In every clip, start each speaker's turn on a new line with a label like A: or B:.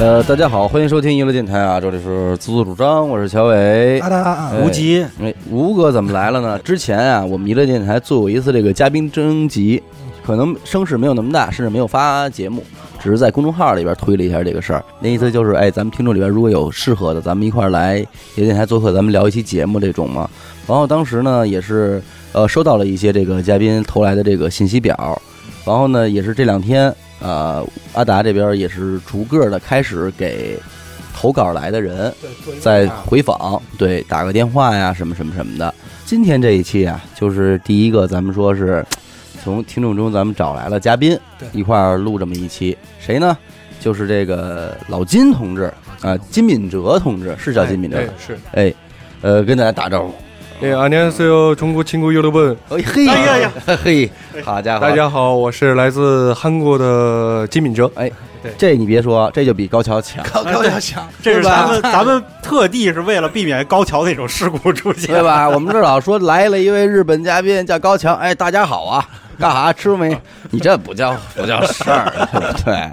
A: 呃，大家好，欢迎收听娱乐电台啊，这里是自作主张，我是乔伟
B: 啊。啊
A: 哎
B: 无极，
A: 哎，吴哥怎么来了呢？之前啊，我们娱乐电台做过一次这个嘉宾征集，可能声势没有那么大，甚至没有发节目，只是在公众号里边推了一下这个事儿。那意思就是，哎，咱们听众里边如果有适合的，咱们一块儿来娱乐电台做客，咱们聊一期节目这种嘛。然后当时呢，也是呃收到了一些这个嘉宾投来的这个信息表，然后呢，也是这两天呃，阿达这边也是逐个的开始给投稿来的人。再回访，对，打个电话呀，什么什么什么的。今天这一期啊，就是第一个，咱们说是从听众中咱们找来了嘉宾
B: 对，
A: 一块儿录这么一期，谁呢？就是这个老金同志啊，金敏哲同志是叫金敏哲吧，
C: 哎是。
A: 哎，呃，跟大家打招呼。
C: 那个안녕하세요，中国친구여러분，
A: 哎嘿，
B: 哎呀呀，
A: 嘿，好家伙，
C: 大家好，我是来自韩国的金敏哲。
A: 哎这你别说，这就比高桥强，
B: 高高要强，这
D: 这
B: 是
D: 是
B: 咱
D: 咱
B: 们
D: 们咱们特地是为了避免高桥那种事故出现
A: 对。吧？ 我们这老说来了一位日本嘉宾叫高强，哎，大家好啊，干 啥吃没？你这不叫不叫事儿，对不 对？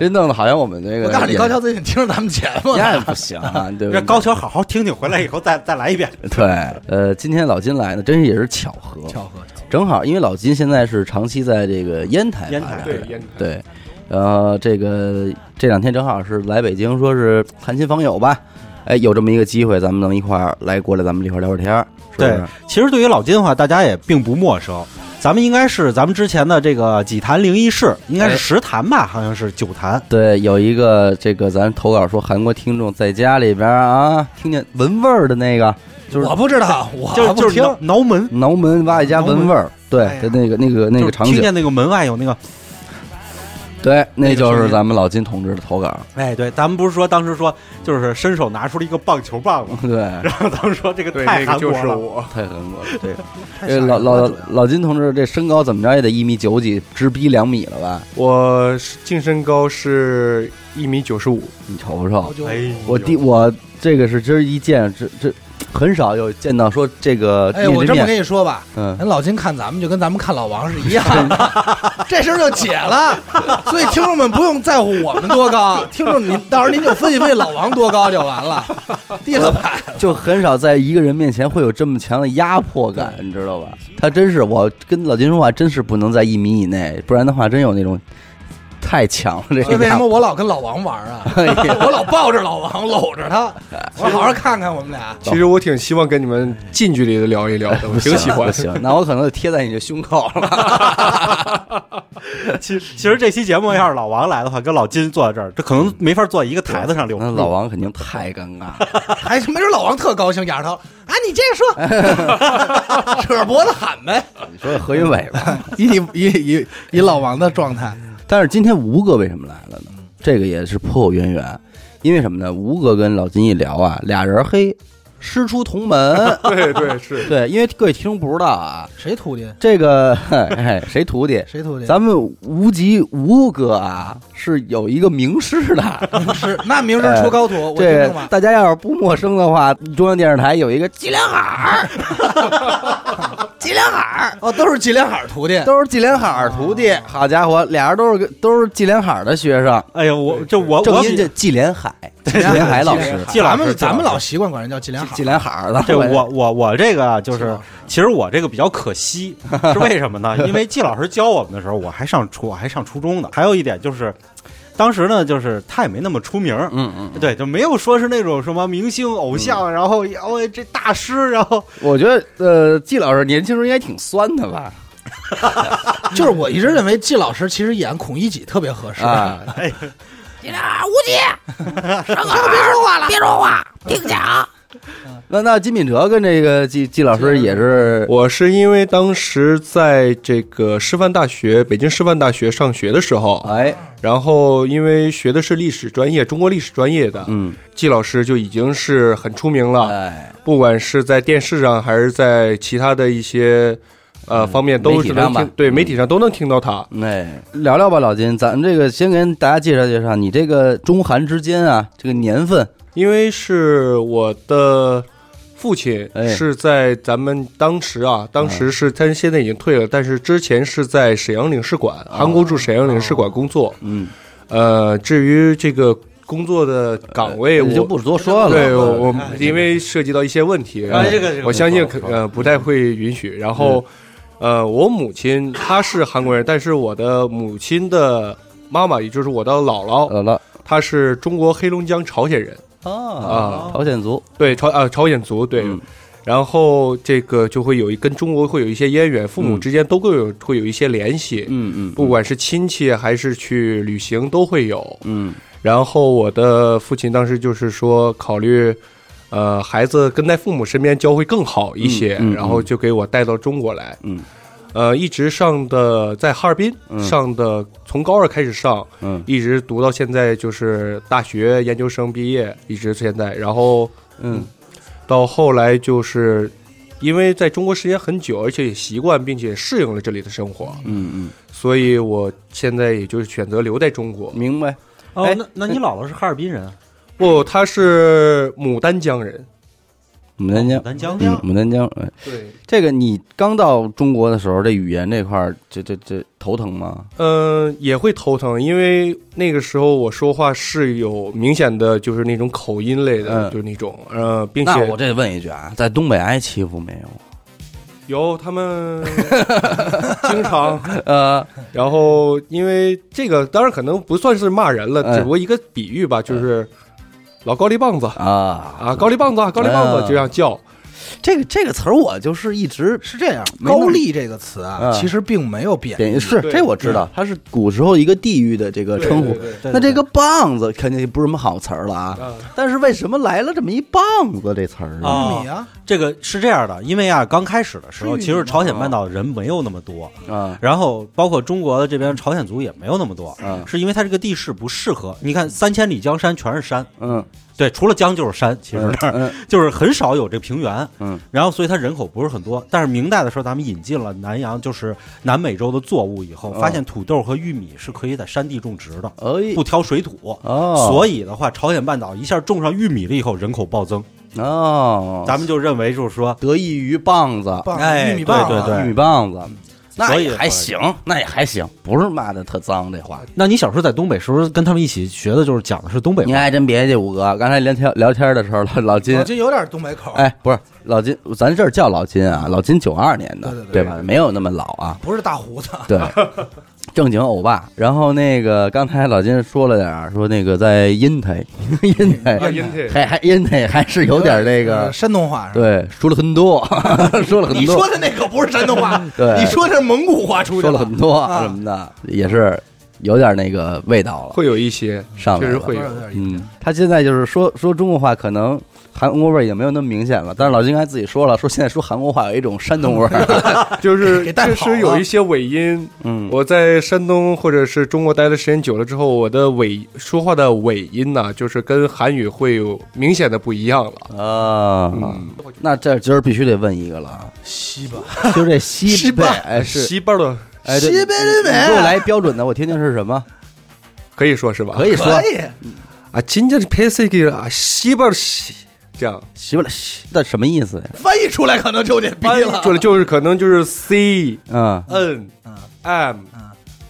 A: 这弄得好像我们这个
B: 啊我告诉你，高桥最近听着咱们节目
A: 那也
B: 呢，
A: 不行啊，对不对
D: 让？高桥好好听听，回来以后再再来一遍。
A: 对，呃，今天老金来呢，真是也是巧合，
B: 巧合，
A: 正好因为老金现在是长期在这个烟台
D: 烟
A: 发展
D: 台
C: 对烟台
A: 对，呃，这个这两天正好是来北京，说是谈亲访友吧。哎，有这么一个机会，咱们能一块儿来过来，咱们一块儿聊会儿天儿，是不是
D: 对？其实对于老金的话，大家也并不陌生。咱们应该是咱们之前的这个几坛灵异室，应该是十坛吧，好像是九坛。
A: 对，有一个这个咱投稿说韩国听众在家里边啊，听见闻味儿的那个，就是
B: 我不知道，我
D: 就是
B: 不
D: 就是
B: 听
D: 挠，挠门，
A: 挠门挖一家闻味儿，对
D: 哎呀
A: 的那个那个那
D: 就是
A: 个场
D: 听
A: 景，
D: 见那个门外有那个，
A: 对，那
D: 那个
A: 就
D: 声
A: 是
D: 音
A: 咱们老金同志的投稿，
D: 哎，对，咱们不是说当时说就是伸手拿出了一个棒球棒吗？
A: 对，
D: 然后咱们说这个
C: 对，
D: 太
C: 那
D: 韩
C: 个
D: 国
C: 就是
D: 了，
C: 我。
A: 太韩国了，对，
D: 太
A: 这
D: 吓人
A: 老
D: 了
A: 老
D: 主要
A: 老金同志这身高怎么着也得一米九几，直逼两米了吧？
C: 我是净身高是一米九十五，
A: 你瞅瞅，
B: 就
D: 哎呦，
A: 我第我这个是真儿一见，这这很少有见到说这个
B: 哎，
A: 面
B: 我
A: 对
B: 这么
A: 面，
B: 跟你说吧，
A: 嗯，
B: 人老金看咱们就跟咱们看老王是一样的， 这事儿就解了。所以听众们不用在乎我们多高，听众您到时候您就分析分析老王多高就完了，地了吧？
A: 就很少在一个人面前会有这么强的压迫感，你知道吧？他真是，我跟老金说话，真是不能在一米以内，不然的话，真有那种太强了。这
B: 所以
A: 个
B: 为什么我老跟老王玩啊？我老抱着老王，搂着他，我好好看看我们俩。
C: 其实我挺希望跟你们近距离的聊一聊的，我挺喜欢。
A: 哎 不。行，啊那我可能就贴在你的胸口了。
D: 其实其实这期节目要是老王来的话，跟老金坐在这儿，这可能没法坐一个台子上聊。
A: 那嗯老王肯定太尴尬了。
B: 还没准老王特高兴，仰着头啊，你接着说， 扯着脖子喊呗，
A: 你说何云伟吧？
B: 以你以以以老王的状态，
A: 但是今天吴哥为什么来了呢？这个也是颇有渊源，因为什么呢？吴哥跟老金一聊啊，俩人嘿，师出同门
C: 对对是，
A: 对，因为各位听众不知道啊，
B: 谁徒弟？
A: 这个 哎谁徒弟？
B: 谁徒弟？
A: 咱们无极吴哥啊，是有一个名师的。
B: 名师，那名师出高徒，我听
A: 这
B: 听吧。
A: 大家要是不陌生的话，中央电视台有一个季连海儿，
B: 脊梁海儿，哦，都是脊梁海儿徒弟。
A: 都是季连海儿徒弟。好家伙，俩人都是都是季连海儿的学生，
D: 哎呀，我这我
A: 正
D: 我
A: 音
D: 比
A: 叫季连海，季连海老师，
D: 季老
B: 咱
D: 师
B: 们
D: 季老
B: 咱们
D: 师
B: 老习惯管人叫脊梁海
A: 季
B: 儿，
A: 连海儿的。
D: 这我我我这个啊就
B: 季
D: 是
B: 老师，
D: 其实我这个比较可惜，是为什么 呢？因为季老师教我们的时候，我还上初我还上初中呢。还有一点就是，当时呢，就是他也没那么出名儿，
A: 嗯嗯，
D: 对，就没有说是那种什么明星偶像，然后哦这大师，然后
A: 我觉得呃，季老师年轻时候应该挺酸的吧？
B: 就是我一直认为季老师其实演孔乙己特别合适。
A: 啊，
C: 哎
E: 你俩无忌， 上课别说话了，别说话，听讲。
A: 那那金敏哲跟这个季季老师也是，
C: 我是因为当时在这个师范大学，北京师范大学上学的时候，
A: 哎，
C: 然后因为学的是历史专业，中国历史专业的，
A: 嗯，
C: 季老师就已经是很出名了。
A: 哎，
C: 不管是在电视上还是在其他的一些呃方面，
A: 嗯媒
C: 都
A: 体
C: 是能
A: 上吧嗯
C: 听对媒体上都能听到他。
A: 那聊聊吧，老金，咱这个先跟大家介绍介绍你这个中韩之间啊，这个年份，
C: 因为是我的父亲
A: 哎
C: 是在咱们当时啊，当时是他现在已经退
A: 嗯
C: 了，但是之前是在沈阳领事馆，韩国驻沈阳领事馆工作。
A: 啊哦嗯，
C: 呃，至于这个工作的岗位，
A: 你就
C: 我
A: 不多说了。嗯啊
C: 对我我
D: 哎
C: 因为涉及到一些问题，
D: 哎这个这个
C: 我相信
D: 不
C: 可
D: 错不错
C: 呃不太会允许。然
A: 嗯
C: 后，呃，我母亲她是韩国人，但是我的母亲的妈妈，也就是我的姥姥，
A: 好了
C: 她是中国黑龙江朝鲜人，
D: 啊
C: 啊
A: 朝鲜族，
C: 对朝呃朝鲜族对。
A: 嗯
C: 然后这个就会有一跟中国会有一些渊源，父母
A: 嗯
C: 之间都会有会有一些联系，
A: 嗯嗯，
C: 不管是亲戚还是去旅行都会有。
A: 嗯
C: 然后我的父亲当时就是说考虑，呃，孩子跟在父母身边教会更好一些，
A: 嗯嗯嗯
C: 然后就给我带到中国来。
A: 嗯
C: 呃，一直上的在哈尔滨、
A: 嗯
C: 上的，从高二开始上，
A: 嗯
C: 一直读到现在，就是大学研究生毕业，一直现在。然后
A: 嗯
C: 到后来就是，因为在中国时间很久，而且也习惯并且适应了这里的生活，
A: 嗯
C: 所以我现在也就是选择留在中国
A: 嗯，。明白。
D: 哦
A: 哎，
D: 那那你姥姥是哈尔滨人啊？
C: 不，他是牡丹江人。
A: 牡丹
C: 哦
A: 江，
D: 咱江
A: 嗯，
D: 江，
A: 牡丹江，哎，
C: 对，
A: 这个你刚到中国的时候，这语言这块儿，这这这头疼吗？
C: 嗯，也会头疼，因为那个时候我说话是有明显的，就是那种口音类
A: 嗯
C: 的，就是那种，呃，并
A: 那我
C: 且
A: 这问一句啊，在东北挨欺负没有？
C: 有他们经常，
A: 呃，
C: 然后因为这个，当然可能不算是骂人了，
A: 哎
C: 只不过一个比喻吧，就是老高丽棒子
A: 啊，
C: 啊，高丽棒子，高丽棒子
A: 嗯
C: 就这样叫，
A: 这个这个词儿，我就是一直
B: 是这样，
A: 没那么
B: 高丽这个词啊，
A: 嗯
B: 其实并没有贬义，
A: 点是
C: 对
A: 这我知道，它是古时候一个地域的这个
C: 对
A: 呃称呼
C: 对。对
A: 那这个棒子肯定不是什么好词儿了啊，
C: 啊
A: 但是为什么来了这么一棒子这词儿呢？
D: 啊
B: 玉米啊，
D: 这个是这样的，因为啊，刚开始的时候，
B: 至于
D: 其实
B: 吗
D: 朝鲜
A: 哦
D: 半岛人没有那么多，
A: 啊，
D: 然后包括中国的这边朝鲜族也没有那么多，
A: 嗯
D: 是因为它这个地势不适合。你看三千里江山全是山，
A: 嗯，
D: 对，除了江就是山，其实
A: 嗯
D: 那儿
A: 嗯
D: 就是很少有这平原，
A: 嗯，
D: 然后所以它人口不是很多。但是明代的时候，咱们引进了南洋，就是南美洲的作物以后，
A: 嗯
D: 发现土豆和玉米是可以在山地种植的，
A: 哎
D: 不，挑水土。
A: 哦，
D: 所以的话，朝鲜半岛一下种上玉米了以后，人口暴增，
A: 以哦，
D: 咱们就认为就是说，
A: 得益于棒子，
B: 棒
D: 哎
B: 玉米棒啊，
D: 对对对
A: 玉米棒子，那
D: 所以
A: 也还行，那也还行，不是骂的特脏这话。
D: 那你小时候在东北时候跟他们一起学的就是讲的是东北
A: 您还真别介，五哥，刚才聊天聊天的时候，老老金
B: 我，这哦有点东北口，
A: 哎，不是老金，咱这儿叫老金啊，老金九二年的，
B: 对对对
A: 吧？没有那么老啊，
B: 不是大胡子，
A: 对，正经欧巴。然后那个刚才老金说了点儿，说那个在烟台， 烟台，
C: 啊，阴对，
A: 还还烟台还是有点儿那
B: 呃
A: 个，
B: 山东话是吧？
A: 对，说了很多， 说了很
B: 你说
A: 多，
B: 的那可不是山东话，
A: 对
B: 你说的是蒙古话出去
A: 说了很多什么的，也是有点儿那个味道了。
C: 会有一些，
A: 上来
C: 确实
A: 了
C: 会
B: 有
C: 有
B: 点。有点
A: 嗯，他现在就是说说中国话，可能韩国味儿也没有那么明显了。但是老金刚才自己说了，说现在说韩国话有一种山东味儿。
C: 就是
B: 给带
C: 确
B: 跑了
C: 实有一些尾音。
A: 嗯
C: 我在山东或者是中国待的时间久了之后，我的尾说话的尾音呢、就是跟韩语会有明显的不一样了。
A: 啊，
C: 嗯，
A: 那这今儿必须得问一个了，啊
B: 西吧，
A: 就这西
B: 西
A: 北
B: 北
A: 哎是
C: 西边的
A: 哎对
B: 西北的美
A: 你给我来标准的，我听听是什么？
C: 可以说是吧？
A: 可以说
B: 可以，
C: 啊，今天是 p a c i f 啊，西边的西这样。
A: 西北西，那什么意思呀？
B: 翻译出来可能就有点逼
C: 翻译
B: 了
C: 出。来就是可能就是 C
A: 嗯，
C: N
B: 嗯
C: M
B: 嗯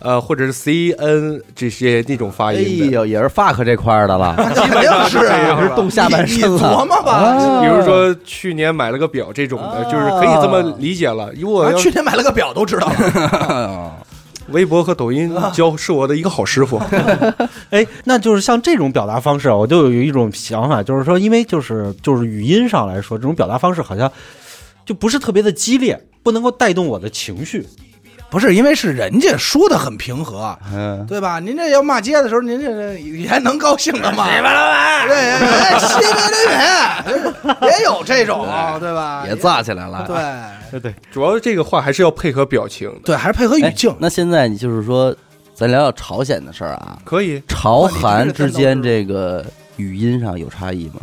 C: 呃，或者是 C N 这些那种发
A: 哎
C: 音的。
A: 呦，也是 fuck 这块儿的了，
B: 肯定是啊，
A: 也是动下半身
B: 你
A: 了。
B: 你琢磨吧
A: 啊
C: 比如说去年买了个表这种的，就是可以这么理解了。如果
B: 啊
C: 要
B: 去年买了个表都知道了，
C: 微博和抖音
A: 啊
C: 教是我的一个好师 傅。
D: 哎，那就是像这种表达方式啊，我就有一种想法，就是说，因为就是就是语音上来说，这种表达方式好像就不是特别的激烈，不能够带动我的情绪。
B: 不是因为是人家说的很平和，
A: 嗯，
B: 对吧？您这要骂街的时候，您这也还能高兴的吗？ 西北老板，对，哎西北老板也有这种，对吧？
A: 也炸起来了。
B: 对
D: 对对，
C: 主要这个话还是要配合表情的，
B: 对，还是配合语
A: 哎
B: 境。
A: 那现在你就是说，咱聊聊朝鲜的事儿啊。
C: 可以。
A: 朝韩之间这个语音上有差异吗？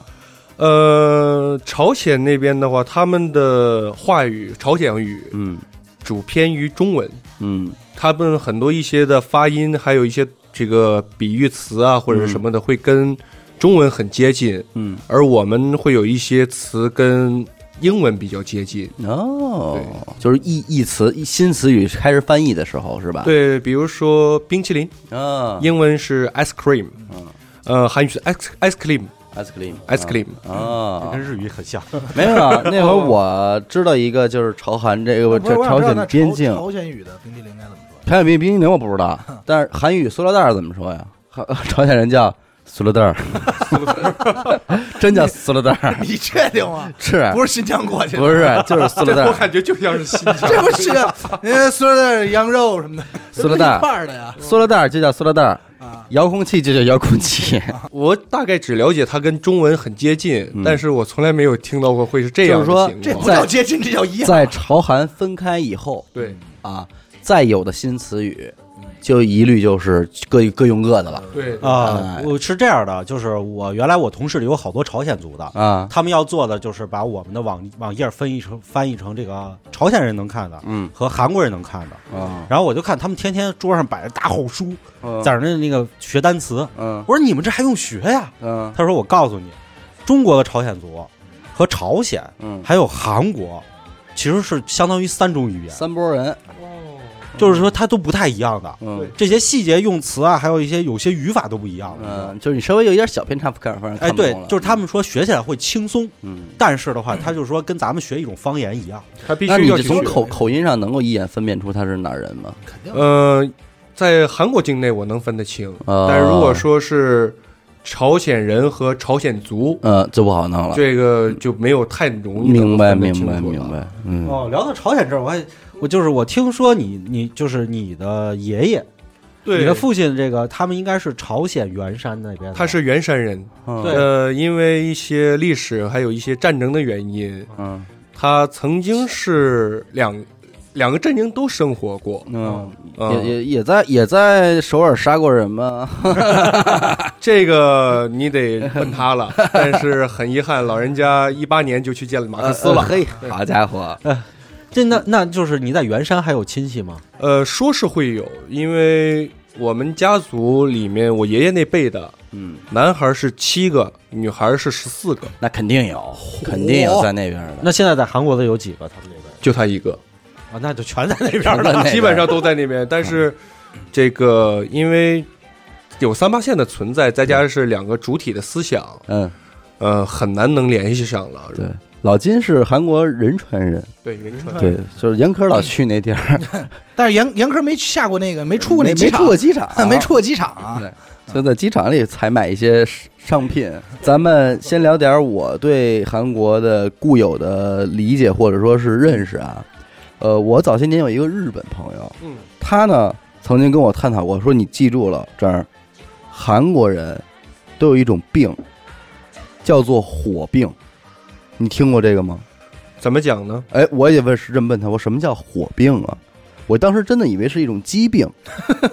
C: 呃，朝鲜那边的话，他们的话语朝鲜语
A: 嗯
C: 主偏于中文，
A: 嗯
C: 他们很多一些的发音，还有一些这个比喻词啊或者是什么的，会跟中文很接近，
A: 嗯，
C: 而我们会有一些词跟英文比较接近。
A: 哦，就是一一词一新词语开始翻译啊的时候是吧？，
C: 对，比如说冰淇淋，
A: 嗯、啊
C: 英文是 ice cream，呃，韩语是 ice ice cream
A: ice cream
C: ice cream，
A: 啊，
D: 跟日语很像。
A: 没有啊，那会儿我知道一个就是朝韩这个
B: 不是
A: 这
B: 我想
A: 朝
B: 知道那
A: 鲜边境，
B: 朝鲜语的冰激凌应该怎 么说？
A: 朝鲜冰冰激凌我不知道，但是韩语塑料袋儿怎么说呀？韩朝鲜人叫塑料袋儿， 真叫塑料袋儿，
B: 你确定吗？
A: 是
B: 啊
A: 啊
B: 不是新疆过去的？
A: 不是啊就是塑料袋
C: 这我
A: 儿，
C: 感觉就像是新疆。
B: 这不是呃，塑料袋、羊肉什么的，
A: 塑料袋
B: 一块儿的呀。
A: 塑料袋儿就叫塑料袋儿
B: 啊，
A: 遥控器就叫遥控器，
C: 我大概只了解它跟中文很接近，但是我从来没有听到过会嗯是这样的
A: 就是说
C: 情况。
B: 这不叫接近，这叫一样。
A: 在朝韩分开以后
C: 对，
A: 啊，再有的新词语就一律就是各各用各的了
C: 对
D: 啊
A: 哎，
D: 我是这样的，就是我原来我同事里有好多朝鲜族的，
A: 啊，
D: 他们要做的就是把我们的网网页翻译成翻译成这个朝鲜人能看的
A: 嗯
D: 和韩国人能看的。
A: 啊，
D: 然后我就看他们天天桌上摆着大厚书，在那那个学单词。
A: 嗯
D: 我说你们这还用学呀？
A: 嗯
D: 他说我告诉你，中国的朝鲜族和朝鲜
A: 嗯，
D: 还有韩国，其实是相当于三种语言，
A: 三波人，
D: 就是说它都不太一样的。
A: 嗯
D: 这些细节用词啊，还有一些有些语法都不一样的。
A: 嗯，就是你稍微有一点小偏差，反正
D: 哎，
A: 看不
D: 对
A: 懂，了
D: 就是他们说学起来会轻松，
A: 嗯，
D: 但是的话，他就说跟咱们学一种方言一样。
C: 它必
A: 那
C: 须
A: 你
C: 要
A: 就
C: 去
A: 从
C: 学。
A: 口口音上能够一眼分辨出他是哪儿人吗？
C: 呃，在韩国境内我能分得清，
A: 哦
C: 但如果说是朝鲜人和朝鲜族，
A: 嗯，就不好弄了。
C: 这个就没有太容易
A: 明白，
C: 能分得
A: 明
C: 清楚
A: 白，
C: 了
A: 明。白。嗯，
D: 哦，聊到朝鲜这儿，我还我就是我听说你你就是你的爷爷，
C: 对，
D: 你的父亲这个他们应该是朝鲜元山那边的，
C: 他是元山人，
A: 嗯
D: 对
C: 呃，因为一些历史还有一些战争的原因，
A: 嗯
C: 他曾经是两两个阵营都生活过，
A: 嗯，也
C: 嗯，
A: 也也在也在首尔杀过人吗？
C: 这个你得问 他了。但是很遗憾，老人家一八年就去见 了马克思
A: 呃
C: 了。
A: 嘿，好家伙，
D: 这那那就是你在元山还有亲戚吗？
C: 呃，说是会有，因为我们家族里面，我爷爷那辈的
A: 嗯，
C: 男孩是七个，女孩是十四个，
A: 那肯定有，肯定有在那边的，
D: 那现在在韩国的有几个？他们那边
C: 就他一个，
D: 啊，那就全在那边
A: 全在 那边嗯
C: 基本上都在那边。但是这个因为有三八线的存在，再加上是两个主体的思想，
A: 嗯，
C: 呃，很难能联系上了。
A: 对。老金是韩国仁川人，
C: 对，云川
A: 对，就是严科老去那地儿，
B: 但是严严科没下过那个，没出过
A: 没
B: 那
A: 没
B: 机
A: 出
B: 场，，
A: 过机场
B: 没出过机场啊。
A: 对，所以在机场里采买一些商品。咱们先聊点我对韩国的固有的理解或者说是认识啊。呃，我早些年有一个日本朋友，
C: 嗯，
A: 他呢曾经跟我探讨过，说你记住了，这儿韩国人都有一种病，叫做火病。你听过这个吗？
C: 怎么讲呢？
A: 哎，我也问是这么问他，我什么叫火病啊？我当时真的以为是一种疾 病，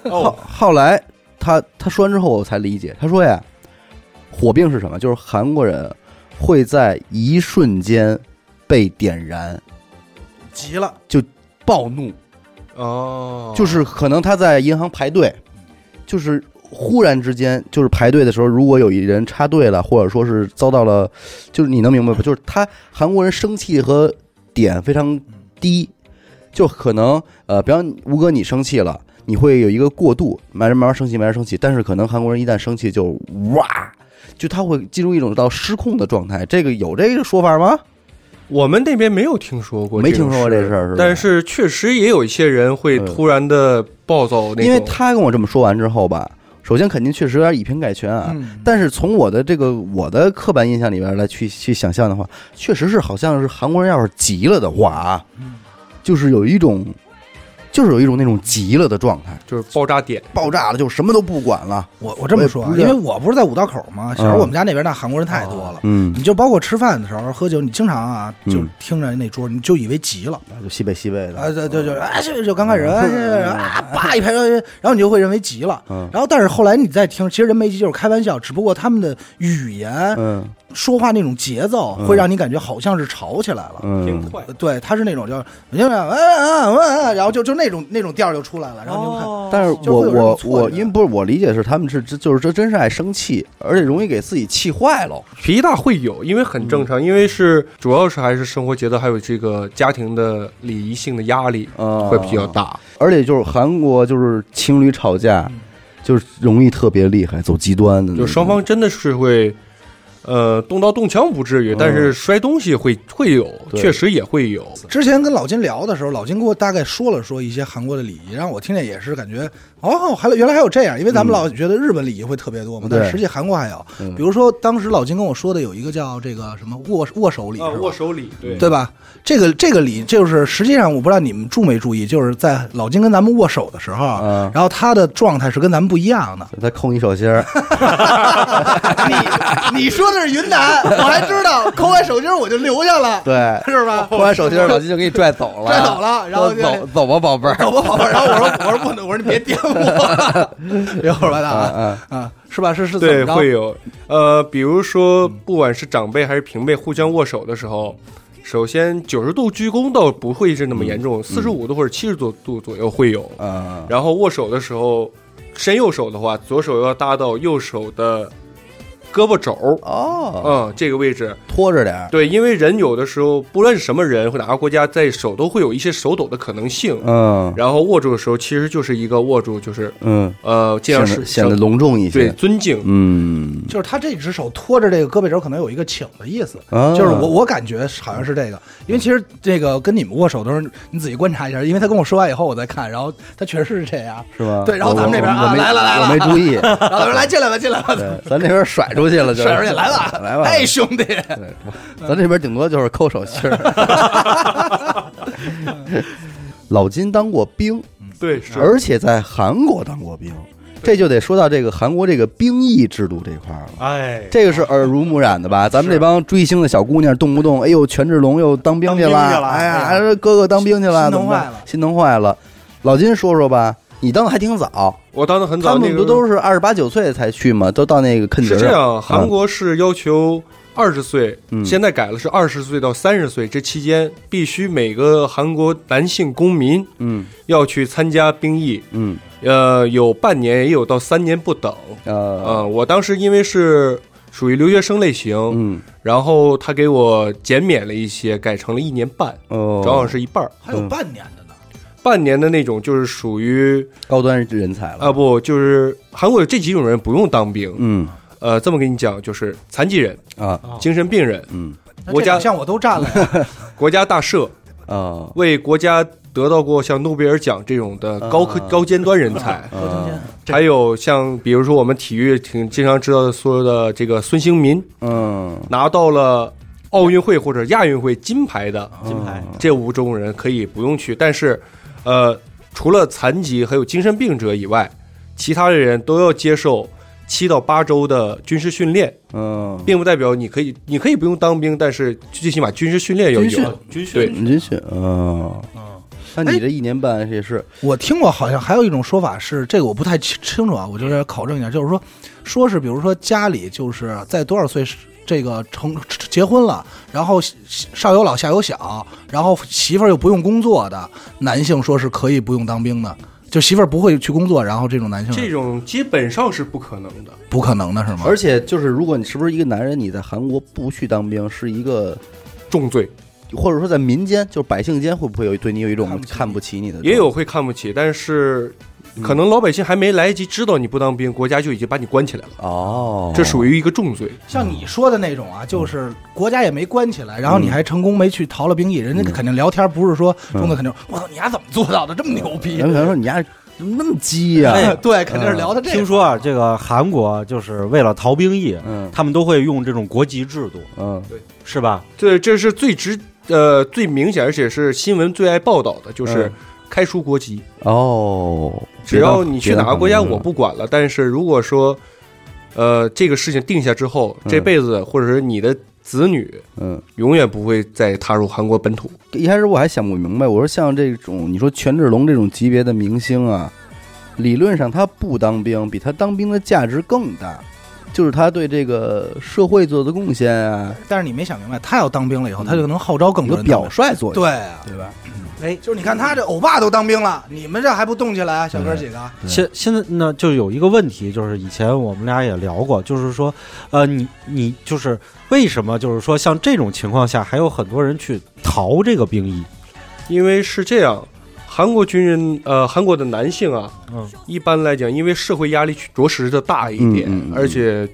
A: 后
C: 哦，
A: 后来他他说完之后我才理解，他说呀，火病是什么？就是韩国人会在一瞬间被点燃，
B: 急了，
A: 暴怒，
C: 哦，
A: 就是可能他在银行排队，就是忽然之间，就是排队的时候，如果有一人插队了，或者说是遭到了，就是你能明白不？就是他韩国人生气和点非常低，就可能呃，比方吴哥你生气了。你会有一个过渡，慢慢慢慢生气，慢慢生气。但是可能韩国人一旦生气就哇，就他会进入一种到失控的状态。这个有这个说法吗？
C: 我们那边没有听说过，
A: 没听说过这事儿是吧
C: 但是确实也有一些人会突然的暴躁那种，
A: 因为他跟我这么说完之后吧，首先肯定确实有点以偏概全啊。
B: 嗯
A: 但是从我的这个我的刻板印象里边来去去想象的话，确实是好像是韩国人要是急了的话啊，
B: 嗯
A: 就是有一种，就是有一种那种急了的状态，
C: 就是爆炸点。
A: 爆炸了就什么都不管了。
B: 我我这么说啊，
A: 我也不是
B: 因为我不是在五道口嘛，小时候
A: 嗯
B: 我们家那边那韩国人太多了。
A: 嗯
B: 你，就包括吃饭的时候喝酒，你经常啊，就
A: 嗯
B: 听着那桌，你就以为急了，
A: 就西北西北
B: 啊，
A: 的，
B: 对对对，啊，就就刚开始，啊，啊叭一排，然后你就会认为急了，
A: 嗯
B: 然后但是后来你再听，其实人没急就是开玩笑，只不过他们的语言、
A: 嗯
B: 说话那种节奏，会让你感觉好像是吵起来了。
A: 嗯，
C: 快
B: 对，他是那种就是，你听没有？啊啊啊啊！然后就就那种那种调儿就出来了，然后你就看，
A: 但是
B: 就是
A: 我
B: 会有这种
A: 我
B: 错
A: 我，
B: 觉
A: 因为不是我理解是他们是就是这真是爱生气，而且容易给自己气坏了。
C: 脾气大会有，因为很正
A: 嗯
C: 常，因为是主要是还是生活节奏，还有这个家庭的礼仪性的压力
A: 啊
C: 会比较大。
A: 而且就是韩国就是情侣吵架，就是容易特别厉害，走极端的那种，
C: 就双方真的是会，呃，动刀动枪不至于，但是摔东西会会有，
A: 嗯对
C: 确实也会有。
B: 之前跟老金聊的时候，老金给我大概说了说一些韩国的礼仪，让我听见也是感觉哦，还有原来还有这样，因为咱们老觉得日本礼仪会特别多嘛，
A: 对
B: 但实际韩国还有
A: 嗯，
B: 比如说当时老金跟我说的有一个叫这个什么握握手
A: 啊
B: 礼，是吧
C: 手礼，对
B: 对吧？这个这个礼就是实际上我不知道你们注没注意，就是在老金跟咱们握手的时候，
A: 嗯
B: 然后他的状态是跟咱们不一 样的。
A: 他空一手心儿，
B: 你你说的是云南，我还知道，抠完手心我就留下了，
A: 对，
B: 是吧？
A: 空完手心儿，老金就给你拽走了，
B: 拽 走了然后
A: 说
B: 就
A: 走走吧，宝贝儿，
B: 走吧，宝贝儿。然后我说，我说不能，我说你别颠我， 别胡说八道啊
A: 嗯
B: 啊，是吧？是是怎
C: 对，
B: 么着？
C: 会有。呃，比如说，不管是长辈还是平辈互相握手的时候，
A: 嗯
C: 首先九十度鞠躬倒不会是那么严重，四十五度或者七十多度左右会有。
A: 嗯，
C: 然后握手的时候，伸右手的话，左手要搭到右手的胳膊肘，
A: 哦，
C: 嗯，这个位置。
A: 拖着点儿，
C: 对，因为人有的时候，不论是什么人或哪个国家，在手都会有一些手抖的可能性。
A: 嗯
C: 然后握住的时候，其实就是一个握住，就是
A: 嗯，
C: 呃，尽
A: 显
C: 量是
A: 得显得隆重一
C: 对
A: 些，
C: 尊敬。
A: 嗯，
B: 就是他这只手托着这个胳膊肘，可能有一个请的意思。
A: 啊
B: 就是我，我感觉好像是这个，因为其实这个跟你们握手的时候，你仔细观察一下，因为他跟我说完以后，我再看，然后他确实是这样。
A: 是吧？
B: 对然后咱们这边
A: 我我
B: 啊
A: 我没
B: 来了来了
A: 我没注 意，
B: 然后他说：“来进来吧，进来 吧，
A: 对咱这边甩出去了，就
B: 甩出去来吧，
A: 来吧，
B: 哎，兄弟，
A: 对咱这边顶多就是扣手心儿。 老金当过兵，
C: 对，是。
A: 而且在韩国当过兵，这就得说到这个韩国这个兵役制度这块儿了。
D: 哎，
A: 这个是耳濡目染的吧？咱们这帮追星的小姑娘，动不动哎呦，权志龙又当兵去
D: 当兵去了
A: 哎呀，
D: 哎
A: 哥哥当兵去了，
B: 心
A: 怎
B: 疼
A: 么
B: 坏
A: 办
B: 了？
A: 心疼坏了。老金说说吧，你当的还挺早，
C: 我当的很
A: 他
C: 早，那
A: 们
C: 个
A: 不都是二十八九岁才去吗？都到那个坑底
C: 是
A: 儿
C: 这
A: 上。
C: 样？韩国是要求二十岁，
A: 嗯
C: 现在改了是二十岁到三十岁，这期间必须每个韩国男性公民
A: 嗯
C: 要去参加兵役，
A: 嗯
C: 呃，有半年也有到三年不等。
A: 呃
C: 呃，我当时因为是属于留学生类型，
A: 嗯
C: 然后他给我减免了一些，改成了一年半，
A: 哦，
C: 正好是一半儿。
B: 还有半年的呢。
C: 半年的那种就是属于
A: 高端人才了
C: 啊不，就是韩国有这几种人不用当兵，
A: 嗯
C: 呃，这么跟你讲，就是残疾人、
A: 啊
C: 精神病人、
A: 嗯
B: 那
C: 国
B: 这
C: 家
B: 两项我都占了呀，
C: 国家大赦，
A: 啊
C: 为国家得到过像诺贝尔奖这种的高科、
A: 啊
C: 高尖端人才，
B: 我听见
C: 还有像比如说我们体育挺经常知道的说的这个孙兴民
A: 嗯
C: 拿到了奥运会或者亚运会金牌的
A: 啊
D: 金牌
A: 嗯哦
C: 这五种人可以不用去，但是，呃，除了残疾还有精神病者以外，其他的人都要接受七到八周的军事训练，
A: 嗯，
C: 并不代表你可以你可以不用当兵，但是最起码军事训练要有。
A: 军训
D: 军训
C: 对，
A: 真是嗯那你这一年半也是
C: 哎
B: 我听过，好像还有一种说法是，这个我不太清清楚啊，我就是考证一下，就是说，说是比如说家里就是在多少岁是这个成结婚了，然后上有老下有小，然后媳妇儿又不用工作的男性，说是可以不用当兵的，就媳妇儿不会去工作，然后这种男
A: 啊
B: 性
C: 这
B: 是
C: 种基本上是不可能的。
B: 不可能的是吗？
A: 而且就是，如果你是不是一个男人，你在韩国不去当兵，是一个
C: 重罪
A: 或者说在民间，就是百姓间，会不会有对你有一种
B: 看不起你
A: 看不起你的？
C: 也有，会看不起，但是
A: 嗯
C: 可能老百姓还没来得及知道你不当兵，国家就已经把你关起来了，
A: 哦，
C: 这属于一个重罪。
B: 像你说的那种啊，就是
D: 嗯
B: 国家也没关起来，然后你还成功没去逃了兵役，人家肯定聊天不是说中的肯定，我操，你丫怎么做到的？这么牛逼
A: 人？可能说你呀怎么那么鸡呀、
D: 哎
B: 对，肯定是聊的这 个。
D: 听说啊，这个韩国就是为了逃兵役，
A: 嗯
D: 他们都会用这种国籍制度，
A: 嗯
D: 是吧？
C: 这这是最直呃最明显，而且是新闻最爱报道的，就是
A: 嗯
C: 开除国籍。
A: 哦，
C: 只要你去哪个国家，
A: 别当
C: 我不管了。但是如果说，呃，这个事情定下之后，
A: 嗯
C: 这辈子或者是你的子女
A: 嗯。
C: 永远不会再踏入韩国本土。
A: 一开始我还想不明白，我说像这种你说权志龙这种级别的明星啊，理论上他不当兵，比他当兵的价值更大，就是他对这个社会做的贡献啊，
B: 但是你没想明白，他要当兵了以后，他就能号召更
A: 有
B: 多
A: 个
B: 人
A: 表
B: 当
A: 率作
B: 兵
A: 用。
B: 对啊，
A: 对吧？
D: 哎，
B: 就是你看他这欧巴都当兵了，你们这还不动起来啊，小哥几个？
A: 对
D: 现现在呢，就有一个问题，就是以前我们俩也聊过，就是说，呃，你你就是为什么就是说像这种情况下，还有很多人去逃这个兵役？
C: 因为是这样，韩国军人呃，韩国的男性啊，
D: 嗯
C: 一般来讲，因为社会压力着实的大一点，
A: 嗯嗯嗯
C: 而且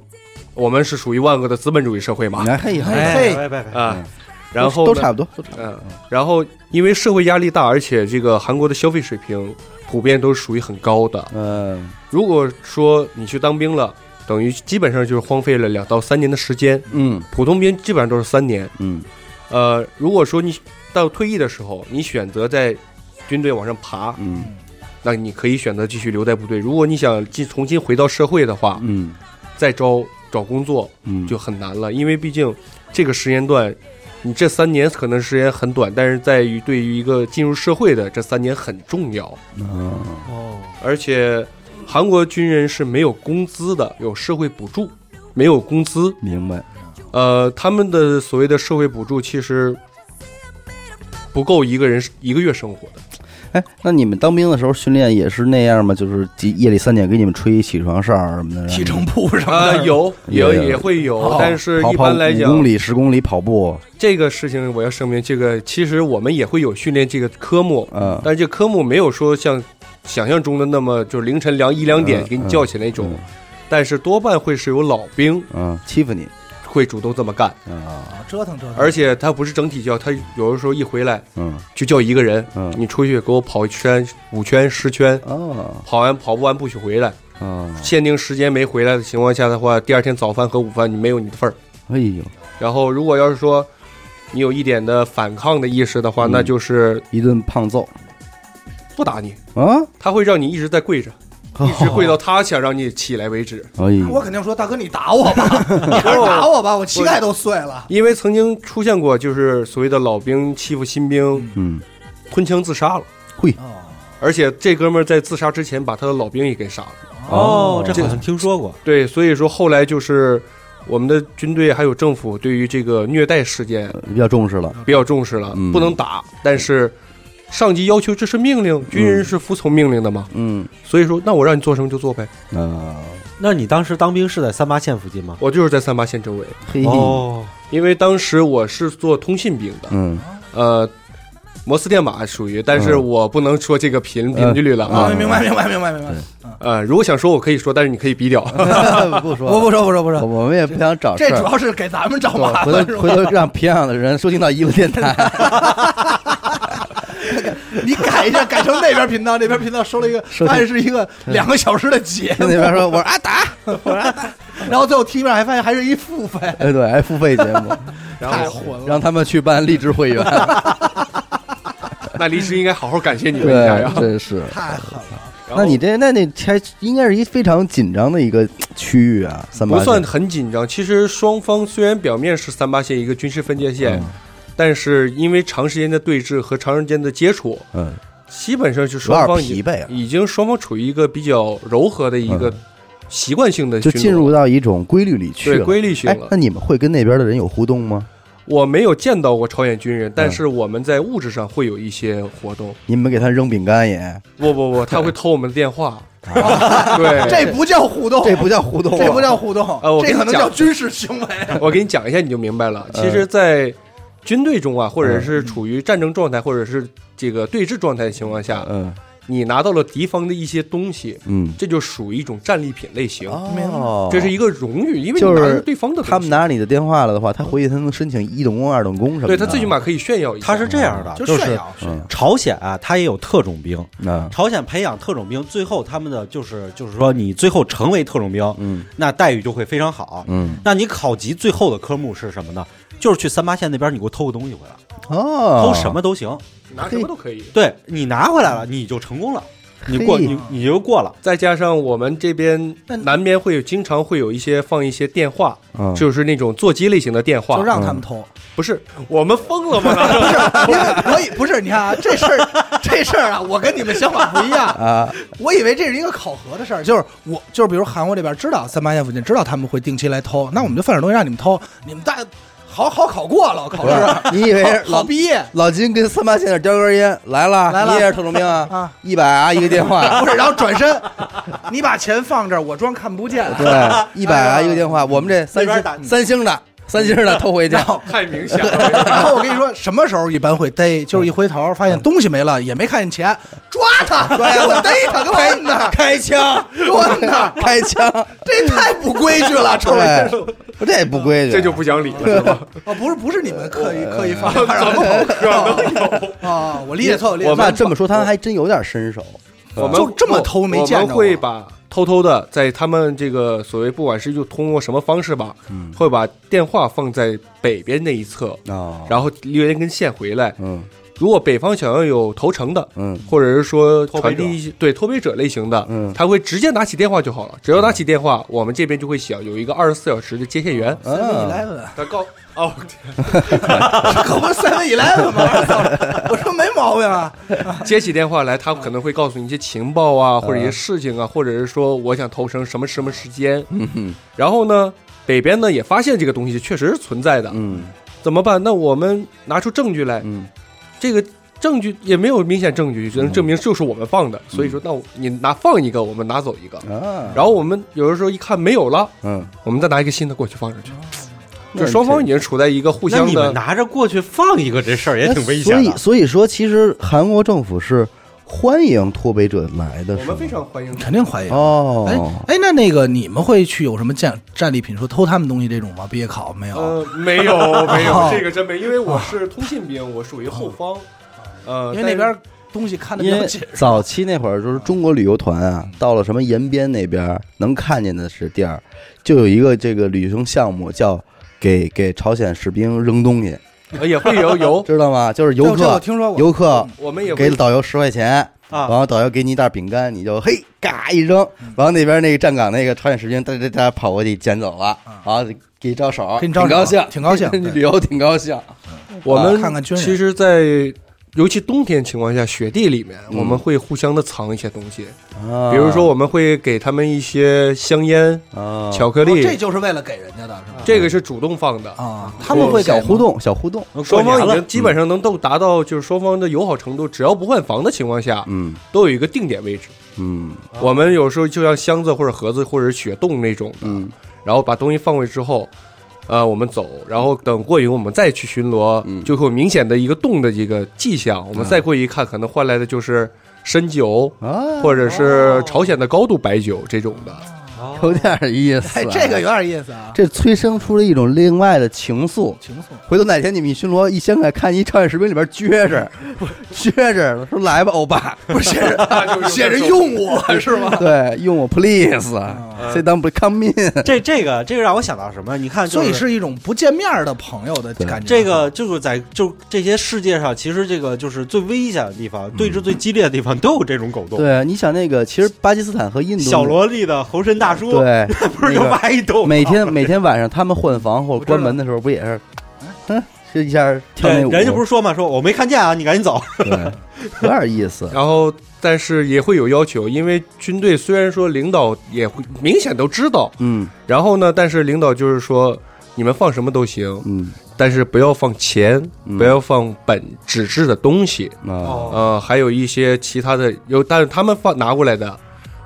C: 我们是属于万恶的资本主义社会嘛，
A: 哎嘿
D: 哎，
A: 嘿，
D: 拜拜拜
C: 啊、
A: 嗯
C: 然后
A: 都
C: 呢
A: 差不多，都差不多。
C: 嗯，然后因为社会压力大，而且这个韩国的消费水平普遍都是属于很高的。
A: 嗯
C: 如果说你去当兵了，等于基本上就是荒废了两到三年的时间，
A: 嗯
C: 普通兵基本上都是三年。
A: 嗯
C: 呃，如果说你到退役的时候，你选择在军队往上爬，
A: 嗯
C: 那你可以选择继续留在部队。如果你想进重新回到社会的话，
A: 嗯
C: 再招找工作
A: 嗯，
C: 就很难了，因为毕竟这个时间段，你这三年可能时间很短，但是在于对于一个进入社会的这三年很重要，
A: 嗯
D: 哦，
C: 而且韩国军人是没有工资的，有社会补助，没有工资。
A: 明白。
C: 呃，他们的所谓的社会补助其实不够一个人一个月生活 的。
A: 哎，那你们当兵的时候训练也是那样吗？就是几夜里三点给你们吹起床哨什么的，
B: 体征部什么
C: 啊、
B: 的，
C: 有有
A: 也
C: 也会有
A: 跑，
C: 但是
A: 跑
C: 一
A: 跑
C: 般来
A: 五
C: 讲
A: 公，里、十公里跑步，
C: 这个事情我要声明，这个其实我们也会有训练这个科目，
A: 嗯，
C: 但是这科目没有说像想象中的那么就是凌晨两一两点
A: 嗯
C: 给你叫起来那种
A: 嗯，
C: 但是多半会是有老兵
A: 嗯，欺负你
C: 会主动这么干，
A: 啊，
B: 啊折腾折腾，
C: 而且他不是整体叫，他有的时候一回来
A: 嗯
C: 就叫一个人，
A: 嗯，
C: 你出去给我跑一圈五圈十圈，
A: 哦
C: 跑完跑不完不许回来，
A: 哦，
C: 限定时间没回来的情况下的话，第二天早饭和午饭你没有你的份儿。
A: 哎呦，
C: 然后如果要是说你有一点的反抗的意识的话，
A: 嗯
C: 那就是
A: 一顿胖揍
C: 不打你，
A: 啊！
C: 他会让你一直在跪着，
A: 哦
C: 一直跪到他想让你起来为止。
A: 哎呦，
B: 我肯定说大哥你打我 吧，你还是打我吧，我膝盖都碎了。
C: 因为曾经出现过，就是所谓的老兵欺负新兵，
A: 嗯，
C: 吞枪自杀了。
B: 哦，
C: 而且这哥们儿在自杀之前把他的老兵也给杀了。
A: 哦
D: 哦，这好像听说过，
C: 对，所以说后来就是我们的军队还有政府对于这个虐待事件
A: 呃比较重视了，
C: 比较重视了
A: 嗯，
C: 不能打，但是上级要求这是命令，军人是服从命令的嘛。
A: 嗯
C: 所以说，那我让你做什么就做呗。
A: 啊，
D: 那你当时当兵是在三八线附近吗？
C: 我就是在三八线周围，
A: 嘿，
D: 哦，
C: 因为当时我是做通信兵的，
A: 嗯
C: 呃，摩斯电码属于，但是
A: 嗯
C: 我不能说这个频频率率了啊
B: 啊，。明白明白明白明白。
C: 呃，如果想说，我可以说，但是你可以逼掉。
A: 不说，
B: 我不说不说不
A: 我
B: 说，
A: 我们也不想找事
B: 这主
A: 儿。
B: 要是给咱们找
A: 对
B: 麻
A: 回
B: 烦是
A: 头回
B: 吧？
A: 头让平壤的人收听到娱乐电 台，
B: 你改一下，改成那边频道，那边频道收了 一个
A: 收，
B: 按是一个两个小时的节
A: 那
B: 目，
A: 边说我说啊打，
B: 然后最后听一遍还发现还是一付费，
A: 哎对，还付费节 目，
B: 太混了。
A: 让他们去办励志会员，
C: 那离职应该好好感谢你们一下呀
A: 对，。真是。
B: 太狠了，
C: 然后
A: 那你这那那还应该是一非常紧张的一个区域啊，三八
C: 不
A: 线
C: 算很紧张。其实双方虽然表面是三八线一个军事分界
A: 嗯
C: 线，但是因为长时间的对峙和长时间的接触，
A: 嗯
C: 基本上就双
A: 有
C: 方
A: 点疲惫啊嗯
C: 已经双方处于一个比较柔和的一个习惯性的
A: 就进入
C: 到
A: 到一种规律里去
C: 对
A: 了。
C: 规律性
A: 哎
C: 了，
A: 那。你们会跟那边的人有互动吗？
C: 我没有见到过朝鲜军人，
A: 嗯
C: 但是我们在物质上会有一些活动。
A: 你们给他扔饼干也，
C: 不不不，他会偷我们的电话。 对，
B: 这不叫互动，哎
A: 这不叫互动啊，
B: 哦这不叫互动
C: 呃我，跟
B: 这
C: 你
B: 可能
C: 讲
B: 叫军事行为。
C: 我给你讲一下，你就明白了。其实，在军队中啊，或者是处于战争状态，或者是这个对峙状态的情况下，
A: 嗯
C: 你拿到了敌方的一些东西，
A: 嗯
C: 这就属于一种战利品类型。
A: 哦
C: 这是一个荣誉，因为你
A: 就是
C: 拿着对方的东西
A: 他们拿着你的电话了的话，他回去他能申请一等功、二等功什么的。
C: 对他最起码可以炫耀一下。
D: 他是这样的，
B: 就
D: 就是
B: 炫耀炫
A: 嗯
D: 朝鲜啊，它也有特种兵，
A: 啊
D: 朝鲜培养特种兵，最后他们的就是就是说，你最后成为特种兵，
A: 嗯
D: 那待遇就会非常好。
A: 嗯
D: 那你考级最后的科目是什么呢？就是去三八线那边，你给我偷个东西回来，
A: 哦，
D: 偷什么都行。
C: 拿什么都可以。
D: 对你拿回来了，你就成功了，你过
A: 嘿
D: 你你就过了。
C: 再加上我们这边南边会有经常会有一些放一些电话，
A: 嗯？
C: 就是那种座机类型的电话
B: 就，让他们偷，
C: 不是我们疯了吗？
B: 不是，因为我以不是你看啊，这事儿这事儿啊，我跟你们想法不一样，
A: 啊，
B: 我以为这是一个考核的事儿，就是我就是比如韩国这边知道三八线附近知道他们会定期来偷，那我们就放点东西让你们偷，你们大好好考过了考
A: 不是
B: 试，
A: 你以为是
B: 好
A: 老
B: 毕业
A: 老金跟三八线那叼根烟来了，
B: 来了
A: 你也是特种兵啊
B: 啊？
A: 一百啊，一个电话
B: 不，是，然后转身， 你把钱放这儿，我装看不见。
A: 对，一百啊，一个电话。我们这三
D: 那边打
A: 星三星的三星儿的偷回家
B: 然。后
C: 太明显了。
B: 然后我跟你说，什么时候一般会逮？就是一回头发现东西没了，也没看见钱，抓他！给我逮他，给我摁那儿，
A: 开枪，
B: 给我摁那儿，
A: 开枪！
B: 这太不规矩 了，臭味。
A: 对，这不规矩，
C: 这就不讲理了，是吧？
B: 哦，不是，不是你们刻意刻意放
C: 怎么可能有？
B: 啊，呃我理解错，我理解
A: 我
B: 错
A: 哎爸。这么说，他还真有点身手。
C: 我们
B: 就这么偷没见着啊
C: 我们会把偷偷的在他们这个所谓不管是就通过什么方式吧，会把电话放在北边那一侧，
A: 啊，
C: 然后留一根线回来。
A: 嗯
C: 如果北方想要有投诚的，
A: 嗯
C: 或者是说
D: 托背
C: 传
D: 者
C: 递一些对脱北者类型的，
A: 嗯
C: 他会直接拿起电话就好了。只要拿起电话，我们这边就会想有一个二十四小时的接线员。
B: 嗯
A: 啊，
C: 他告哦，
B: 可不 seven eleven 吗？我说没毛病 啊，
C: 接起电话来，他可能会告诉你一些情报啊，或者一些事情啊，或者是说我想投诚什么什么时间。
A: 嗯
C: 然后呢，北边呢也发现这个东西确实是存在的，
A: 嗯
C: 怎么办？那我们拿出证据来，
A: 嗯
C: 这个证据也没有明显证据能证明就是我们放的，所以说那我你拿放一个，我们拿走一个。
A: 啊，
C: 然后我们有的时候一看没有了，
A: 嗯，
C: 我们再拿一个新的过去放上去，
A: 那
C: 就双方已经处在一个互
D: 那
C: 相
D: 你们
C: 的。
D: 拿着过去放一个，这事儿嗯也挺危险
A: 哎所以
D: 的。
A: 所以说，其实韩国政府是欢迎脱北者来的，
C: 我们非常欢迎，
B: 肯定怀疑。哎
A: 哦，
B: 哎，那那个你们会去有什么战战利品，说偷他们东西这种吗？毕业考没有？
C: 呃，没有没有
B: 啊哦，
C: 这个真没，因为我是通信兵，我属于后方，呃，
B: 因为那
C: 但是
B: 边东西看的比
A: 因
B: 较
A: 为
B: 紧。
A: 早期那会儿就是中国旅游团啊，到了什么延边那边儿能看见的是地儿，就有一个这个旅行项目叫给给朝鲜士兵扔东西，
C: 呃也会有 有，
A: 知道吗？就是游
B: 这我
A: 客
B: 听说过，
A: 游客
C: 我们也
A: 给
C: 会
A: 导游十块钱，
D: 啊
A: 然后导游给你一袋饼干，你就嘿嘎一扔，
B: 嗯
A: 然后那边那个站岗那个朝鲜士兵哒哒哒跑过去捡走了，然后给你招手，
B: 啊给你招手
A: 挺高兴，
B: 挺高 兴对
A: 旅游挺高兴，
C: 我们
B: 看看军人
C: 其实，在尤其冬天情况下，雪地里面，
B: 嗯
C: 我们会互相的藏一些东西，比
B: 啊
A: 比
C: 如说我们会给他们一些香烟、
A: 啊，
C: 巧克
B: 哦这
C: 力，
B: 就是为了给人家的是吧？
C: 这个是主动放的。
B: 啊，他们会给
A: 小
B: 吗
A: 互动，小互动，
C: 双
D: 过年
C: 方已
D: 了
C: 经基本上能够达到就是双方的友好程度，只要不换防的情况下，
A: 嗯
C: 都有一个定点位置。
A: 嗯
C: 我们有时候就像箱子或者盒子或者是雪洞那种的，
A: 嗯
C: 然后把东西放回之后，呃，我们走，然后等过云我们再去巡逻，
A: 嗯
C: 就会有明显的一个动的一个迹象。我们再过一看，可能换来的就是深酒，
A: 啊，
C: 或者是朝鲜的高度白酒这种的。
A: 有点意思啊
B: 哎，，这个有点意思啊，
A: 这催生出了一种另外的情愫。
B: 情愫。
A: 回头哪天你们一巡逻，一掀开看一朝鲜士兵里边撅着，撅着说来吧，欧巴，
B: 不是写着写着用我是吗？
A: 对，用我
B: 啊
A: please，say d o n come in。
D: 这这个这个让我想到什么？你看，就
B: 所以是一种不见面儿的朋友的感觉。啊
D: 这个就是在就这些世界上，其实这个就是最危险的地方，对峙最激烈的地方都有这种狗洞。
A: 嗯对，你想那个，其实巴基斯坦和印度
D: 小萝莉的猴神大叔，
A: 对
D: 不是就
A: 那个
D: 挖一洞吗，
A: 每天每天晚上他们换房或者关门的时候，不也是， 嗯，这一下跳
D: 对
A: 那舞，
D: 哎人家不是说嘛，说我没看见啊，你赶紧走。
A: 对，有点意 思。
C: 然后，但是也会有要求，因为军队虽然说领导也会明显都知道，
A: 嗯
C: 然后呢，但是领导就是说，你们放什么都行，
A: 嗯
C: 但是不要放钱，
A: 嗯
C: 不要放本纸质的东西，
A: 啊
C: 呃，还有一些其他的有，但是他们放拿过来的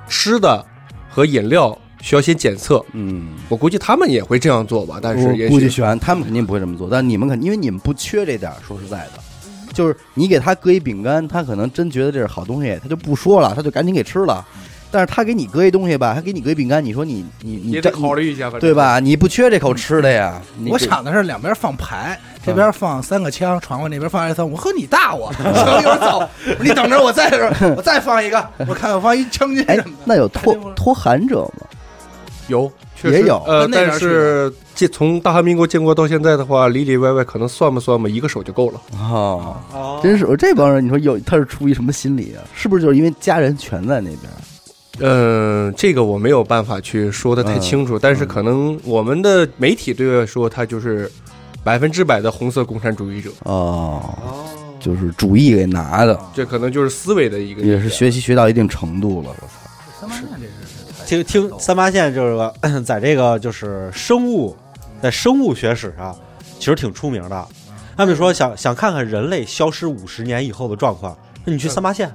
C: 吃的和饮料需要先检测，
A: 嗯，
C: 我估计他们也会这样做吧，但是
A: 我
C: 也
A: 估计
C: 许
A: 选他们肯定不会这么做，但你们肯因为你们不缺这点儿，说实在的。就是你给他搁一饼干，他可能真觉得这是好东西，他就不说了，他就赶紧给吃了。但是他给你搁一东西吧，他给你搁一饼干，你说你你你
C: 也
A: 这
C: 得考虑一下，反正
A: 对？吧？你不缺这口吃的呀。你
B: 我
A: 给嗯
B: 想的是两边放牌，这边放三个枪，传过那边放二三五。我和你大我，行，一会儿走，你等着我再我再放一个，我看我放一将军
A: 哎
B: 什么，的。
A: 那有脱
B: 肯定不是
A: 脱韩者吗？
C: 有，确实
A: 也有
C: 呃，
B: 跟那边
C: 但是这从大韩民国建国到现在的话，里里外外可能算吧算吧，一个手就够了。
A: 哦，
D: 哦
A: 真是我这帮人，你说有他是出于什么心理啊？是不是就是因为家人全在那边？
C: 嗯，这个我没有办法去说的太清楚，但是可能我们的媒体对外说他就是百分之百的红色共产主义者，
A: 哦，就是主意给拿的，
C: 这可能就是思维的一个
A: 也是学习学到一定程度了。我操，
D: 听听三八线就是个 在这个就是生物，在生物学史上其实挺出名的。他们说想想看看人类消失五十年以后的状况，那你去三八线，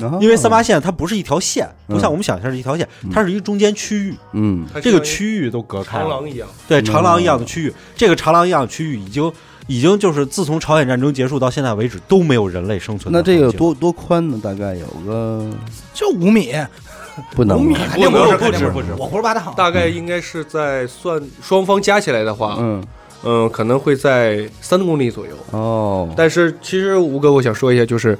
D: 啊因为三八线它不是一条线，不像我们想象是一条线，它是一个中间区域，
A: 嗯
C: 它
D: 这个
C: 像一
D: 区域都隔开
C: 长
D: 了，
C: 廊一样，
D: 对长廊一样的区域，这个长廊一样的区域已经已经就是自从朝鲜战争结束到现在为止都没有人类生存的
A: 那
D: 环境。
A: 这个多多宽呢？大概有个
B: 就五米，
A: 不能吧
C: 不能
B: 是
C: 不止
D: 不止
B: 我胡说八道。
C: 大概应该是在算双方加起来的话，
A: 嗯
C: 嗯，可能会在三公里左右。
A: 哦，
C: 但是其实吴哥，我想说一下，就是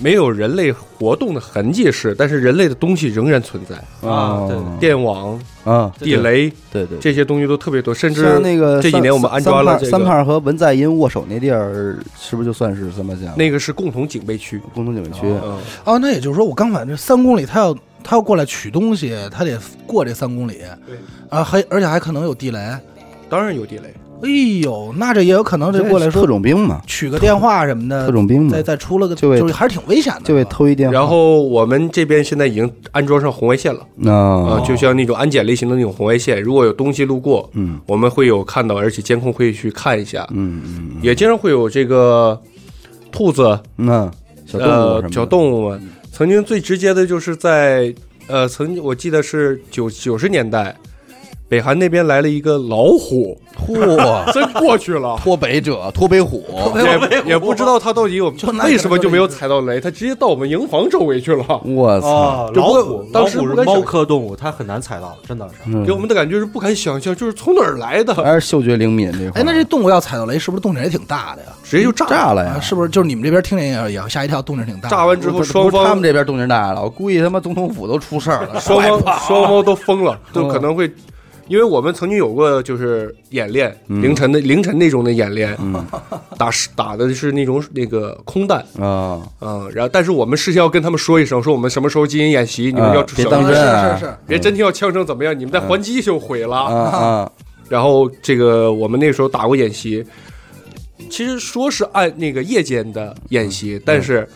C: 没有人类活动的痕迹是，但是人类的东西仍然存在，
A: 哦
D: 对
C: 电网、
A: 啊，
C: 地雷
A: 对对，
C: 这些东西都特别多，甚至
A: 像那个
C: 这几
A: 三
C: 年我们安装了
A: 三
C: 这
A: 三
C: 个，
A: 胖和文在寅握手那地儿，是不是就算是三八线了？
C: 那个是共同警备区。
A: 工农警卫区，
C: 嗯，
B: 哦，那也就是说，我刚反正三公里，他要他要过来取东西，他得过这三公里，
C: 对
B: 啊，还而且还可能有地雷。哎
C: 当然有地雷，
B: 呦，那这也有可能这
A: 这
B: 过来
A: 是
B: 说
A: 特种兵嘛，
B: 取个电话什么的，
A: 特种兵嘛
B: 再，再出了个，
A: 就为
B: 是还是挺危险的。啊
A: 就为
B: 是吧
A: 偷一电话。
C: 然后我们这边现在已经安装上红外线了啊、
A: 啊，
C: 就像那种安检类型的那种红外线，如果有东西路过，
A: 嗯
C: 我们会有看到，而且监控会去看一下，
A: 嗯嗯，
C: 也经常会有这个兔子、
A: 那嗯小动物什么
C: 呃
A: 的嗯
C: 小动物们。曾经最直接的就是在呃，曾经我记得是九九十年代，北韩那边来了一个老虎，
F: 嚯，。
C: 真过去 了
F: 脱北者，脱北虎，
C: 也也不知道它到 底有
B: 那
C: 为什么就没有踩到雷，它直接到我们营房周围去了，
A: 我操，
D: 哦，
C: 就
D: 老
C: 不
D: 虎，
C: 当
D: 老
C: 时
D: 虎
C: 不
D: 是
C: 敢想
D: 猫科动物，它很难踩到，真的是。
A: 嗯哎
C: 给我们的感觉是不敢想象，就是从哪儿来的，
A: 还是嗅觉灵敏这块儿。
B: 哎，那这动物要踩到雷，是不是动静也挺大的呀？
C: 直接就炸
A: 炸了
B: 啊，
A: 呀！
B: 是不是？就是你们这边听见也也要吓一跳，动静挺大的。
C: 炸完之后，
A: 不是
C: 双
A: 不是他
C: 方
A: 们这边动静大了，我估计他妈总统府都出事儿了。
C: 双
A: 啊
C: 方双方都疯了，
A: 嗯
C: 就可能会，因为我们曾经有过就是演练，
A: 嗯
C: 凌晨的凌晨那种的演练， 打是打的是那种那个空弹，
A: 啊，
C: 嗯，然后但是我们事先要跟他们说一声，说我们什么时候进行演习，你们
A: 啊
C: 要
A: 别
C: 小
A: 当
C: 心
A: 真啊
B: 是是是，
C: 别真听到枪声怎么样，你们再还击就毁了。
A: 啊啊，
C: 然后这个我们那时候打过演习，其实说是按那个夜间的演习，
A: 嗯
C: 但是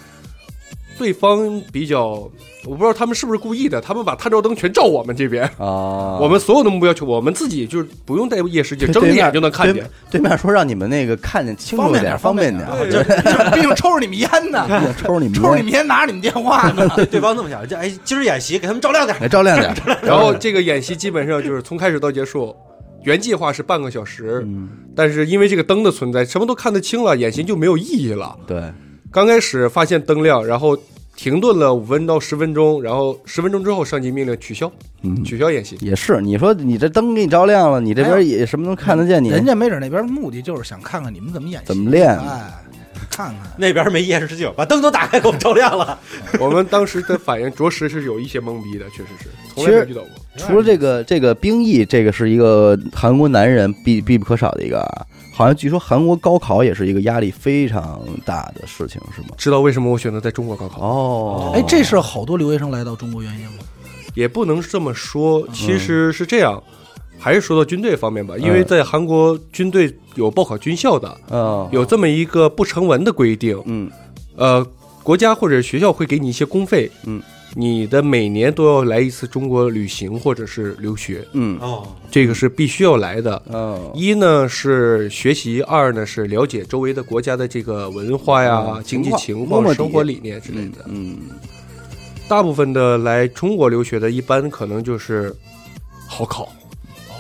C: 对方比较，我不知道他们是不是故意的，他们把探照灯全照我们这边，
A: 啊！
C: 我们所有的目标球，我们自己就是不用戴夜视镜，
A: 对
C: 睁着
A: 对面
C: 眼就能看见。
A: 对面说让你们那个看见清楚点，
B: 方
A: 方
B: 便
A: 便
B: 点
A: 点，
C: 对对
B: 毕竟抽着你们烟呢，
A: 我抽你们，
B: 抽着你们烟，拿着你们电话 呢。
D: 对对方这么想，就哎，今儿演习给他们照亮点。
A: 哎来照亮点。
C: 然后这个演习基本上就是从开始到结束，原计划是半个小时，但是因为这个灯的存在，什么都看得清了，演习就没有意义了。
A: 对，
C: 刚开始发现灯亮，然后停顿了五分到十分钟，然后十分钟之后上级命令取消，
A: 嗯，
C: 取消演习。
A: 也是。你说你这灯给你照亮了，你这
B: 哎
A: 边也什么都看得见，你
B: 人家没准那边的目的就是想看看你们怎么演习，
A: 怎么练啊
B: 哎，看看。
D: 那边没夜视镜，把灯都打开给我们照亮了。
C: 我们当时的反应着实是有一些懵逼的，确实是从
A: 其
C: 来
A: 实
C: 没遇到过。
A: 除了这个这个兵役，这个是一个韩国男人必必不可少的一个啊。好像据说韩国高考也是一个压力非常大的事情，是吗？
C: 知道为什么我选择在中国高考？
A: 哦，
B: 哎，这是好多留学生来到中国原因吗？
C: 也不能这么
A: 嗯
C: 说，其实是这样，还是说到军队方面吧，因为在韩国军队有报考军校的，
A: 哎哦，
C: 有这么一个不成文的规定，
A: 嗯
C: 呃，国家或者学校会给你一些公费，
A: 嗯，
C: 你的每年都要来一次中国旅行或者是留学，
A: 嗯
D: 哦，
C: 这个是必须要来的。
A: 哦，
C: 一呢是学习，二呢是了解周围的国家的这个文化呀、
A: 嗯
C: 经济情
A: 摸摸
C: 况、
A: 底
C: 生活理念之类的。
A: 嗯，
C: 大部分的来中国留学的，一般可能就是好考，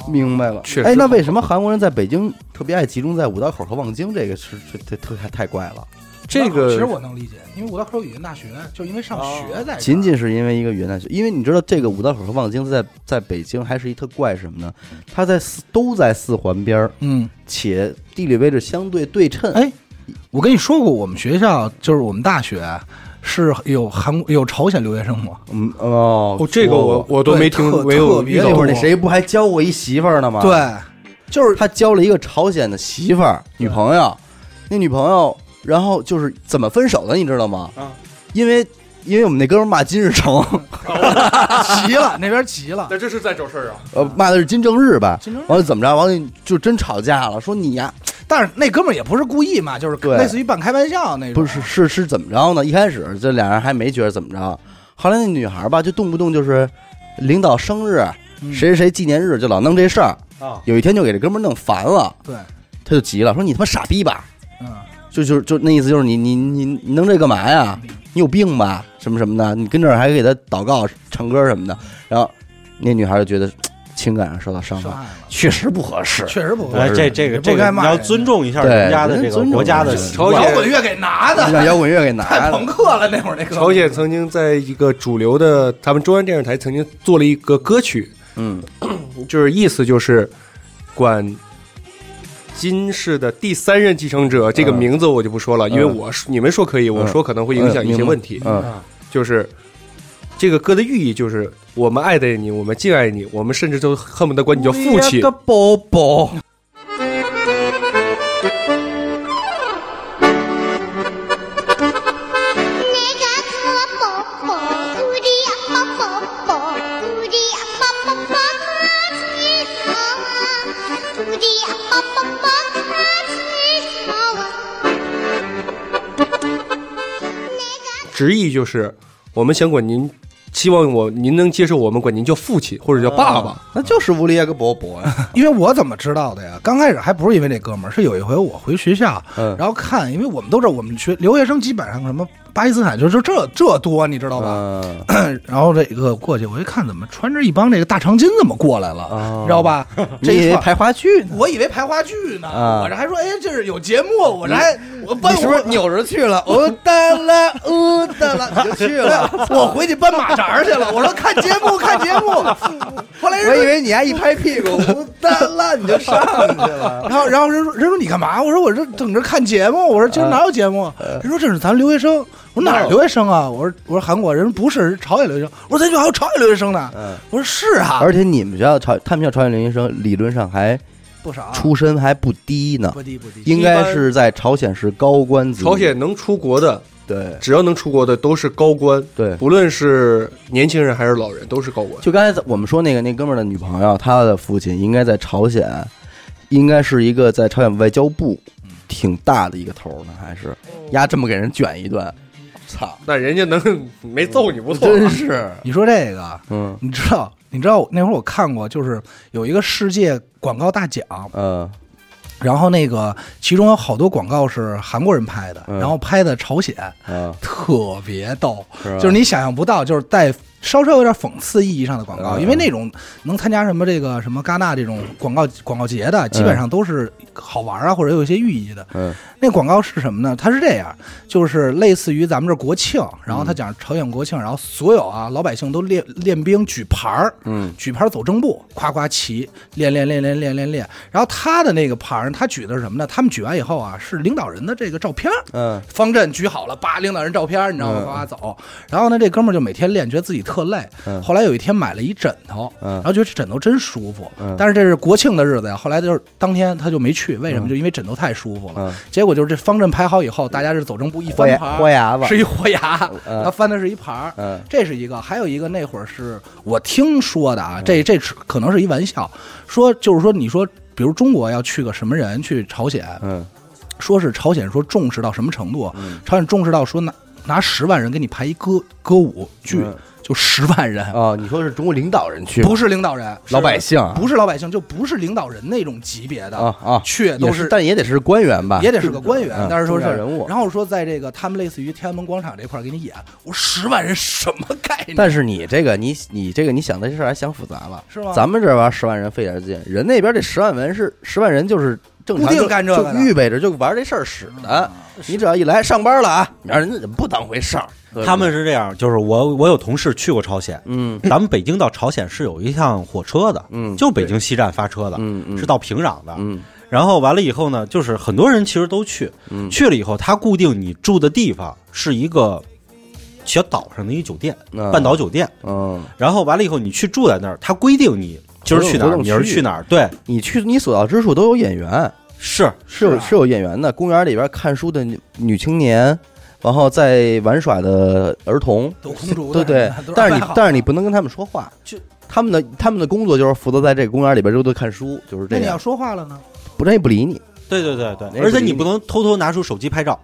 A: 明白了。
C: 确实
A: 哎，那为什么韩国人在北京特别爱集中在五道口和望京？这个是是这特太太怪了，
C: 这个哦
B: 其实我能理解，因为五道口语言大学就因为上学在这儿
A: 仅仅是因为一个元旦学，因为你知道这个五道口和望京在在北京还是一特怪什么呢？它在四都在四环边儿，
B: 嗯，
A: 且地理位置相对对称。
B: 哎，我跟你说过，我们学校就是我们大学是有韩有朝鲜留学生吗？
A: 嗯哦
C: 哦，这个我我都
B: 对
C: 没听
B: 特
C: 没有
B: 特别
C: 遇到
A: 那
B: 多
A: 会
C: 过
A: 儿那谁不还教我一媳妇儿呢吗？，
B: 对，就是
A: 他交了一个朝鲜的媳妇儿女朋友，那女朋友然后就是怎么分手的，你知道吗？
D: 啊，
A: 因为因为我们那哥们儿骂金日成，
B: 急了，那边急了，
C: 那这是在找事儿啊！
A: 呃，骂的是金正日吧
B: 金正日？
A: 完了怎么着？完了就真吵架了，说你呀，
B: 但是那哥们儿也不是故意嘛，就是
A: 对
B: 类似于半开玩笑那种。
A: 不是是是怎么着呢？一开始这俩人还没觉得怎么着，后来那女孩吧，就动不动就是领导生日，
B: 嗯
A: 谁谁谁纪念日，就老弄这事儿。
D: 啊，
A: 有一天就给这哥们儿弄烦了，
B: 对，
A: 他就急了，说你他妈傻逼吧！
B: 嗯，
A: 就就就那意思就是你你你你弄这干嘛呀？你有病吧？什么什么的，你跟这儿还给他祷告、唱歌什么的。然后那女孩就觉得嘖情感上受到伤
B: 伤
A: 害，
B: 害了，
A: 确实不合适。
B: 确实不合
D: 哎，
B: 适。
D: 这这个
B: 不
D: 这个
B: 该
D: 你
B: 骂
D: 要
B: 人家
D: 尊重一下
A: 对
D: 人家的
A: 人
D: 这个
A: 尊重
D: 国家的
A: 人家
D: 这个
C: 朝鲜
B: 哦 摇滚乐给哦拿
A: 你
B: 的，
A: 让摇滚乐给拿
B: 太
A: 了
B: 朋，克了。那会儿那个
C: 朝鲜曾经在一个主流的他们中央电视台曾经做了一个歌曲，
A: 嗯，
C: 就是意思就是管金氏的第三任继承者这个
A: 嗯
C: 名字我就不说了，因为
A: 嗯
C: 我你们说可以，我
A: 嗯
C: 说可能会影响一些问题。
A: 嗯，
C: 就是这个歌的寓意就是我们爱戴你，我们敬爱你，我们甚至都恨不得管你叫父亲。
A: 宝宝，
G: 내가 그 뽀뽀 우리 아빠 뽀뽀 우리 아빠 뽀뽀 하지 마 우리 아빠 뽀뽀 하지 마
C: 直译就是我们想管您，希望我您能接受我们管您叫父亲或者叫爸爸。
A: 那就是乌利耶个宝宝呀。
B: 因为我怎么知道的呀？刚开始还不是因为这哥们儿，是有一回我回学校，
A: 嗯
B: 然后看，因为我们都知道，我们学留学生基本上什么巴基斯坦，就是这这多，你知道吧？
A: 嗯，
B: 然后这个过去，我一看，怎么穿着一帮这个大长今怎么过来了，
A: 哦
B: 你知道 吧？
A: 你
B: 这
A: 以
B: 一
A: 为
B: 串
A: 拍话剧呢？
B: 我以为排话剧呢，
A: 啊
B: 我这还说，哎，这是有节目，我这还我搬
A: 你是不是
B: 我
A: 扭着去 了？哦哒啦，哦哒啦，你就去了。
B: 我回去搬马扎去 了，我说看节目看节目，后来人
A: 我
B: 说
A: 以为你还一拍屁 股，哦哒啦，你就上去了。
B: 然后，然后人说：“人说你干嘛？”我说：“我这等着看节目。”我说：“今儿哪有节
A: 啊
B: 目？”人说：“这是咱留学生。”我说：“哪儿留学生啊？”我说：“我说韩国人说不是，是朝鲜留学生。”我说：“咱学校还有朝鲜留学生呢。
A: 嗯，”
B: 我说：“是啊，
A: 而且你们学校朝他们学校朝鲜留学生理论上还
B: 不少啊，
A: 出身还不低呢，
B: 不低不低。
A: 应该是在朝鲜是高官子弟。
C: 朝鲜能出国的，
A: 对
C: 只要能出国的都是高官，
A: 对，
C: 不论是年轻人还是老人，都是高官。
A: 就刚才我们说那个那哥们儿的女朋友，他的父亲应该在朝鲜，应该是一个在朝鲜外交部
B: 嗯
A: 挺大的一个头儿呢，还是丫这么给人卷一顿，操，
C: 那人家能没揍你不错，啊
A: 真 是，
B: 你说这个，
A: 嗯
B: 你知道？你知道那会儿我看过，就是有一个世界广告大奖，
A: 嗯
B: 然后那个其中有好多广告是韩国人拍的，
A: 嗯
B: 然后拍的朝鲜，
A: 嗯，
B: 特别逗。
A: 是吧
B: 就是你想象不到，就是带稍稍有点讽刺意义上的广告，
A: 嗯
B: 因为那种能参加什么这个什么戛纳这种广告广告节的，基本上都是好玩啊，或者有一些寓意的。
A: 嗯，
B: 那广告是什么呢？它是这样，就是类似于咱们这国庆，然后
A: 嗯
B: 他讲朝鲜国庆，然后所有啊老百姓都练练兵举牌儿，
A: 嗯，
B: 举牌儿走正步，夸夸骑，练练练练练练练。然后他的那个牌儿，他举的是什么呢？他们举完以后啊，是领导人的这个照片儿，
A: 嗯
B: 方阵举好了，叭，领导人照片儿，你知道吗？呱呱走。然后呢，这哥们儿就每天练，觉得自己特累。
A: 嗯
B: 后来有一天买了一枕头，
A: 嗯
B: 然后觉得这枕头真舒服。
A: 嗯
B: 但是这是国庆的日子呀，后来就是当天他就没去，为什么？就因为枕头太舒服了。
A: 嗯
B: 结果就是这方阵排好以后，大家是走正步一
A: 豁
B: 翻
A: 牙
B: 牌儿，
A: 豁牙子，
B: 是一豁牙，
A: 嗯
B: 他翻的是一牌儿。
A: 嗯
B: 这是一个，还有一个那会儿是我听说的
A: 嗯
B: 啊，这这是可能是一玩笑，说就是说你说。比如中国要去个什么人去朝鲜，
A: 嗯
B: 说是朝鲜说重视到什么程度？啊朝鲜重视到说拿拿十万人给你排一歌歌舞剧，
A: 嗯
B: 就十万人，
A: 哦，你说是中国领导人去吗，
B: 不是领导人，
A: 老百姓啊
B: 不是老百姓，就不是领导人那种级别的
A: 啊啊，
B: 去
A: 也
B: 都
A: 是，但也得是官员吧，
B: 也得是个官员
A: 嗯，
B: 但是说是
A: 重要人物
B: 然后说在这个他们类似于天安门广场这块儿给你演，我十万人什么概念？
A: 但是你这个，你你这个，你想的这事儿还想复杂了，
B: 是吗
A: 咱们这玩十万人费点劲，人那边这十万人是十万人就是正常
B: 固定
A: 就
B: 干这个
A: 就
B: 的啊
A: 预备着就玩这事儿使的。你只要一来上班了啊，明儿人家怎么不当回事儿？
D: 他们是这样，就是我我有同事去过朝鲜，
A: 嗯
D: 咱们北京到朝鲜是有一趟火车的，
A: 嗯
D: 就北京西站发车的，
A: 嗯嗯
D: 是到平壤的，
A: 嗯
D: 然后完了以后呢，就是很多人其实都去，
A: 嗯
D: 去了以后，他固定你住的地方是一个小岛上的一个酒店，
A: 啊
D: 半岛酒店，
A: 嗯，
D: 然后完了以后你去住在那儿，他规定你今儿去哪
A: 活
D: 儿，
A: 动
D: 明儿
A: 区域
D: 去哪儿，对，
A: 你去你所到之处都有演员，
D: 是
A: 是
B: 啊
A: 有是有演员的。公园里边看书的女女青年，然后在玩耍的儿童，
B: 都空竹
A: 对
B: 的，
A: 对
B: 都，
A: 但是你
B: 安排好
A: 但是你不能跟他们说话，
D: 就
A: 他们的他们的工作就是负责在这个公园里边就都看书，就是
B: 那
A: 这
B: 你要
A: 样，
B: 说话了呢？
A: 不愿意不理你。
D: 对对对对，
A: 那
D: 而
A: 不
D: 且
A: 是
D: 你
A: 你
D: 不能偷偷拿出手机拍照，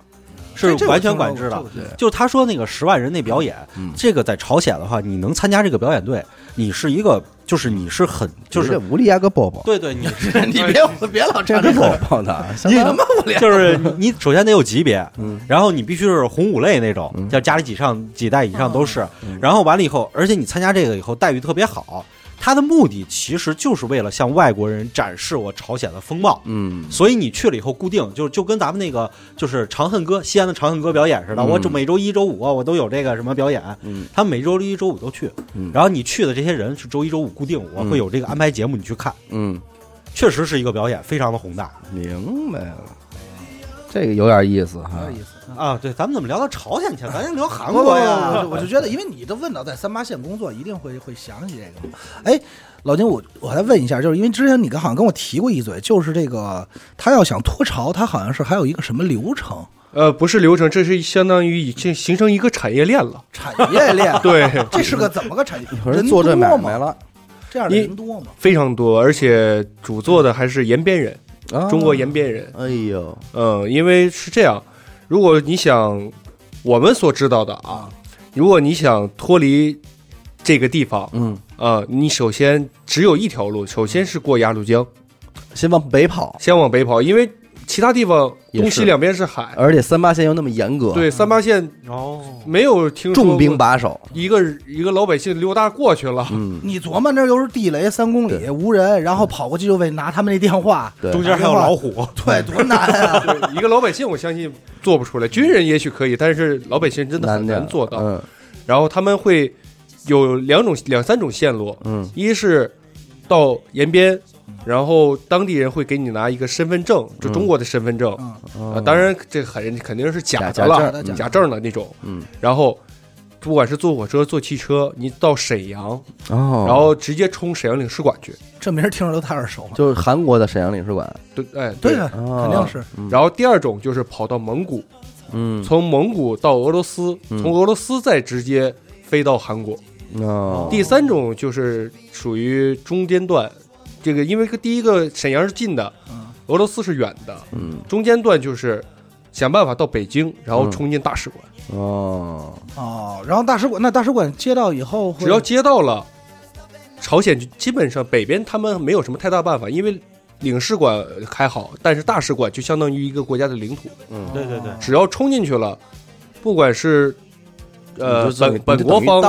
D: 是
B: 这这我
D: 完全
B: 听说
D: 管
B: 过
D: 制的
B: 这我。听说过
D: 就是他说那个十万人那表演，
A: 嗯
D: 这个在朝鲜的话，你能参加这个表演队，你是一个就是你是很就
F: 这
D: 是
F: 无力压个抱 抱，
D: 对对，你是
A: 你别别老
F: 这
A: 插这
F: 个
A: 抱抱的，啊
F: 你
A: 什么无聊？
D: 就是你嗯你 首先得有级别，然后你必须是红五类那种，叫家里几上几代以上都是，然后完了以后，而且你参加这个以后待遇特别好，他的目的其实就是为了向外国人展示我朝鲜的风貌。
A: 嗯，
D: 所以你去了以后，固定就就跟咱们那个就是长恨歌西安的长恨歌表演似的，我这每周一周五啊我都有这个什么表演，他们每周一周五都去，然后你去的这些人是周一周五固定，我会有这个安排节目你去看，
A: 嗯，
D: 确实是一个表演，非常的宏大。
A: 明白了。
F: 这个有点意思哈。
B: 意思。
D: 啊，对，咱们怎么聊到朝鲜去了？咱先聊韩
B: 不不不
D: 国
B: 我
D: 呀
B: 就。我就觉得，因为你都问到在三八线工作，一定会会想起这个嘛。哎，老金，我我再问一下，就是因为之前你跟好像跟我提过一嘴，就是这个他要想脱潮，他好像是还有一个什么流程
C: 呃，不是流程，这是相当于已经形成一个产业链 了。。，
B: 产业链
C: 对，
B: 这是个怎么个产业？
F: 可是
B: 人
F: 做
B: 多
F: 这买卖
B: 吗？
F: 了，
B: 这样的
C: 你
B: 人多吗？
C: 非常多，而且主做的还是延边人，
F: 啊
C: 中国延边人。
F: 哎呦，
C: 嗯，因为是这样，如果你想我们所知道的啊，如果你想脱离这个地方，
A: 嗯，
C: 呃，你首先只有一条路，首先是过鸭绿江，
A: 先往北跑，
C: 先往北跑，因为其他地方
A: 也
C: 东
A: 是呃
C: 西两边是海。
A: 而且三八线又那么严格，，
C: 对，三八线
D: 哦，
C: 没有听说
A: 重兵
C: 过
A: 把守，
C: 一个一个老百姓溜达过去了，
A: 嗯，
B: 你琢磨那又是地雷三公里无人，然后跑过去就为拿他们那电话，
A: 对，
D: 中间还有老虎。
B: 对，多难啊！
C: 对，一个老百姓我相信做不出来，军人也许可以，但是老百姓真的
A: 难
C: 很难
A: 点
C: 做到。
A: 嗯
C: 然后他们会有两种、两三种线路，
A: 嗯，
C: 一是到延边，然后当地人会给你拿一个身份证，就中国的身份证，
B: 嗯
C: 啊，当然这很肯定是假
A: 假
C: 的了，
A: 假
B: 证的
C: 假证啊的那种，
A: 嗯，
C: 然后。不管是坐火车、坐汽车，你到沈阳，
A: 哦，
C: 然后直接冲沈阳领事馆去。
B: 这名儿听着都太耳熟了。
A: 就是韩国的沈阳领事馆，
C: 对，哎，
B: 对啊，
A: 哦
B: 肯定是。
C: 然后第二种就是跑到蒙古，
A: 嗯，
C: 从蒙古到俄罗斯，
A: 嗯
C: 从俄罗斯再直接飞到韩国。
A: 哦，
C: 第三种就是属于中间段，这个因为第一个沈阳是近的
B: 嗯，
C: 俄罗斯是远的，
A: 嗯，
C: 中间段就是想办法到北京，然后冲进大使馆，
A: 哦，
B: 哦，然后大使馆，那大使馆接到以后会，
C: 只要接到了朝鲜，就基本上北边他们没有什么太大办法，因为。领事馆还好，但是大使馆就相当于一个国家的领土，
A: 啊
D: 对对对，
C: 只要冲进去了，不管是呃
A: 你就等于
C: 本本国方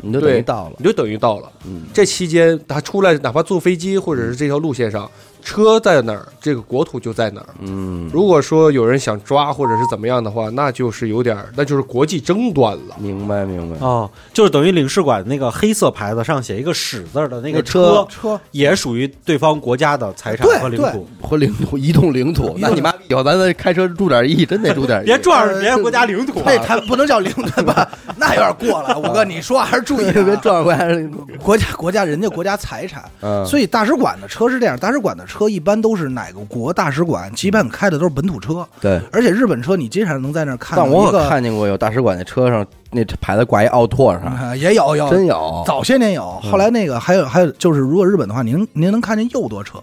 A: 你就等
C: 还
A: 于到了，你就等于到了，
C: 你就等于到了。
A: 嗯
C: 这期间他出来，哪怕坐飞机或者是这条路线上，车在哪儿，这个国土就在哪儿。
A: 嗯，
C: 如果说有人想抓或者是怎么样的话，那就是有点儿，那就是国际争端了。
A: 明白明白，
D: 哦，就是等于领事馆那个黑色牌子上写一个“使”字儿的那个
A: 车
B: 车
D: 也属于对方国家的财产
B: 对
D: 和领
B: 对
D: 土。
A: 或领土移动领土，那你妈逼以后咱再开车注点意，真得注点意，
D: 别
B: 呃
D: 撞上别人国家领土啊！
B: 那他不能叫零对 吧？那有点过了，五哥，你说话还是注意啊、
A: 别撞过来，
B: 国家国家人家国家财产。
A: 嗯，
B: 所以大使馆的车是这样，大使馆的车一般都是哪个国大使馆，基本开的都是本土车，
A: 对。
B: 而且日本车你经常能在那儿看到
A: 但我
B: 一
A: 可
B: 个，
A: 看见过有大使馆那车上那牌子挂一奥拓上，
B: 啊也有有
A: 真有，嗯
B: 早些年有，后来那个还有还有就是，如果日本的话，您您能看见右舵车，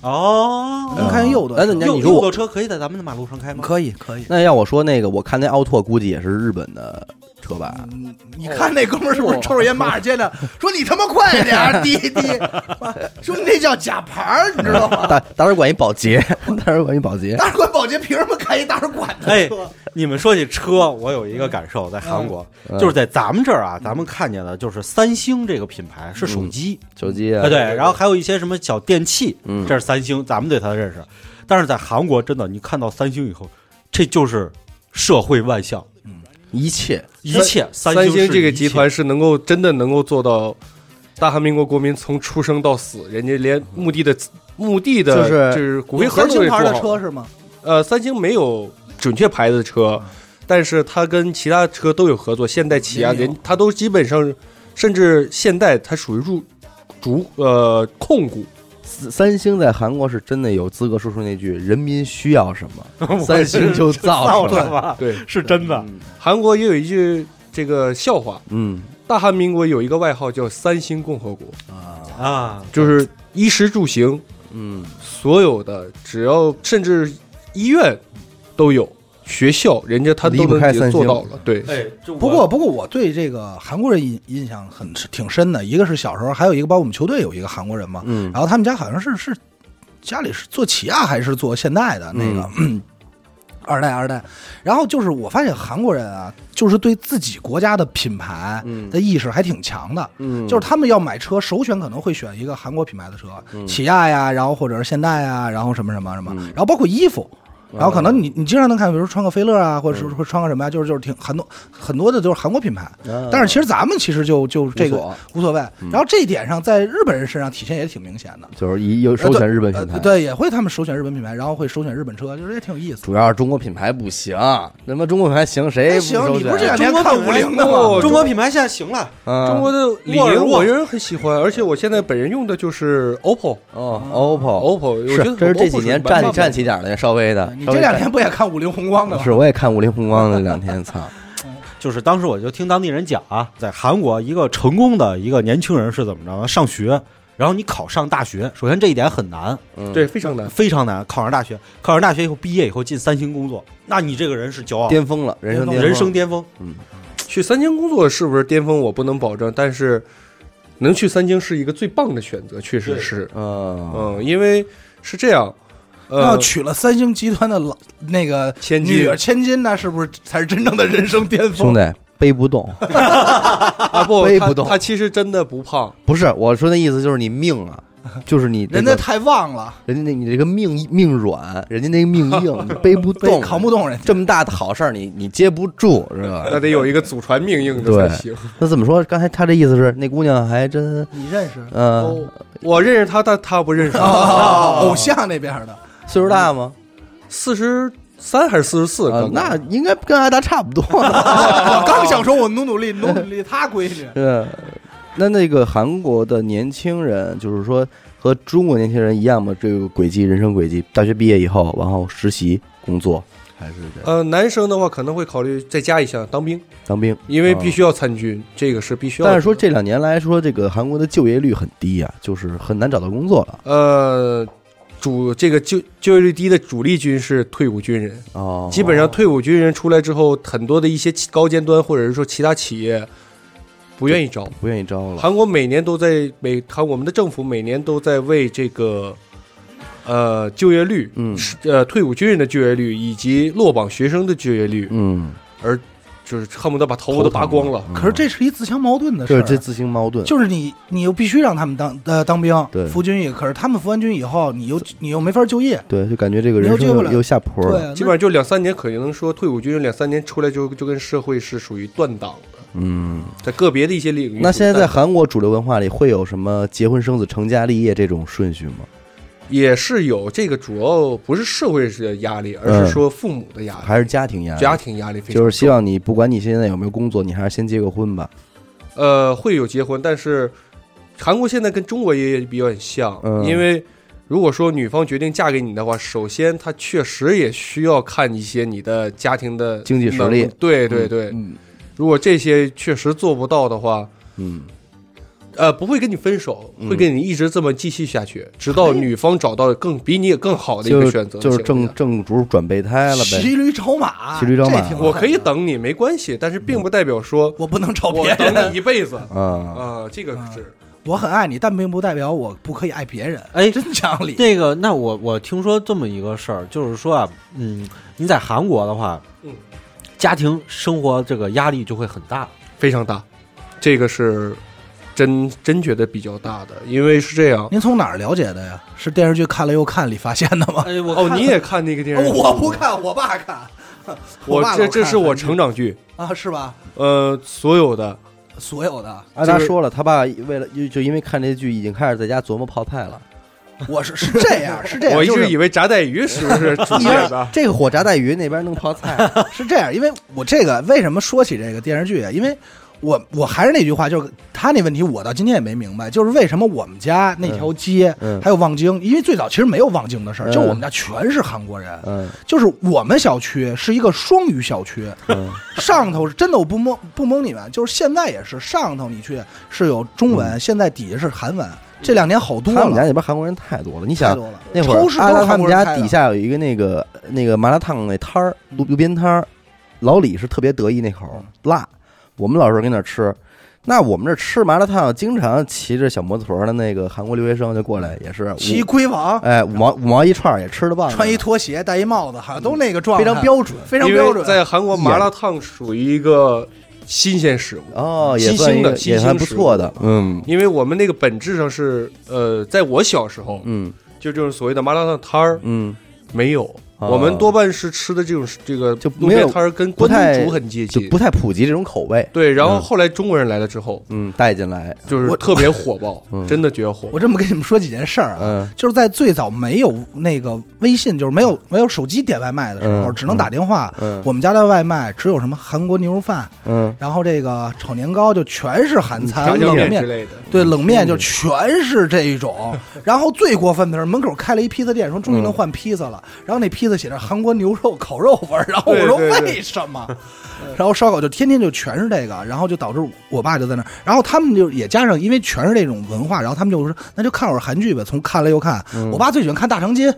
D: 哦，
B: 能看见右舵
A: 嗯哎那
B: 车，
A: 你
D: 右
A: 你说
D: 右
A: 我
D: 舵车可以在咱们的马路上开吗？
B: 可以可以。
A: 那要我说那个，我看那奥拓估计也是日本的车吧？
B: 嗯你看那哥们儿是不是抽着烟骂着街 呢？说你他妈快点 儿，滴滴，妈兄弟那叫假牌儿，你知道 吗？
A: 大大使馆一保洁，大使馆一保洁，
B: 大使馆保洁凭什么开一大使馆的
D: 哎
B: 车？，
D: 你们说起车，我有一个感受，在韩国，
A: 嗯
D: 就是在咱们这儿啊，咱们看见的就是三星这个品牌是手机，
A: 手机啊
D: 啊，，对，然后还有一些什么小电器，
A: 嗯
D: 这是三星，咱们对它的认识。但是在韩国，真的，你看到三星以后，这就是社会万象，
A: 一切
D: 一切三
C: 三
D: 星
C: 星
D: 是
C: 这个
D: 一
C: 集
D: 切
C: 团是能够真的能够做到，大韩民国国民从出生到死，人家连墓地的墓地的
A: 就是
C: 就是骨灰盒
B: 三
C: 都
B: 星
C: 给做
B: 牌的
C: 好
B: 车
C: 了。
B: 是吗？
C: 呃，三星没有准确牌子的车，但是它跟其他车都有合作，现代、起亚，
B: 联
C: 人
B: 名
C: 它都基本上，甚至现代它属于入主呃控股。
A: 三三星在韩国是真的有资格说出那句“人民需要什 么，三星就
D: 造
A: 造什
D: 的
A: 么
D: 吧？
C: 对，
D: 是真的。
C: 韩国也有一句这个笑话”。，
A: 嗯，
C: 大韩民国有一个外号叫“三星共和国
D: 啊”，，
C: 就是衣食住行，
A: 嗯，
C: 所有的只要甚至医院都有，学校，人家他
F: 离
C: 都
F: 不
C: 能
F: 开
C: 给
F: 三星
C: 做到了。对，
D: 哎，就我
B: 不过，不过我对这个韩国人印印象很挺深的，一个是小时候，还有一个包括我们球队有一个韩国人嘛，
C: 嗯
B: 然后他们家好像是是家里是做起亚还是做现代的那个、 二代二代，然后就是我发现韩国人啊，就是对自己国家的品牌的意识还挺强的，
C: 嗯
B: 就是他们要买车，首选可能会选一个韩国品牌的车，
A: 嗯
B: 起亚呀，然后或者是现代呀，然后什么什么什么，然后包括衣服。
A: 嗯
B: 然后可能你你经常能看，比如穿个菲乐啊，或者是会穿个什么呀，就是就是挺很多很多的，就是韩国品牌。但是其实咱们其实就就
A: 嗯
B: 这
A: 无
B: 个
A: 所嗯
B: 无所谓。然后这一点上，在日本人身上体现也挺明显的。
A: 就是以有首选日本品牌
B: 呃，对，也会他们首选日本品牌，然后会首选日本车，就是也挺有意思。
A: 主要是中国品牌不行，那么中国品牌行谁
B: 哎
A: 不
B: 行
A: 首
B: 你不是这
A: 选
D: 中
B: 两？天
D: 国
B: 看
D: 品牌
B: 五菱的
D: 哦
B: 吗
D: 中国品牌现在行了，
A: 嗯
C: 中国的李
D: 沃尔
C: 宁，
D: 沃
C: 我个人很喜欢，而且我现在本人用的就是 OPPO。
A: 哦，OPPO。
C: OPPO，我觉
A: 是，
C: 得
A: 这是这几
C: OPPO
A: 年
C: 蛮
A: 站
C: 棒的
A: 站起点儿来，稍微的。
B: 你
A: 稍
B: 这
A: 微
B: 两
A: 站
B: 天不也看五菱宏光的吗？
A: 是，我也看五菱宏光的这两天，操，
D: 就是当时我就听当地人讲啊，在韩国一个成功的一个年轻人是怎么着呢？上学，然后你考上大学，首先这一点很难，
C: 嗯
A: 嗯
C: 对，非常难。
D: 非常难。考上大学，考上大学以后毕业以后进三星工作，那你这个人是骄傲，
A: 巅峰了，人生巅峰，
D: 人生巅峰。
C: 去三星工作是不是巅峰？我不能保证，但是能去三星是一个最棒的选择，确实
D: 对
C: 是。
A: 嗯，
C: 嗯，因为是这样，
B: 要
C: 呃，
B: 娶了三星集团的老那个
C: 千金
B: 女儿千金，那是不是才是真正的人生巅
A: 兄
B: 峰？
A: 弟背不动，
C: 啊不，
A: 背
C: 他
A: 不动
C: 他其实真的不胖，
A: 不是我说的意思，就是你命啊，就是你这
B: 人
A: 个
B: 家太旺了，
A: 人家那你这个命命软，人家那个命硬，你背不
B: 被
A: 动，
B: 扛不动人家。
A: 这么大的好事儿，你你接不住是吧？
C: 那得有一个祖传命硬的才行。
A: 那怎么说？刚才他这意思是，那姑娘还真，
B: 你认识哦
A: 呃，
C: 我我认识他，但他不 认识我。
A: 哦
B: 啊？偶像那边的，
A: 岁数大吗？
C: 四十三还是四十四
A: 啊？那应该跟阿达差不多。
B: 我刚想说，我努努力，努努力，他闺女。
A: 呃，那那个韩国的年轻人，就是说和中国年轻人一样吗？这个轨迹，人生轨迹，大学毕业以后，然后实习、工作，还是这样
C: 呃，男生的话可能会考虑再加一项当兵，
A: 当兵？
C: 因为
A: 啊
C: 必须要参军，这个是必须要的。
A: 但是说这两年来说，这个韩国的就业率很低啊，就是很难找到工作了。
C: 呃，主这个就就业率低的主力军是退伍军人，
A: 哦，
C: 基本上退伍军人出来之后，很多的一些高尖端或者是说其他企业不愿意招。
A: 不愿意招了。
C: 韩国每年都在每韩我们的政府每年都在为这个呃就业率，
A: 嗯
C: 是呃退伍军人的就业率以及落榜学生的就业率，
A: 嗯，
C: 而就是恨不得把头都拔光了。
B: 可是这是一自相矛盾的事
A: 这
B: 儿。啊
A: 这自相矛盾。
B: 就是你，你又必须让他们当呃当兵
A: 对，
B: 服军役。可是他们服完军以后，你又你又没法就业，
A: 对，就感觉这个人
B: 你
A: 生
B: 又救
A: 又
B: 不了
A: 又下坡
B: 对
A: 了。
B: 啊，
C: 基本上就两三年，可能说退伍军人两三年出来就就跟社会是属于断档的，
A: 嗯，
C: 在个别的一些领域。
A: 那现在在韩国主流文化里会有什么结婚生子、成家立业这种顺序吗？
C: 也是有这个，主要不是社会的压力，而是说父母的压力、
A: 嗯还是家庭压力？
C: 家庭压力非常重。
A: 就是希望你不管你现在有没有工作，你还是先结个婚吧。
C: 呃会有结婚，但是韩国现在跟中国也比较很像，
A: 嗯
C: 因为如果说女方决定嫁给你的话，首先她确实也需要看一些你的家庭的
A: 经济实
C: 能
A: 力
C: 对对对，如果这些确实做不到的话，
A: 嗯，
C: 呃，不会跟你分手，
A: 嗯
C: 会跟你一直这么继续下去，直到女方找到更比你也更好的一
A: 就
C: 个选择
A: 是就
C: 的
A: 是
C: 情况
A: 正
C: 下
A: 正主转备胎了呗。
B: 骑驴找马，
A: 骑驴找马
B: 这挺
C: 我可以
B: 狠的，
C: 等你没关系，但是并不代表 说
B: 我不能找别
C: 我
B: 人。
C: 等你一辈子
A: 啊，
C: 啊，这个是
B: 我很爱你，但并不代表我不可以爱别人。
D: 哎
B: 真讲理。
D: 那个，那我我听说这么一个事儿，就是说啊，嗯，你在韩国的话，
C: 嗯，
D: 家庭生活这个压力就会很大。
C: 非常大，这个是真真觉得比较大的，因为是这样。
B: 您从哪儿了解的呀？是电视剧看了又看里发现的 吗？
D: 哎，我
C: 哦，你也看那个电视剧？
B: 我不，看，我爸看。
C: 我
B: 爸老
C: 这
B: 看
C: 这是我成长剧，
B: 啊，是吧？
C: 呃，所有的
B: 所有的，
A: 阿达
C: 就是
A: 说了，他爸为了就就因为看这剧，已经开始在家琢磨泡菜了。
B: 我是是这 样，是这样，
C: 我一
B: 啊就
C: 直
B: 是
C: 以为炸带鱼是不是主
A: 一
C: 演
A: 边
C: 的？
A: 这个火炸带鱼，那边弄泡菜。
B: 是这样，因为我这个为什么说起这个电视剧啊？因为我我还是那句话，就是他那问题，我到今天也没明白，就是为什么我们家那条街、
A: 嗯嗯
B: 还有望京，因为最早其实没有望京的事儿，
A: 嗯
B: 就我们家全是韩国人，
A: 嗯
B: 就是我们小区是一个双语小区，
A: 嗯
B: 上头是真的我不蒙不蒙你们，就是现在也是上头你去是有中文，现在底下是韩文，这两年好
A: 嗯
B: 多
A: 他们家
B: 了，
A: 那边韩国人太多了。你
B: 太
A: 想
B: 多了。
A: 那会儿
B: 超市都
A: 阿
B: 是
A: 拉他
B: 韩
A: 们
B: 国人
A: 家
B: 开的
A: 底下有一个那个那个麻辣烫那摊儿，路路边摊儿，老李是特别得意那口儿辣，我们老是跟那儿吃。那我们这吃麻辣烫，经常骑着小摩托的那个韩国留学生就过来，也是
B: 骑
A: 五
B: 龟王，
A: 哎五毛五毛一串儿也吃得棒，
B: 穿一拖鞋，戴一帽子，好像都那个状
A: 非
B: 态，
A: 常标准
B: 非常
C: 因
B: 标准
C: 为。在韩国麻辣烫属于一个新鲜食物，
A: 哦，也
C: 新
A: 算一
C: 兴的
A: 个
C: 新
A: 也
C: 兴
A: 算不
C: 食
A: 错
C: 物
A: 的，嗯
C: 因为我们那个本质上是呃，在我小时候，
A: 嗯
C: 就这种所谓的麻辣烫摊儿
A: 嗯，
C: 没有，
A: 哦
C: 我们多半是吃的这种这个
A: 就
C: 路
A: 没
C: 边
A: 有
C: 摊儿跟
A: 不
C: 关
A: 太
C: 东煮很接
A: 就
C: 近
A: 不。太普及这种口味，
C: 对，然后
A: 嗯
C: 后来中国人来了之后，
A: 嗯，带进来，
C: 就是
B: 我
C: 特别火爆
A: 嗯，
C: 真的绝火
B: 我。这么跟你们说几件事儿啊，
A: 嗯
B: 就是在最早没有那个微信，就是没有没有手机点外卖的时候，
A: 嗯
B: 只能打电话。
A: 嗯
B: 我们家的外卖只有什么韩国牛肉饭，
A: 嗯，
B: 然后这个炒年糕就全是韩
C: 炸
B: 餐，
C: 嗯酱
B: 冷
C: 面之
B: 面
C: 类的，
B: 对冷面就全是这 一种。然后最过分的是，门口开了一披萨店，说终于
C: 嗯
B: 能换披萨了。然后那披萨写着韩国牛肉烤肉味儿，然后我说
C: 对对对
B: 为什么？然后烧烤就天天就全是这个，然后就导致我爸就在那儿，然后他们就也加上因为全是这种文化，然后他们就说那就看会儿韩剧呗，从看了又看。我爸最喜欢看《大长今》，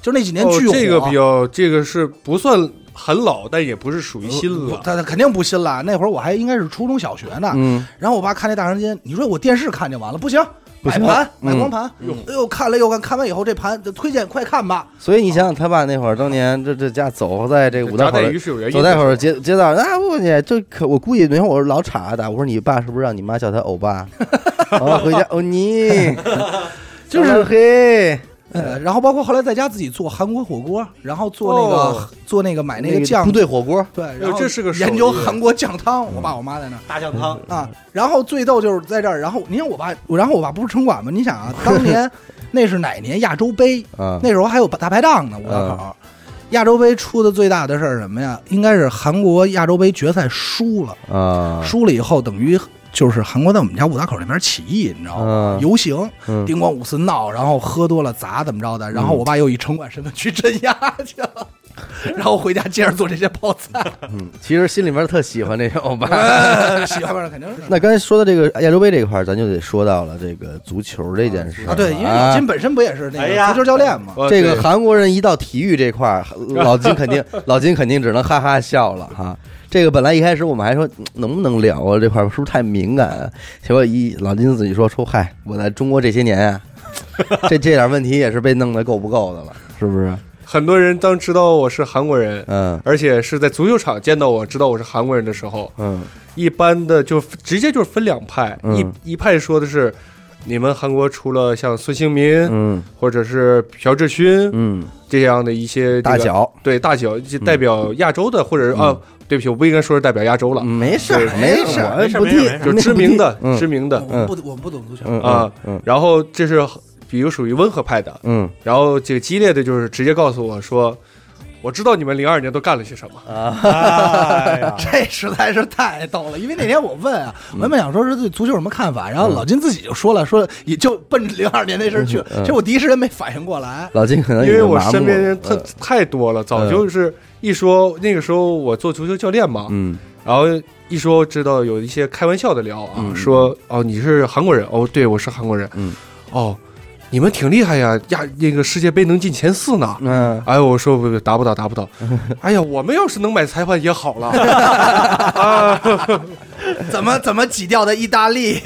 B: 就那几年
C: 嗯哦
B: 巨火。啊
C: 这个比较，这个是不算很老，但也不是属于新了。
B: 他他肯定不新了，那会儿我还应该是初中小学呢。
A: 嗯，
B: 然后我爸看那大长今，你说我电视看就完了，不行，买盘买光盘，哎呦看了又看，看完以后这盘就推荐快看吧，
A: 所以你想想，他爸那会儿当年这这家走在这个呃五道
C: 炸
A: 口
C: 带
A: 的
C: 鱼是有原因
A: 走
C: 的。
A: 在会儿街街道，那不去，这可我估计那会儿我老查他，我说你爸是不是让你妈叫他欧 巴？哦，回家欧尼，
B: 就是
A: 嘿，
B: 呃，然后包括后来在家自己做韩国火锅，然后做那个、
C: 哦
B: 做那个买
A: 那
B: 个酱，
A: 部队火锅，
B: 对，
C: 呦
B: 然后
C: 这是个手艺
B: 研究韩国酱汤，我爸我妈在那儿。
D: 大酱汤，
B: 啊，然后最逗就是在这儿，然后你看我爸，然后我爸不是城管吗？你想啊，当年那是哪年亚洲杯？
A: 啊
B: 那时候还有大排档呢，五道口。亚洲杯出的最大的事儿是什么呀？应该是韩国亚洲杯决赛输了，
A: 啊，
B: 输了以后等于就是韩国在我们家五道口那边起义，你知道吗？
A: 嗯
B: 游行，
A: 嗯
B: 叮咣五四闹，然后喝多了砸怎么着的，然后我爸又以城管身份去镇压去了，然后回家接着做这些泡菜，
A: 嗯，其实心里边特喜欢这个欧巴。
B: 哎喜欢味儿肯定是。
A: 那刚才说到这个亚洲杯这一块儿，咱就得说到了这个足球这件事
B: 啊，对，因为老
A: 啊
B: 金本身不也是那
D: 哎
B: 个
D: 呀
B: 足球教练嘛？
C: 呃
A: 这个
C: 对
A: 韩国人一到体育这块儿，老金肯定老金肯定只能哈哈笑了哈。这个本来一开始我们还说嗯能不能聊啊，这块儿是不是太敏感啊？结果一老金自己说说，嗨，我在中国这些年啊，这这点问题也是被弄得够不够的了，是不是？
C: 很多人当知道我是韩国人，
A: 嗯
C: 而且是在足球场见到我知道我是韩国人的时候，
A: 嗯
C: 一般的就直接就是分两派，
A: 嗯
C: 一一派说的是你们韩国除了像孙兴民、
A: 嗯
C: 或者是朴智勋、
A: 嗯，
C: 这样的一些、这个、
A: 大脚
C: 对大脚就代表
A: 嗯
C: 亚洲的，或者是啊，对不起，我不应该说是代表亚洲了，
A: 没事儿
C: 对
A: 没事
D: 啊没
A: 儿，
D: 事儿
A: 不
D: 没
A: 替
D: 事儿没事
C: 就知名的、
A: 嗯
C: 知名的
B: 我们不，我们不懂足球。
A: 嗯
C: 啊
A: 嗯
C: 然后这是比如属于温和派的，
A: 嗯
C: 然后这个激烈的就是直接告诉我说，我知道你们零二年都干了些什么。
D: 哎呀
B: 啊这实在是太逗了，因为那天我问啊，我原本想说是对足球有什么看法，然后老金自己就说了，说也就奔零二年那事儿去了。其实我第一时间没反应过来，
A: 老金可能已
C: 因为
A: 经
C: 我
A: 麻木
C: 身边
A: 了
C: 人太
A: 嗯
C: 太多了，早就是一说那个时候我做足球教练嘛，
A: 嗯
C: 然后一说知道有一些开玩笑的聊啊，
A: 嗯
C: 说哦你是韩国人，哦对我是韩国人，
A: 嗯，
C: 哦你们挺厉害呀，呀那个世界杯能进前四呢。
A: 嗯
C: 哎，我说不不，打不到，打不到。哎呀，我们要是能买裁判也好了啊！
B: 怎么怎么挤掉的意大利，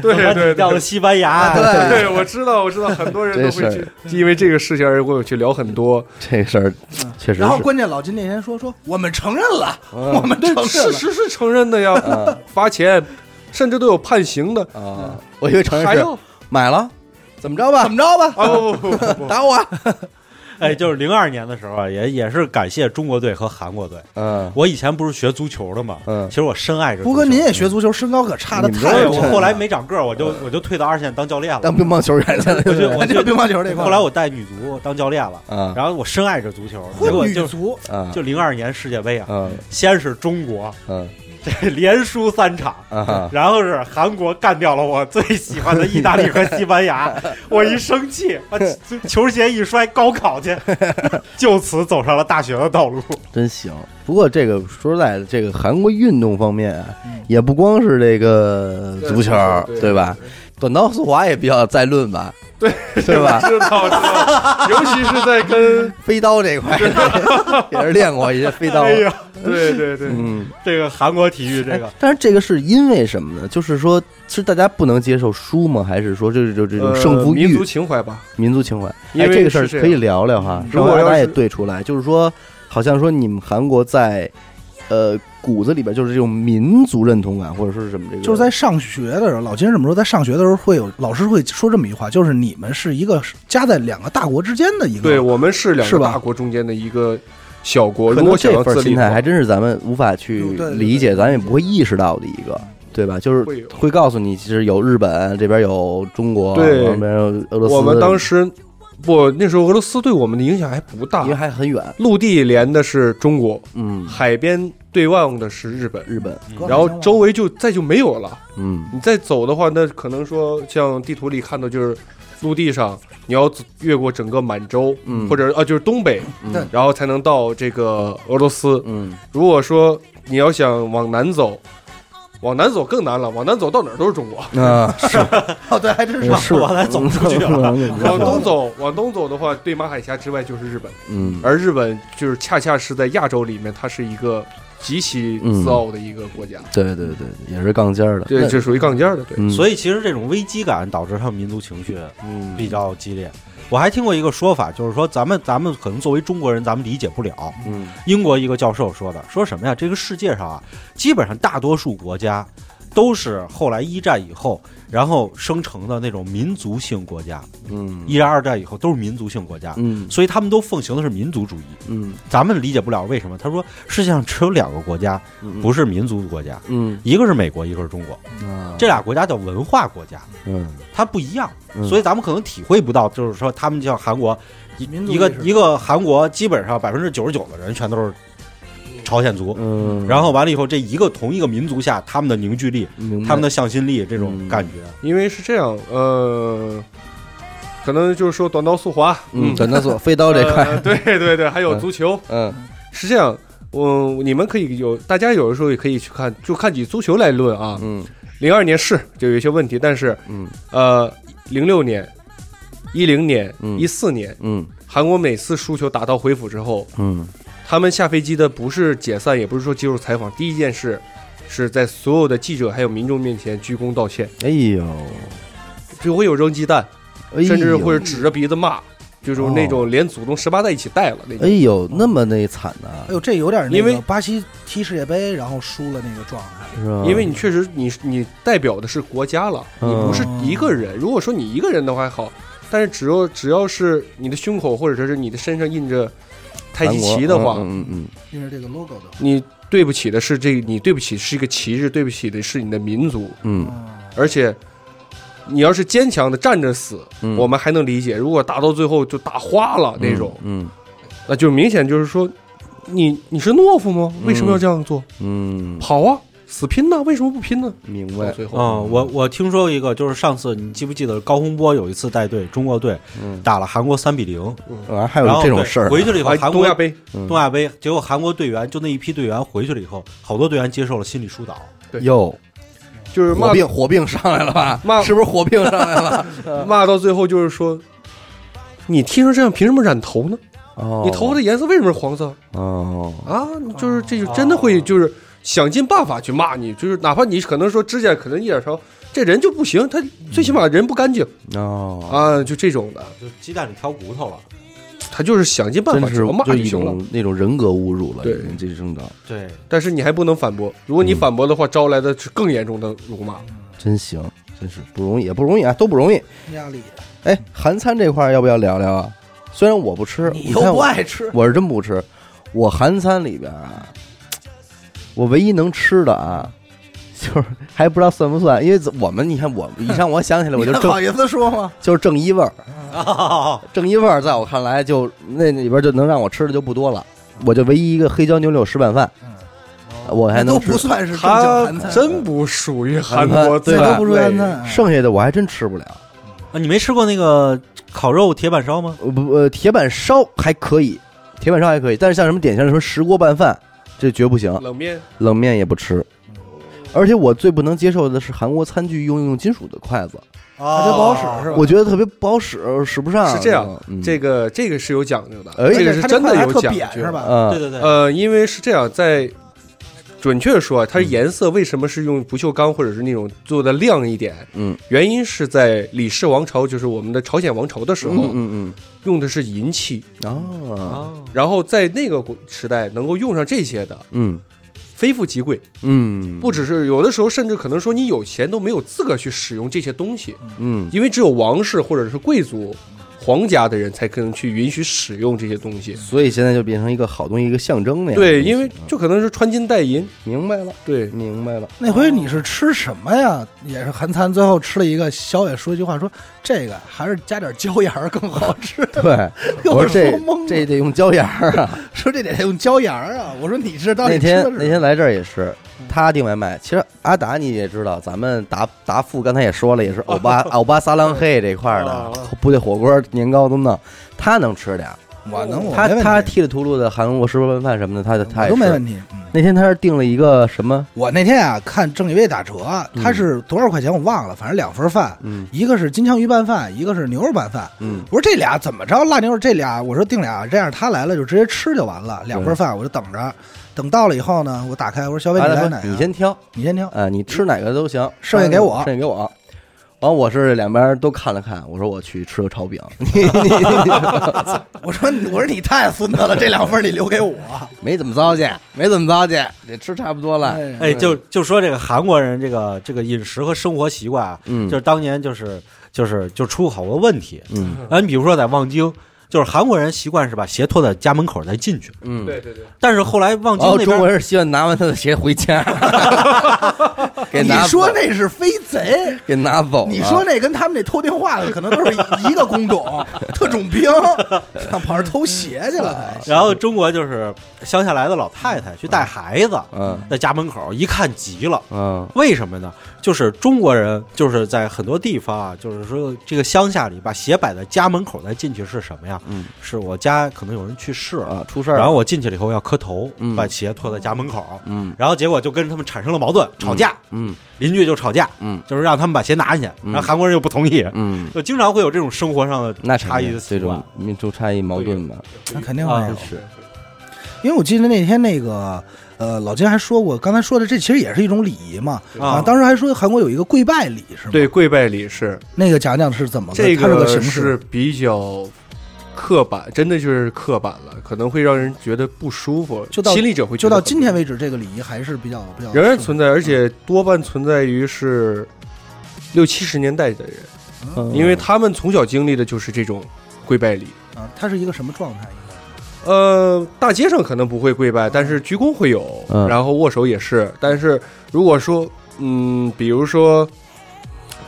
C: 对对对，
D: 掉了西班牙，
B: 对
C: 对，我知道，我知道，很多人都会
A: 这事
C: 去因为这个事情而跟我去聊很多。
A: 这事儿确实是
B: 然后关键老金那天说说我们承认了， 我们
C: 对，
B: 承认
C: 事
B: 了。
C: 实是承认的呀，罚嗯钱，甚至都有判刑的。
A: 啊，我以为承认
C: 还
A: 是
C: 有
A: 买了，怎么着吧？
B: 怎么着吧？
C: 啊不不不不不，
A: 打我啊！
D: 哎，就是零二年的时候啊，也也是感谢中国队和韩国队。
A: 嗯
D: 我以前不是学足球的嘛，
A: 嗯
D: 其实我深爱着足球。
B: 胡哥，您也学足球，身高可差的
A: 你们
B: 太
D: 对
B: 多
D: 我
B: 了。
D: 后来没长个儿，我就我就退到二线当教练了
A: 当。乒乓球员去了，
D: 我就我
B: 哎就是
D: 就
B: 乒乓球这块儿，
D: 后来我带女足当教练了，
A: 啊
D: 然后我深爱着足球，结
B: 混
D: 果
B: 女
D: 就
B: 足，
A: 啊
D: 就零二年世界杯啊，
A: 啊
D: 先是中国
A: 嗯
D: 这连输三场。
A: 啊！嗯
D: 然后是韩国干掉了我最喜欢的意大利和西班牙， 我一生气，把球球鞋一摔，高考去， 就此走上了大学的道路。
A: 真行。不过这个说实在的，这个韩国运动方面啊也不光是这个足球，
C: 嗯对
A: 对吧？短道速滑也比较在论吧，
C: 对
A: 对吧
C: 知道 知道，尤其是在跟
A: 飞刀这块 也是练过一些飞刀。
D: 哎呀，
C: 对对对，
A: 嗯，
D: 这个韩国体育这个
A: 但是这个是因为什么呢？就是说，是大家不能接受输吗？还是说就是就这种
C: 呃
A: 胜负欲、
C: 民族情怀吧。
A: 民族情怀。
C: 因
A: 哎，
C: 为
A: 这个事儿
C: 是这
A: 可以
C: 样
A: 聊聊哈。
C: 如果
A: 然后大
C: 要
A: 家
C: 是
A: 也对出来，就是说，好像说你们韩国在呃骨子里边就是这种民族认同感，或者说是什么这个，
B: 就是在上学的时候，老金是这么说，在上学的时候会有老师会说这么一句话，就是你们是一个夹在两个大国之间的一个，
C: 对我们是两
B: 是
C: 个
B: 吧
C: 大国中间的一个小国，
A: 可
C: 如
A: 能
C: 果想
A: 这
C: 要
A: 份
C: 自立
A: 心
C: 的
A: 态还
C: 话，
A: 真是咱们无法去
B: 对对对
A: 理解，咱也不会意识到的一个，对吧？就是
C: 会有
A: 会告诉你，其实有日本这边有中国，
C: 对
A: 旁边有俄罗斯，
C: 我们当时啊不那时候俄罗斯对我们的影响还不大
A: 因为，还很远，
C: 陆地连的是中国，
A: 嗯，
C: 海边对望的是日本，
A: 日本，
B: 隔
C: 然
B: 海
C: 后
B: 相望
C: 周围就再就没有了。
A: 嗯，
C: 你再走的话，那可能说像地图里看到就是陆地上，你要走越过整个满洲，
A: 嗯
C: 或者啊就是东北，
B: 对
C: 然后才能到这个俄罗斯。
A: 嗯，
C: 如果说你要想往南走，往南走更难了，往南走到哪儿 都是中 国。
A: 啊，
B: 哦，对，还真是。
A: 是
D: 往南走出去 了
C: 往东走， 往东走的话，对马海峡之外就是日本，
A: 嗯，
C: 而日本就是恰恰是在亚洲里面，它是一个极其
A: 嗯
C: 自傲的一个国家，
A: 对对对，也是杠尖儿的，
C: 对，这属于杠尖儿的，对，
A: 嗯，
D: 所以其实这种危机感导致他们民族情绪
C: 嗯
D: 比较激烈。我还听过一个说法，就是说咱们咱们可能作为中国人，咱们理解不了。
A: 嗯，
D: 英国一个教授说的，说什么呀？这个世界上啊，基本上大多数国家都是后来一战以后，然后生成的那种民族性国家。
A: 嗯
D: 一战、二战以后都是民族性国家，
A: 嗯
D: 所以他们都奉行的是民族主义。
A: 嗯
D: 咱们理解不了为什么。他说，世界上只有两个国家
A: 嗯
D: 不是民族国家，
A: 嗯
D: 一个是美国，一个是中国。
A: 啊
D: 这俩国家叫文化国家，
A: 嗯
D: 它不一样，
A: 嗯
D: 所以咱们可能体会不到，就是说他们像韩国，一
B: 民族
D: 一个
B: 意识
D: 一个韩国基本上百分之九十九的人全都是朝鲜族，
A: 嗯，
D: 然后完了以后，这一个同一个民族下，他们的凝聚力、
A: 明白
D: 他们的向心力这种
A: 嗯
D: 感觉，
C: 因为是这样，呃，可能就是说短道速滑，
A: 嗯，短道速飞刀这块，
C: 呃对对对，还有足球，
A: 嗯
C: 是这样。我你们可以有，大家有的时候也可以去看，就看起足球来论啊。
A: 嗯
C: 零二年是就有一些问题，但是
A: 嗯
C: 呃，零六年、一零年、
A: 嗯
C: 一四年，
A: 嗯
C: 韩国每次输球打道回府之后，
A: 嗯
C: 他们下飞机的不是解散，也不是说接受采访，第一件事是在所有的记者还有民众面前鞠躬道歉，
A: 哎呦，
C: 就会有扔鸡蛋，
A: 哎呦
C: 甚至会指着鼻子骂，就是那种连祖宗十八代一起带了那
A: 哎
C: 种。
A: 呦那么那惨呐
B: 哎，呦，这有点那
C: 因
B: 个
C: 为
B: 巴西踢世界杯，然后输了那个状态。
A: 是吧？
C: 因为你确实你你代表的是国家了，你
A: 嗯
C: 不是一个人。如果说你一个人的话还好，但是只要只要是你的胸口或者是你的身上印着太极旗的话，
A: 嗯嗯
B: 因为这个 logo 的话，
C: 你对不起的是这你对不起是一个旗帜，对不起的是你的民族，
A: 嗯
B: 嗯，
C: 而且。你要是坚强的站着死，
A: 嗯，
C: 我们还能理解；如果打到最后就打花了那种，
A: 嗯
C: 那就明显就是说，你你是懦夫吗？为什么要这样做？
A: 嗯，
C: 跑啊，死拼呐、为什么不拼呢？
A: 明
C: 到
A: 白，
C: 最后，
D: 嗯，我我听说一个，就是上次你记不记得高洪波有一次带队中国队打了韩国三比零，
A: 啊，还
D: 然
A: 有
D: 后
A: 这种
D: 对
A: 事儿啊，
D: 回去了以后，
C: 哎
D: 韩
C: 东
D: 国
C: 亚杯，
D: 东亚杯，结果韩国队员就那一批队员回去了以后，好多队员接受了心理疏导，
A: 哟，
C: 就是
A: 火
C: 骂
A: 病火病上来了吧？
C: 骂
A: 是不是火病上来了？
C: 骂到最后就是说，你剃成这样凭什么染头呢？
A: 哦
C: 你头发的颜色为什么是黄色
A: 哦，
C: 啊？就是这就真的会就是想尽办法去骂你，就是哪怕你可能说指甲可能一点长，这人就不行，他最起码人不干净
A: 哦，
C: 啊，就这种的，
D: 就鸡蛋里挑骨头了。
C: 他就是想尽办
A: 真
C: 法
A: 是
C: 怎么骂
A: 就
C: 就
A: 一
C: 行了。
A: 种那种人格侮辱了，
C: 对
A: 已经这是正常，
D: 对，
C: 但是你还不能反驳，如果
A: 嗯
C: 你反驳的话，招来的是更严重的辱骂。
A: 真行，真是不容易，也不容易啊，都不容易。
B: 压力。
A: 哎，韩餐这块儿要不要聊聊啊？虽然我不吃，
B: 你
A: 你
B: 又
A: 看
B: 不
A: 我
B: 爱吃，
A: 我是真不吃。我韩餐里边啊，我唯一能吃的啊，就是还不知道算不算，因为我们你看我一让我想起来，我就
B: 你好
A: 正
B: 意思说吗？
A: 就是正一味儿，
D: 哦，
A: 正一味儿在我看来就那里边就能让我吃的就不多了，我就唯一一个黑椒牛柳石板饭，我还
B: 嗯都
A: 能
B: 不
A: 吃，
B: 算是正经
C: 他
B: 韩餐，
C: 真不属于韩
A: 韩
C: 国
A: 餐
C: 自
A: 对
C: 己
A: 吧
B: 都不是
C: 类
B: 韩餐。
A: 剩下的我还真吃不了。
D: 啊你没吃过那个烤肉铁板烧吗？
A: 呃不呃，铁板烧还可以，铁板烧还可以，但是像什么点心什么石锅拌饭，这绝不行，
C: 冷面，
A: 冷面也不吃。而且我最不能接受的是韩国餐具用用金属的筷子，
B: 它就不好使是吧？
A: 我觉得特别不好使，使不上。
C: 是这样，
A: 嗯
C: 这个这个是有讲究的，
A: 哎
C: 这个是
B: 它
C: 真的
B: 块还
C: 有
B: 特
C: 讲
B: 扁
C: 究
B: 是？吧？
A: 嗯
D: 对对对，
C: 呃，因为是这样，在准确说，啊它
A: 嗯
C: 颜色为什么是用不锈钢或者是那种做的亮一点？
A: 嗯，
C: 原因是在李氏王朝，就是我们的朝鲜王朝的时候，
A: 嗯嗯
C: 用的是银器，
A: 嗯，哦，
C: 然后在那个时代能够用上这些的，
A: 嗯
C: 非富即贵，
A: 嗯，
C: 不只是有的时候，甚至可能说你有钱都没有资格去使用这些东西，
A: 嗯
C: 因为只有王室或者是贵族、皇家的人才可能去允许使用这些东西。
A: 所以现在就变成一个好东西，一个象征那样的东西。
C: 对，因为就可能是穿金戴银。
A: 明白了，
C: 对，
A: 明白了，
B: 那回你是吃什么呀？也是韩餐，最后吃了一个。小野说一句话，说这个还是加点椒盐儿更好 吃。
A: 对，我 说
B: 我
A: 这
B: 懵了
A: 这得用椒盐儿啊。
B: 说这得用椒盐儿啊！我说你是到底
A: 那
B: 吃
A: 天
B: 的是嗯
A: 那天来这儿也是，他订外卖。其实阿达你也知道，咱们达达富刚才也说了，也是欧 巴欧巴撒浪嘿这块儿的
C: 哦，
A: 部队火锅、年糕都弄，他能吃点儿。
B: 我能我
A: 他
B: 没问题
A: 他剃了秃噜的韩国师傅拌饭什么的，他他
B: 我
A: 也
B: 都没
A: 是。
B: 问题。嗯
A: 那天他是订了一个什么？
B: 我那天啊看郑义威打折，他是多少块钱我忘了，反正两份饭，
A: 嗯
B: 一个是金枪鱼拌饭，一个是牛肉拌饭。
A: 嗯
B: 我说这俩怎么着？辣牛肉这俩，我说定俩，这样他来了就直接吃就完了。
A: 嗯
B: 两份饭我就等着，等到了以后呢，我打开我说小伟
A: 阿
B: 你
A: 达
B: 来
A: 说
B: 哪、啊？
A: 你先挑，
B: 你先挑。
A: 啊，你吃哪个都行，
B: 剩下给我
A: 剩下给我。完，我是两边都看了看，我说我去吃个炒饼， 你你你
B: 我说你我说你太孙子了，这两份你留给我。
A: 没怎么糟践，没怎么糟践，这吃差不多了。
D: 哎，就就说这个韩国人这个这个饮食和生活习惯啊，
A: 嗯
D: 就是当年就是就是就出好多问题。
A: 嗯
D: 啊，你比如说在望京，就是韩国人习惯是把鞋脱在家门口再进去，
A: 嗯，
C: 对对，
D: 但是后来望京
A: 哦，
D: 那
A: 中
D: 边
A: 国人希望拿完他的鞋回家，给
B: 你
A: 拿
B: 说
A: 走
B: 那是飞贼。
A: 给拿走啊了，
B: 你说那跟他们那偷电话的可能都是一个工 种，特种兵上跑这偷鞋去了。
D: 然后中国就是乡下来的老太太去带孩子，
A: 嗯
D: 在家门口一看急了。
A: 嗯
D: 为什么呢？就是中国人就是在很多地方啊，就是说这个乡下里把鞋摆在家门口再进去是什么呀？
A: 嗯，
D: 是我家可能有人去世了，
A: 啊，出事儿了，
D: 然后我进去了以后要磕头，
A: 嗯
D: 把鞋脱在家门口，
A: 嗯
D: 然后结果就跟他们产生了矛盾，吵架，
A: 嗯
D: 邻居就吵架，
A: 嗯
D: 就是让他们把鞋拿进去，
A: 嗯
D: 然后韩国人又不同意，
A: 嗯，
D: 就经常会有这种生活上的
A: 那肯定
D: 差异的习
A: 这种
D: 惯。
A: 民族差异矛盾吧，
B: 那肯定
D: 啊
B: 没有，因为我记得那天那个呃老金还说过，刚才说的这其实也是一种礼仪嘛
D: 啊
B: 当时还说韩国有一个跪拜礼是吗？
C: 对，，跪拜礼是
B: 啊那个讲讲是怎么
C: 这
B: 它是个形
C: 是
B: 式，
C: 比较刻板，真的就是刻板了，可能会让人觉得不舒服，
B: 就到
C: 亲历者会觉
B: 就
C: 得
B: 到
C: 很
B: 今天为止，这个礼仪还是比较比较
C: 仍然存在，而且多半存在于是六七十年代的人，
A: 嗯
C: 因为他们从小经历的就是这种跪拜礼。
B: 啊，它是一个什么状态？
C: 嗯呃，大街上可能不会跪拜，但是鞠躬会有，
A: 嗯
C: 然后握手也是。但是如果说，嗯，比如说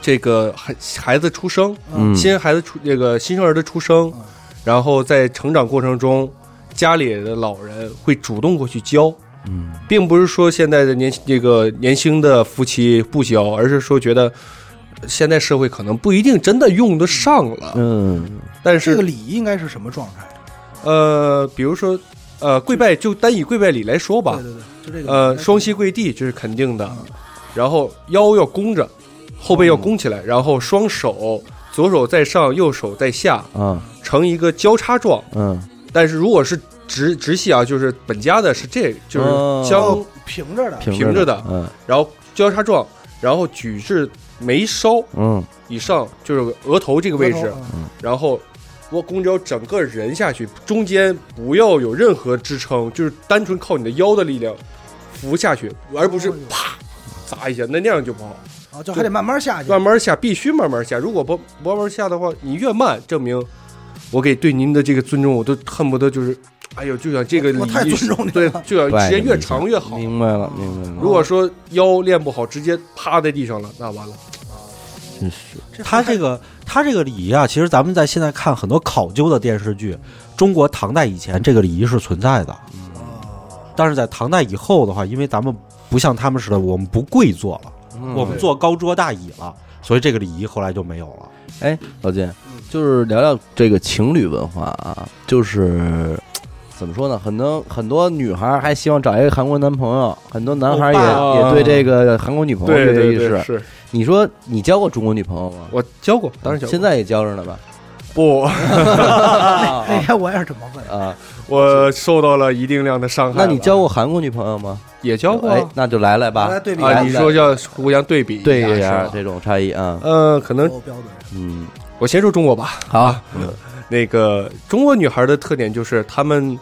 C: 这个孩孩子出生，
A: 嗯
C: 新孩子出这个新生儿的出生
B: 嗯，
C: 然后在成长过程中，家里的老人会主动过去教，
A: 嗯
C: 并不是说现在的年这个年轻的夫妻不教，而是说觉得现在社会可能不一定真的用得上了。
A: 嗯
C: 但
B: 这
C: 是
B: 个礼仪应该是什么状态？
C: 呃，比如说呃，跪拜就单以跪拜礼来说吧
B: 对，对对，就这个
C: 呃，双膝跪地这是肯定的
B: 嗯，
C: 然后腰要弓着，后背要弓起来，然后双手左手在上，右手在下，
A: 啊
C: 成一个交叉状。
A: 嗯
C: 但是如果是直直系啊，就是本家的是这，就是
A: 哦
C: 将、
B: 哦平着的，
A: 平
C: 着
A: 的
C: 的，
A: 嗯
C: 然后交叉状，然后举至眉梢
A: 嗯
C: 以上，就是额头这个位置，
B: 嗯
C: 然后我弓腰整个人下去，中间不要有任何支撑，就是单纯靠你的腰的力量扶下去，而不是
B: 哦哟
C: 啪砸一下，那那样就不好。
B: 啊，就还得慢慢下去，
C: 慢慢下，必须慢慢下。如果不不慢慢下的话，你越慢，证明我给对您的这个尊重，我都恨不得就是，哎呦，就想这个
B: 我我太
C: 礼仪
B: 尊重你了
C: 对，就想
A: 对
C: 时间越长越好。
A: 明白了明白了，
C: 如果说腰练不好，直接趴在地上了，那完了。
A: 真是
D: 他 这个他这个礼仪啊，其实咱们在现在看很多考究的电视剧，中国唐代以前这个礼仪是存在的，但是在唐代以后的话，因为咱们不像他们似的，我们不跪坐了，我们坐高桌大椅了，所以这个礼仪后来就没有了。
C: 嗯
A: 哎，老金，就是聊聊这个情侣文化啊，就是怎怎么说呢？很多很多女孩还希望找一个韩国男朋友，很多男孩也、
C: 欧巴嗯
A: 也对这个韩国女朋友
C: 对
A: 跃跃
C: 对
A: 欲
C: 对，
A: 试。
C: 是
A: 你说你交过中国女朋友吗？
C: 我教过，当然教过。
A: 现在也交着呢吧？
C: 不，
A: 啊
B: 那哎天我也是这么问的。
A: 啊，
C: 我受到了一定量的伤害
A: 那
C: 了。
A: 你交过韩国女朋友吗？
C: 也教过
A: 哎
C: 啊？，
A: 那就来来吧，哎
B: 来对比一下
A: 来
C: 啊你说要互相对比
A: 对
C: 一
A: 一
C: 下
A: 下
C: 是吧？
A: 这种差异啊，
C: 呃，可能
B: 我标准
A: 嗯，
C: 我先说中国吧。啊
A: 好，
C: 那个中国女孩的特点就是她们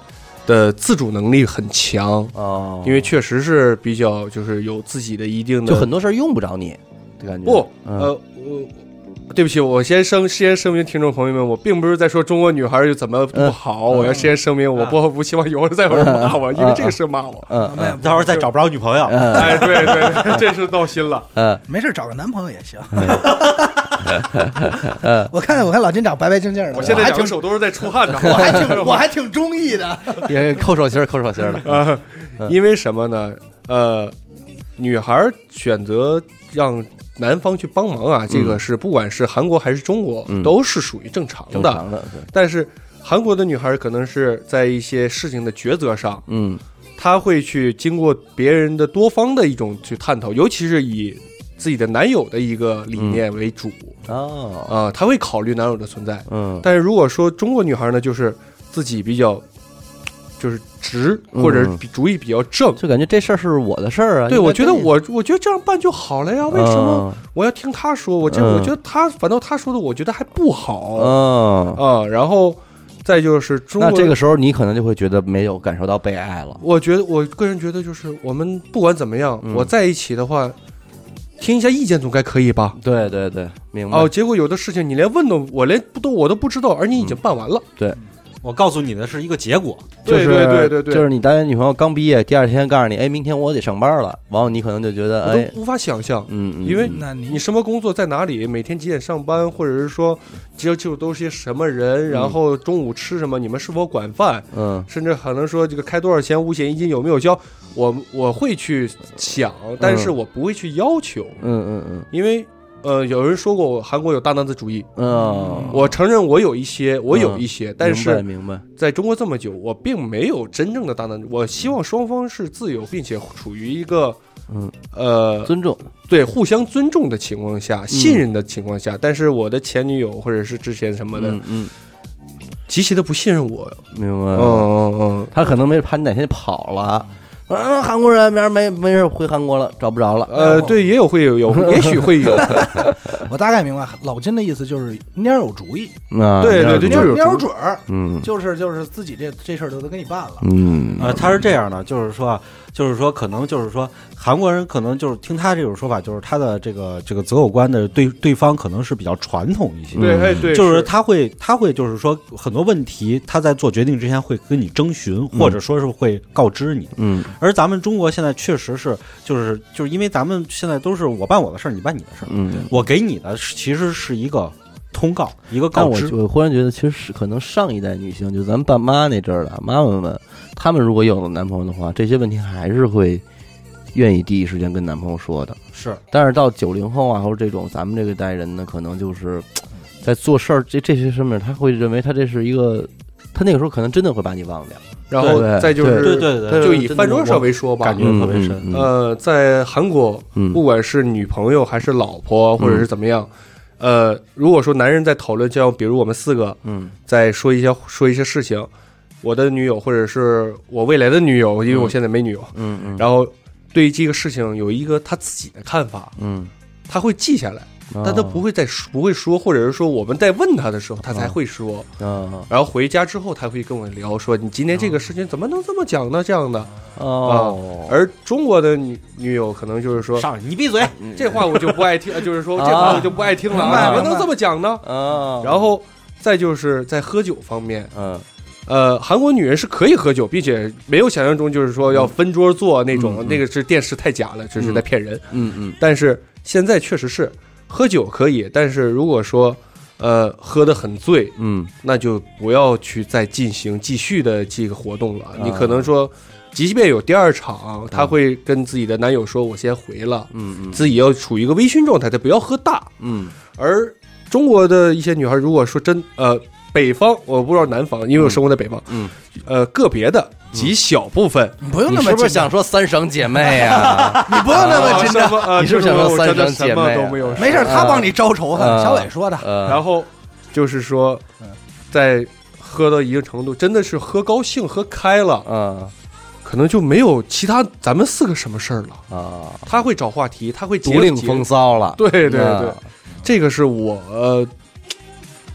C: 的自主能力很强，
A: 哦，
C: 因为确实是比较就是有自己的一定的
A: 就很多事儿用不着你，这感觉
C: 不
A: 嗯
C: 呃我。对不起，我先声先声明听众朋友们，我并不是在说中国女孩有怎么不好，我要先声明，我不不希望有人再有人骂我，因为这个是骂我。
B: 啊
A: 嗯嗯
D: 到时候再找不着女朋友，
C: 哎，对对，这是闹心了。
A: 嗯，
B: 没事找个男朋友也行。 我看我看老金长白白净净的，
C: 我现在
B: 还
C: 两
B: 挺
C: 个手都是在出汗的，
B: 我
C: 我
B: 还挺我还挺中意的。
A: 也扣手心儿，扣手心儿了，
C: 啊，因为什么呢？呃，女孩儿选择让男方去帮忙啊，这个是不管是韩国还是中国，
A: 嗯
C: 都是属于正常
A: 正
C: 的。
A: 常的，对
C: 但是韩国的女孩儿可能是在一些事情的抉择上，
A: 嗯
C: 她会去经过别人的多方的一种去探讨，尤其是以自己的男友的一个理念为主
A: 哦，
C: 啊、她会考虑男友的存在。
A: 嗯
C: 但是如果说中国女孩儿呢，就是自己比较。就是直，
A: 嗯
C: 或者是比主意比较正，
A: 就感觉这事儿是我的事儿啊，
C: 对，
A: 应该
C: 我觉得
A: 跟你
C: 我我觉得这样办就好了呀，为什么我要听他说？我这
A: 嗯
C: 我觉得他反倒他说的，我觉得还不
A: 嗯？
C: 好
A: 嗯，
C: 哦啊。然后再就是中
A: 那
C: 国，
A: 这个时候你可能就会觉得没有感受到被爱了，
C: 我觉得我个人觉得就是我们不管怎么样
A: 嗯，
C: 我在一起的话，听一下意见总该可以吧？
A: 对对对，明白
C: 哦，，结果有的事情你连问都我连不都我都不知道，而你已经办完了。
D: 我告诉你的是一个结果，
A: 嗯就是
C: 对对对对
A: 就是你单元女朋友刚毕业，第二天告诉你，哎，明天我得上班了，完后你可能就觉得，
C: 我
A: 哎，
C: 都无法想象。
A: 嗯，嗯
C: 因为
A: 嗯
B: 那你
C: 你什么工作在哪里？每天几点上班？或者是说，这就都是些什么人？然后中午吃什么？你们是否管饭？
A: 嗯
C: 甚至可能说这个开多少钱，五险一金有没有交，我我会去想，但是我不会去要求，
A: 嗯嗯
C: 因为呃，有人说过我韩国有大男子主义，
A: 嗯，嗯，
C: 我承认我有一些，我有一些，但是
A: 明白，明白
C: 在中国这么久，我并没有真正的大男子，我希望双方是自由，并且处于一个
A: 嗯
C: 呃
A: 尊重，
C: 对互相尊重的情况下，信任的情况下，但是我的前女友或者是之前什么的
A: 嗯，嗯，
C: 极其的不信任我，
A: 明白，
C: 嗯嗯嗯，
A: 他可能没怕你哪天跑了，啊，韩国人，明儿没没事回韩国了，找不着了，
C: 呃，对，也有会有有，也许会有。
B: 我大概明白老金的意思，就是蔫儿有主意，
A: 啊，
C: 呃对
A: 那
C: 对对
B: 蔫
C: 就
B: 儿
C: 是有主意
B: 蔫儿准儿，
A: 嗯
B: 就是就是自己这这事儿都都给你办了。
A: 嗯
D: 呃，他是这样的，就是说啊，就是说，可能就是说，韩国人可能就是听他这种说法，就是他的这个这个择偶观的对对方可能是比较传统一些，
C: 对，哎，对，
D: 就是他会他会就是说很多问题，他在做决定之前会跟你征询，或者说是会告知你。
A: 嗯
D: 而咱们中国现在确实是就是就是因为咱们现在都是我办我的事儿，你办你的事儿，
A: 嗯。
D: 我给你的是其实是一个通告，一个
A: 但
D: 告
A: 我
D: 知。
A: 我忽然觉得，其实是可能上一代女性，就咱们爸妈那阵儿的妈妈们，她们如果有了男朋友的话，这些问题还是会愿意第一时间跟男朋友说的。
D: 是，
A: 但是到九零后啊，或者这种咱们这个代人呢，可能就是在做事儿这这些上面，他会认为他这是一个，他那个时候可能真的会把你忘掉，
C: 然后
A: 对
C: 再就是，
D: 对对对，
A: 对
C: 就以饭桌上为说吧，
D: 感觉特别深
A: 嗯嗯
C: 呃，在韩国，
A: 嗯
C: 不管是女朋友还是老婆，或者是怎么样，呃，如果说男人在讨论，像比如我们四个
A: 嗯
C: 在说一些说一些事情，我的女友或者是我未来的女友，因为我现在没女友，
A: 嗯嗯
C: 然后对于这个事情有一个他自己的看法，
A: 嗯，
C: 他会记下来，
A: 但
C: 但他不会再
A: 嗯
C: 说不会说，或者是说我们在问他的时候，他才
A: 哦
C: 会说。
A: 啊
C: 然后回家之后，他会跟我聊说：“你今天这个事情怎么能这么讲呢？”这样的。
A: 嗯哦，
C: 而中国的女女友可能就是说，
D: 上你闭嘴，
C: 这话我就不 爱听，呃就是说
A: 啊
C: 这话我就不爱听了
A: 明白
C: 啊，怎么能这么讲呢？
A: 啊，
C: 然后再就是在喝酒方面，
A: 嗯
C: 呃，韩国女人是可以喝酒，并且没有想象中就是说要分桌坐那
A: 嗯
C: 种
A: 嗯，
C: 那个是电视太假了，这是在骗人。
A: 嗯嗯
C: 但是现在确实是喝酒可以，但是如果说呃喝得很醉，
A: 嗯
C: 那就不要去再进行继续的这个活动了
A: 啊。
C: 你可能说，即便有第二场，她会跟自己的男友说：“我先回了。
A: 嗯”
C: 自己要处于一个微醺状态，她不要喝大。
A: 嗯
C: 而中国的一些女孩，如果说真呃北方，我不知道南方，因为我生活在北方，
A: 嗯，
C: 呃，个别的极小部分，
B: 你不用
A: 你
B: 那么
A: 是不是
B: 紧张
A: 想说三省姐妹呀？
B: 你不用那么
C: 啊
B: 紧
C: 什么
B: 张，
C: 呃
A: 你是不是想说
C: 我真
A: 三
C: 的
A: 省姐
C: 什
A: 妹
C: 么
A: 啊
C: 都没有说？
B: 没事，他帮你招仇
A: 嗯
B: 恨。小伟说的，
A: 呃，
C: 然后就是说，在喝到一定程度，真的是喝高兴、喝开了，
A: 嗯
C: 可能就没有其他咱们四个什么事儿了。
A: 啊，
C: 他会找话题，他会结
A: 独领风。骚了。
C: 结对对对，
A: 啊
C: 这个是我、呃、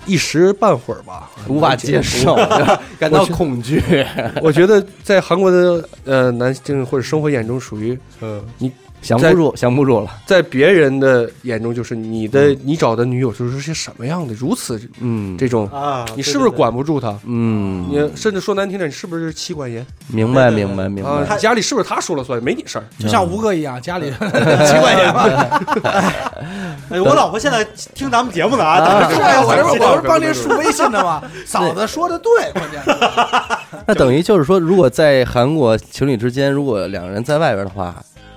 C: 一时半会儿吧
A: 无法接。受， 感到恐 惧。
C: 我觉得在韩国的呃男性或者生活眼中，属于呃你
A: 降
C: 在
A: 不住，降不住了。
C: 在别人的眼中，就是你的、你找的女友就是些什么样的，如此
A: 嗯，
C: 这种，
D: 啊
C: 你是不是？管不住她？
A: 嗯，
C: 你甚至说难听点，你是不是妻管严
A: 明白，明白，明
C: 啊？
A: 白。
C: 你家里是不是他说了算，没你事儿？
B: 就像吴哥一样，家 里几块钱 吧。
D: 哎，我老婆现在听咱们节目呢啊，当
B: 是
D: 时
B: 啊，我这不
C: 对对对
B: 我不是帮您输微信的吗？嫂子说的对，关键 是
A: 那等于就是说，如果在韩国情侣之间，如果两个人在外边的话，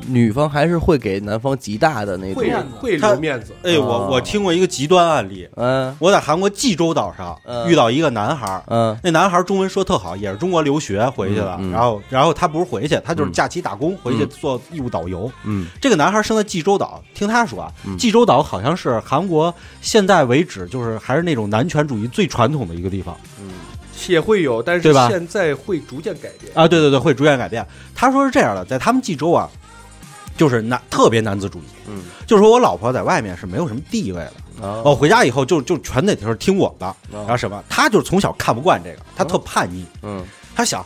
A: 女方还是会给男方极大的那种
C: 会，会
D: 他
C: 留面子，
D: 哎，我我听过一个极端案例，
A: 嗯
D: 我在韩国济州岛上
A: 嗯
D: 遇到一个男孩儿，
A: 嗯
D: 那男孩儿中文说特好，也是中国留学回去的。
A: 嗯嗯
D: 然后，然后他不是回去，他就是
A: 嗯
D: 假期打工、回去
A: 嗯
D: 做义务导游。
A: 嗯
D: 这个男孩儿生在济州岛，听他说啊，
A: 嗯
D: 济州岛好像是韩国现在为止就是还是那种男权主义最传统的一个地方
C: 也会有，但是
D: 对吧
C: 现在会逐渐改变。
D: 啊。对对对，会逐渐改变。他说是这样的，在他们济州啊，就是男特别男子主义，
A: 嗯，
D: 就是说我老婆在外面是没有什么地位的。
A: 哦
D: 哦，回家以后就就全得是听我的，然后什么，他就是从小看不惯这个，他特叛逆，
A: 嗯，
D: 他想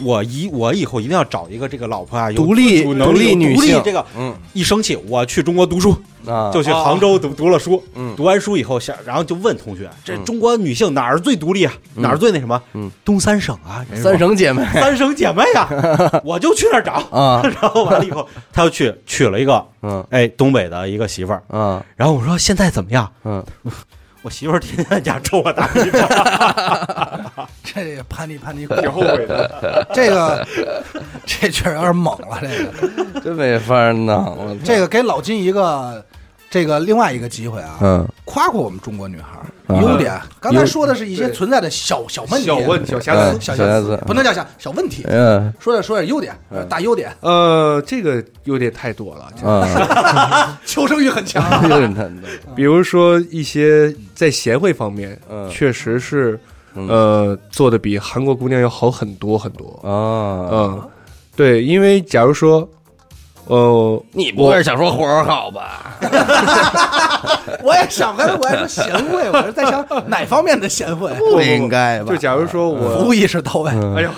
D: 我以我以后一定要找一个这个老婆啊，有
A: 独立
D: 自主能
A: 独立
D: 力有
A: 女
D: 独立
A: 性
D: 这个
A: 嗯
D: 一生气，我去中国读书，
A: 啊，
D: 就去杭州读读了书，
A: 嗯
D: 读完书以后想，然后就问同学，这
A: 嗯
D: 中国女性哪儿最独立啊，
A: 嗯
D: 哪儿最那什么？
A: 嗯，
D: 东三省啊，人家
A: 三
D: 说
A: 省姐妹
D: 三省姐妹 啊，我就去那儿找。
A: 啊，
D: 然后完了以后，他又去娶了一个
A: 嗯
D: 哎东北的一个媳妇儿，
A: 啊
D: 然后我说现在怎么样？
A: 嗯，
D: 我媳妇儿天天在家抽我大鼻子，
B: 这也叛逆叛逆鬼，
C: 挺后悔的，
B: 这个 这确实有点猛了，这个
A: 嗯真没法弄。我操
B: 这个给老金一个这个另外一个机会啊，
A: 嗯
B: 夸夸我们中国女孩儿啊优点。刚才说的是一些存在的小小问题，
C: 小问小瑕
A: 嗯
C: 疵
B: 嗯，小
A: 小瑕
B: 瑕
A: 疵
B: 疵哎不能叫小小问题。
A: 嗯
B: 说点说点优点，呃大优点，
C: 呃，这个优点太多了。
A: 嗯，
B: 求生欲很强啊。
A: 有点难弄
C: 比如说一些在贤惠方面，
A: 嗯
C: 确实是
A: 嗯
C: 呃做的比韩国姑娘要好很多很多。
A: 啊。
C: 嗯，对，因为假如说，呃，
A: 你不
C: 不
A: 会
C: 会
A: 是想说活儿好吧？
B: 我也想，刚才我还说贤惠，我是在想哪方面的贤惠，
A: 不应该吧？嗯
C: 就假如说
B: 服
C: 我，
B: 务意识到位。
C: 哎呀，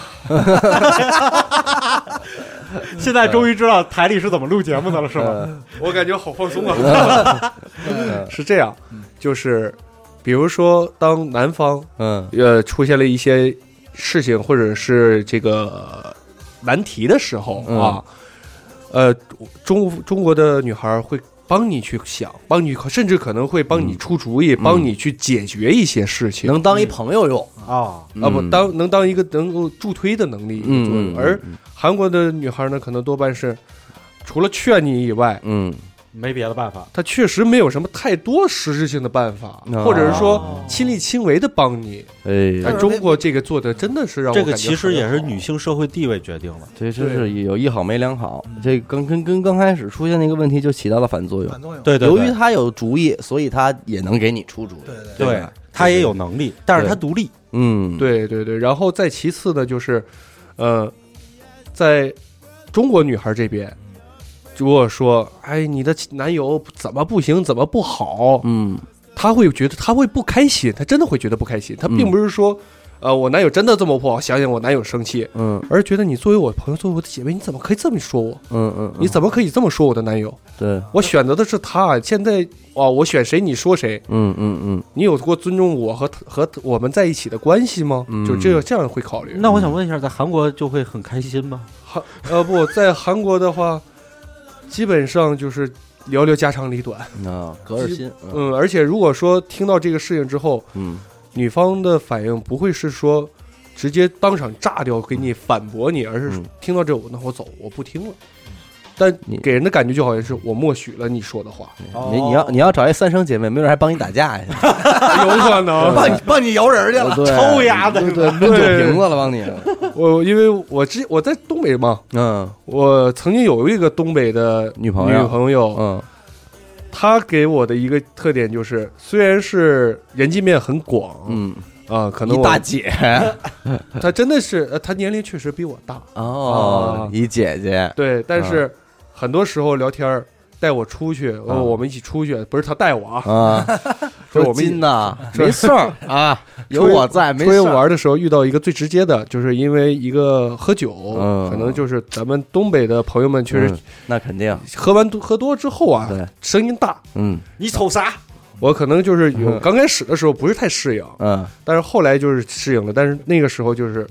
D: 现在终于知道台里是怎么录节目的了，是吗？
C: 我感觉好放松啊。
A: 嗯
C: 是这样，就是比如说，当男方
A: 嗯
C: 呃出现了一些事情或者是这个呃难题的时候
A: 嗯
C: 啊，呃，中中国的女孩会帮你去想，帮你甚至可能会帮你出主意，帮你去解决一些事情。
A: 能当一朋友用
D: 啊，
C: 啊不当能当一个能够助推的能力
A: 嗯
C: 作用
A: 嗯，
C: 而韩国的女孩呢，可能多半是除了劝你以外，
A: 嗯
D: 没别的办法。
C: 她确实没有什么太多实质性的办法，
A: 啊
C: 或者是说亲力亲为的帮你。
A: 哎
C: 哎，中国这个做的真的是让我
D: 这个
C: 感觉
D: 其实也
C: 很
D: 是
C: 好
D: 女性社会地位决定的。
A: 这真是有一好没两好，这刚跟跟刚开始出现那个问题就起到了反作用
B: 反。作用，
D: 对对，
A: 由于他有主意，所以他也能给你出主意。
B: 对对，
D: 对她也有能力，但是她独立。
A: 嗯，，
C: 对对对，然后再其次呢，就是，呃，在中国女孩这边，如果说，哎，你的男友怎么不行，怎么不好，
A: 嗯
C: 她会觉得她会不开心，她真的会觉得不开心，她并
A: 嗯
C: 不是说，呃，我男友真的这么不好，想想我男友生气，
A: 嗯
C: 而觉得你作为我朋友，作为我的姐妹，你怎么可以这么说我？
A: 嗯嗯，
C: 你怎么可以这么说我的男友？
A: 对，
C: 我选择的是他，现在哇，我选谁你说谁，
A: 嗯嗯嗯，
C: 你有过尊重我和他和我们在一起的关系吗？
A: 嗯
C: 就这个这样会考虑。
D: 那我想问一下，在韩国就会很开心吗？
C: 韩呃不在韩国的话，基本上就是聊聊家长里短。
A: 啊，隔着心，
C: 嗯，而且如果说听到这个事情之后，
A: 嗯
C: 女方的反应不会是说直接当场炸掉给你反驳你，而是
A: 嗯
C: 听到这我那我走，我不听了。但
A: 你
C: 给人的感觉就好像是我默许了你说的话，
A: 你你要你要找一三生姐妹，没准还帮你打架去，
C: 有可 能
B: 帮你帮你摇人去了，
A: 对
D: 抽丫的
A: 对对，抡酒瓶子了，帮你，
C: 我因为我之我在东北嘛，
A: 嗯
C: 我曾经有一个东北的
A: 女朋友
C: 女朋友，
A: 嗯
C: 她给我的一个特点就是，虽然是人际面很广，
A: 嗯，
C: 啊，可能
A: 一
C: 我
A: 大姐
C: 她真的是，呃她年龄确实比我大，
A: 哦
C: 啊，
A: 一姐姐，
C: 对，但是很多时候聊天儿带我出去，呃
A: 啊
C: 我们一起出去，不是她带我啊，
A: 啊，
C: 就
A: 说
C: 是我们一
A: 金呐，
C: 说
A: 没事儿啊，有我在，没
C: 出去
A: 事儿。嗯
C: 玩的时候遇到一个最直接的，就是因为一个喝酒，
A: 嗯
C: 可能就是咱们东北的朋友们确实
A: 嗯那肯定，
C: 喝完多喝多之后啊，
A: 对，
C: 声音大，
A: 嗯
D: 你瞅啥？
C: 我可能就是有
A: 嗯
C: 刚开始的时候不是太适应，
A: 嗯
C: 但是后来就是适应了。但是那个时候就是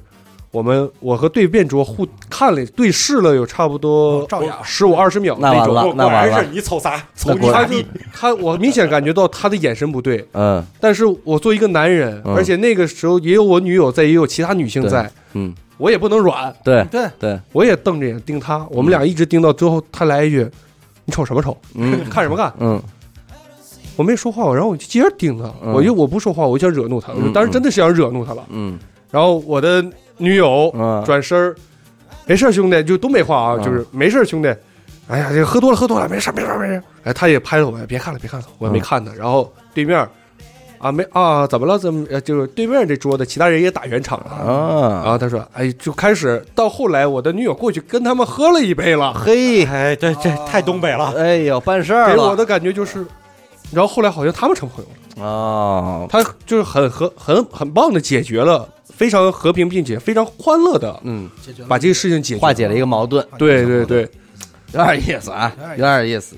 C: 我们我和对面桌互看了对视了有差不多
B: 照样
C: 十五二十秒
A: 那完
C: 种。
A: 了
D: 我
A: 那
D: 果
A: 完
D: 然
A: 了
D: 是你瞅啥？瞅
A: 那
D: 你
A: 果
D: 啥
C: 他
A: 然
C: 就
D: 地？
C: 他，我明显感觉到他的眼神不对，
A: 嗯
C: 但是我作为一个男人，
A: 嗯
C: 而且那个时候也有我女友在，也有其他女性
A: 对
C: 在，
A: 嗯，
C: 我也不能软，
A: 对
B: 对
A: 对，
C: 我也瞪着眼盯他，我们俩一直盯到最后，他来一句：“你瞅什么瞅？
A: 嗯
C: 看什么看
A: 嗯，？”
C: 我没说话，然后我就接着盯他，
A: 嗯
C: 我就我不说话，我就想惹怒他，我
A: 嗯
C: 当时真的是想惹怒他了。
A: 嗯
C: 然后我的女友
A: 嗯，
C: 转身儿，没事儿，兄弟，就东北话啊，
A: 嗯
C: 就是没事儿，兄弟。哎呀，这喝多了，喝多了，没事儿，没事儿，没事儿。哎，他也拍了我，别看了，别
A: 啊
C: 看了，我也没看他。然后对面儿啊，没啊，怎么了？怎么？呃就是对面这桌的其他人也打圆场了。然
A: 啊，
C: 后他说，哎，就开始到后来，我的女友过去跟他们喝了一杯了，
A: 嘿，
D: 哎，对，这太东北了。
A: 哎呦，办事儿
C: 给我
A: 了
C: 的感觉就是，然后后来好像他们成朋友了，
A: 啊，
C: 他就是很和很很棒的解决了，非常和平并且非常欢乐的
A: 嗯，
B: 解决了
C: 把这个事情解决
A: 化解了一个矛盾，
C: 对对对，
A: 有点意思啊，有
B: 有
A: 点意思。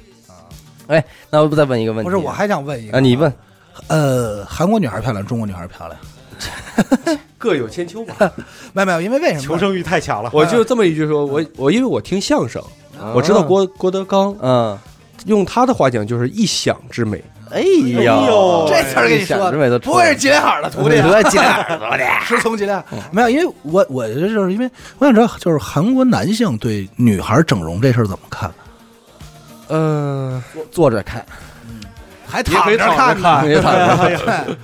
A: 哎，那我再问一个问题，
B: 不是，我还想问一
A: 啊，
B: 个，
A: 你问，
B: 呃，韩国女孩漂亮，中国女孩漂亮？
C: 各有千秋吧。
B: 没有没有，因为为什
D: 求
B: 么？
D: 生欲太强了。
C: 我就这么一句说，我我因为我听相声，啊我知道郭郭德纲
A: 嗯，
C: 用他的话讲就是一想之美，
A: 哎呦，
B: 这词儿给你
A: 想
B: 说
A: 着美都
B: 的，不会是吉林海的徒弟啊？
A: 对吉林海
B: 徒弟， 师从吉林海。没有，因为我我就是因为我想知道，就是韩国男性对女孩整容这事儿怎么看？
C: 呃
A: 坐着看，
B: 还
C: 躺着看呢
A: 别躺着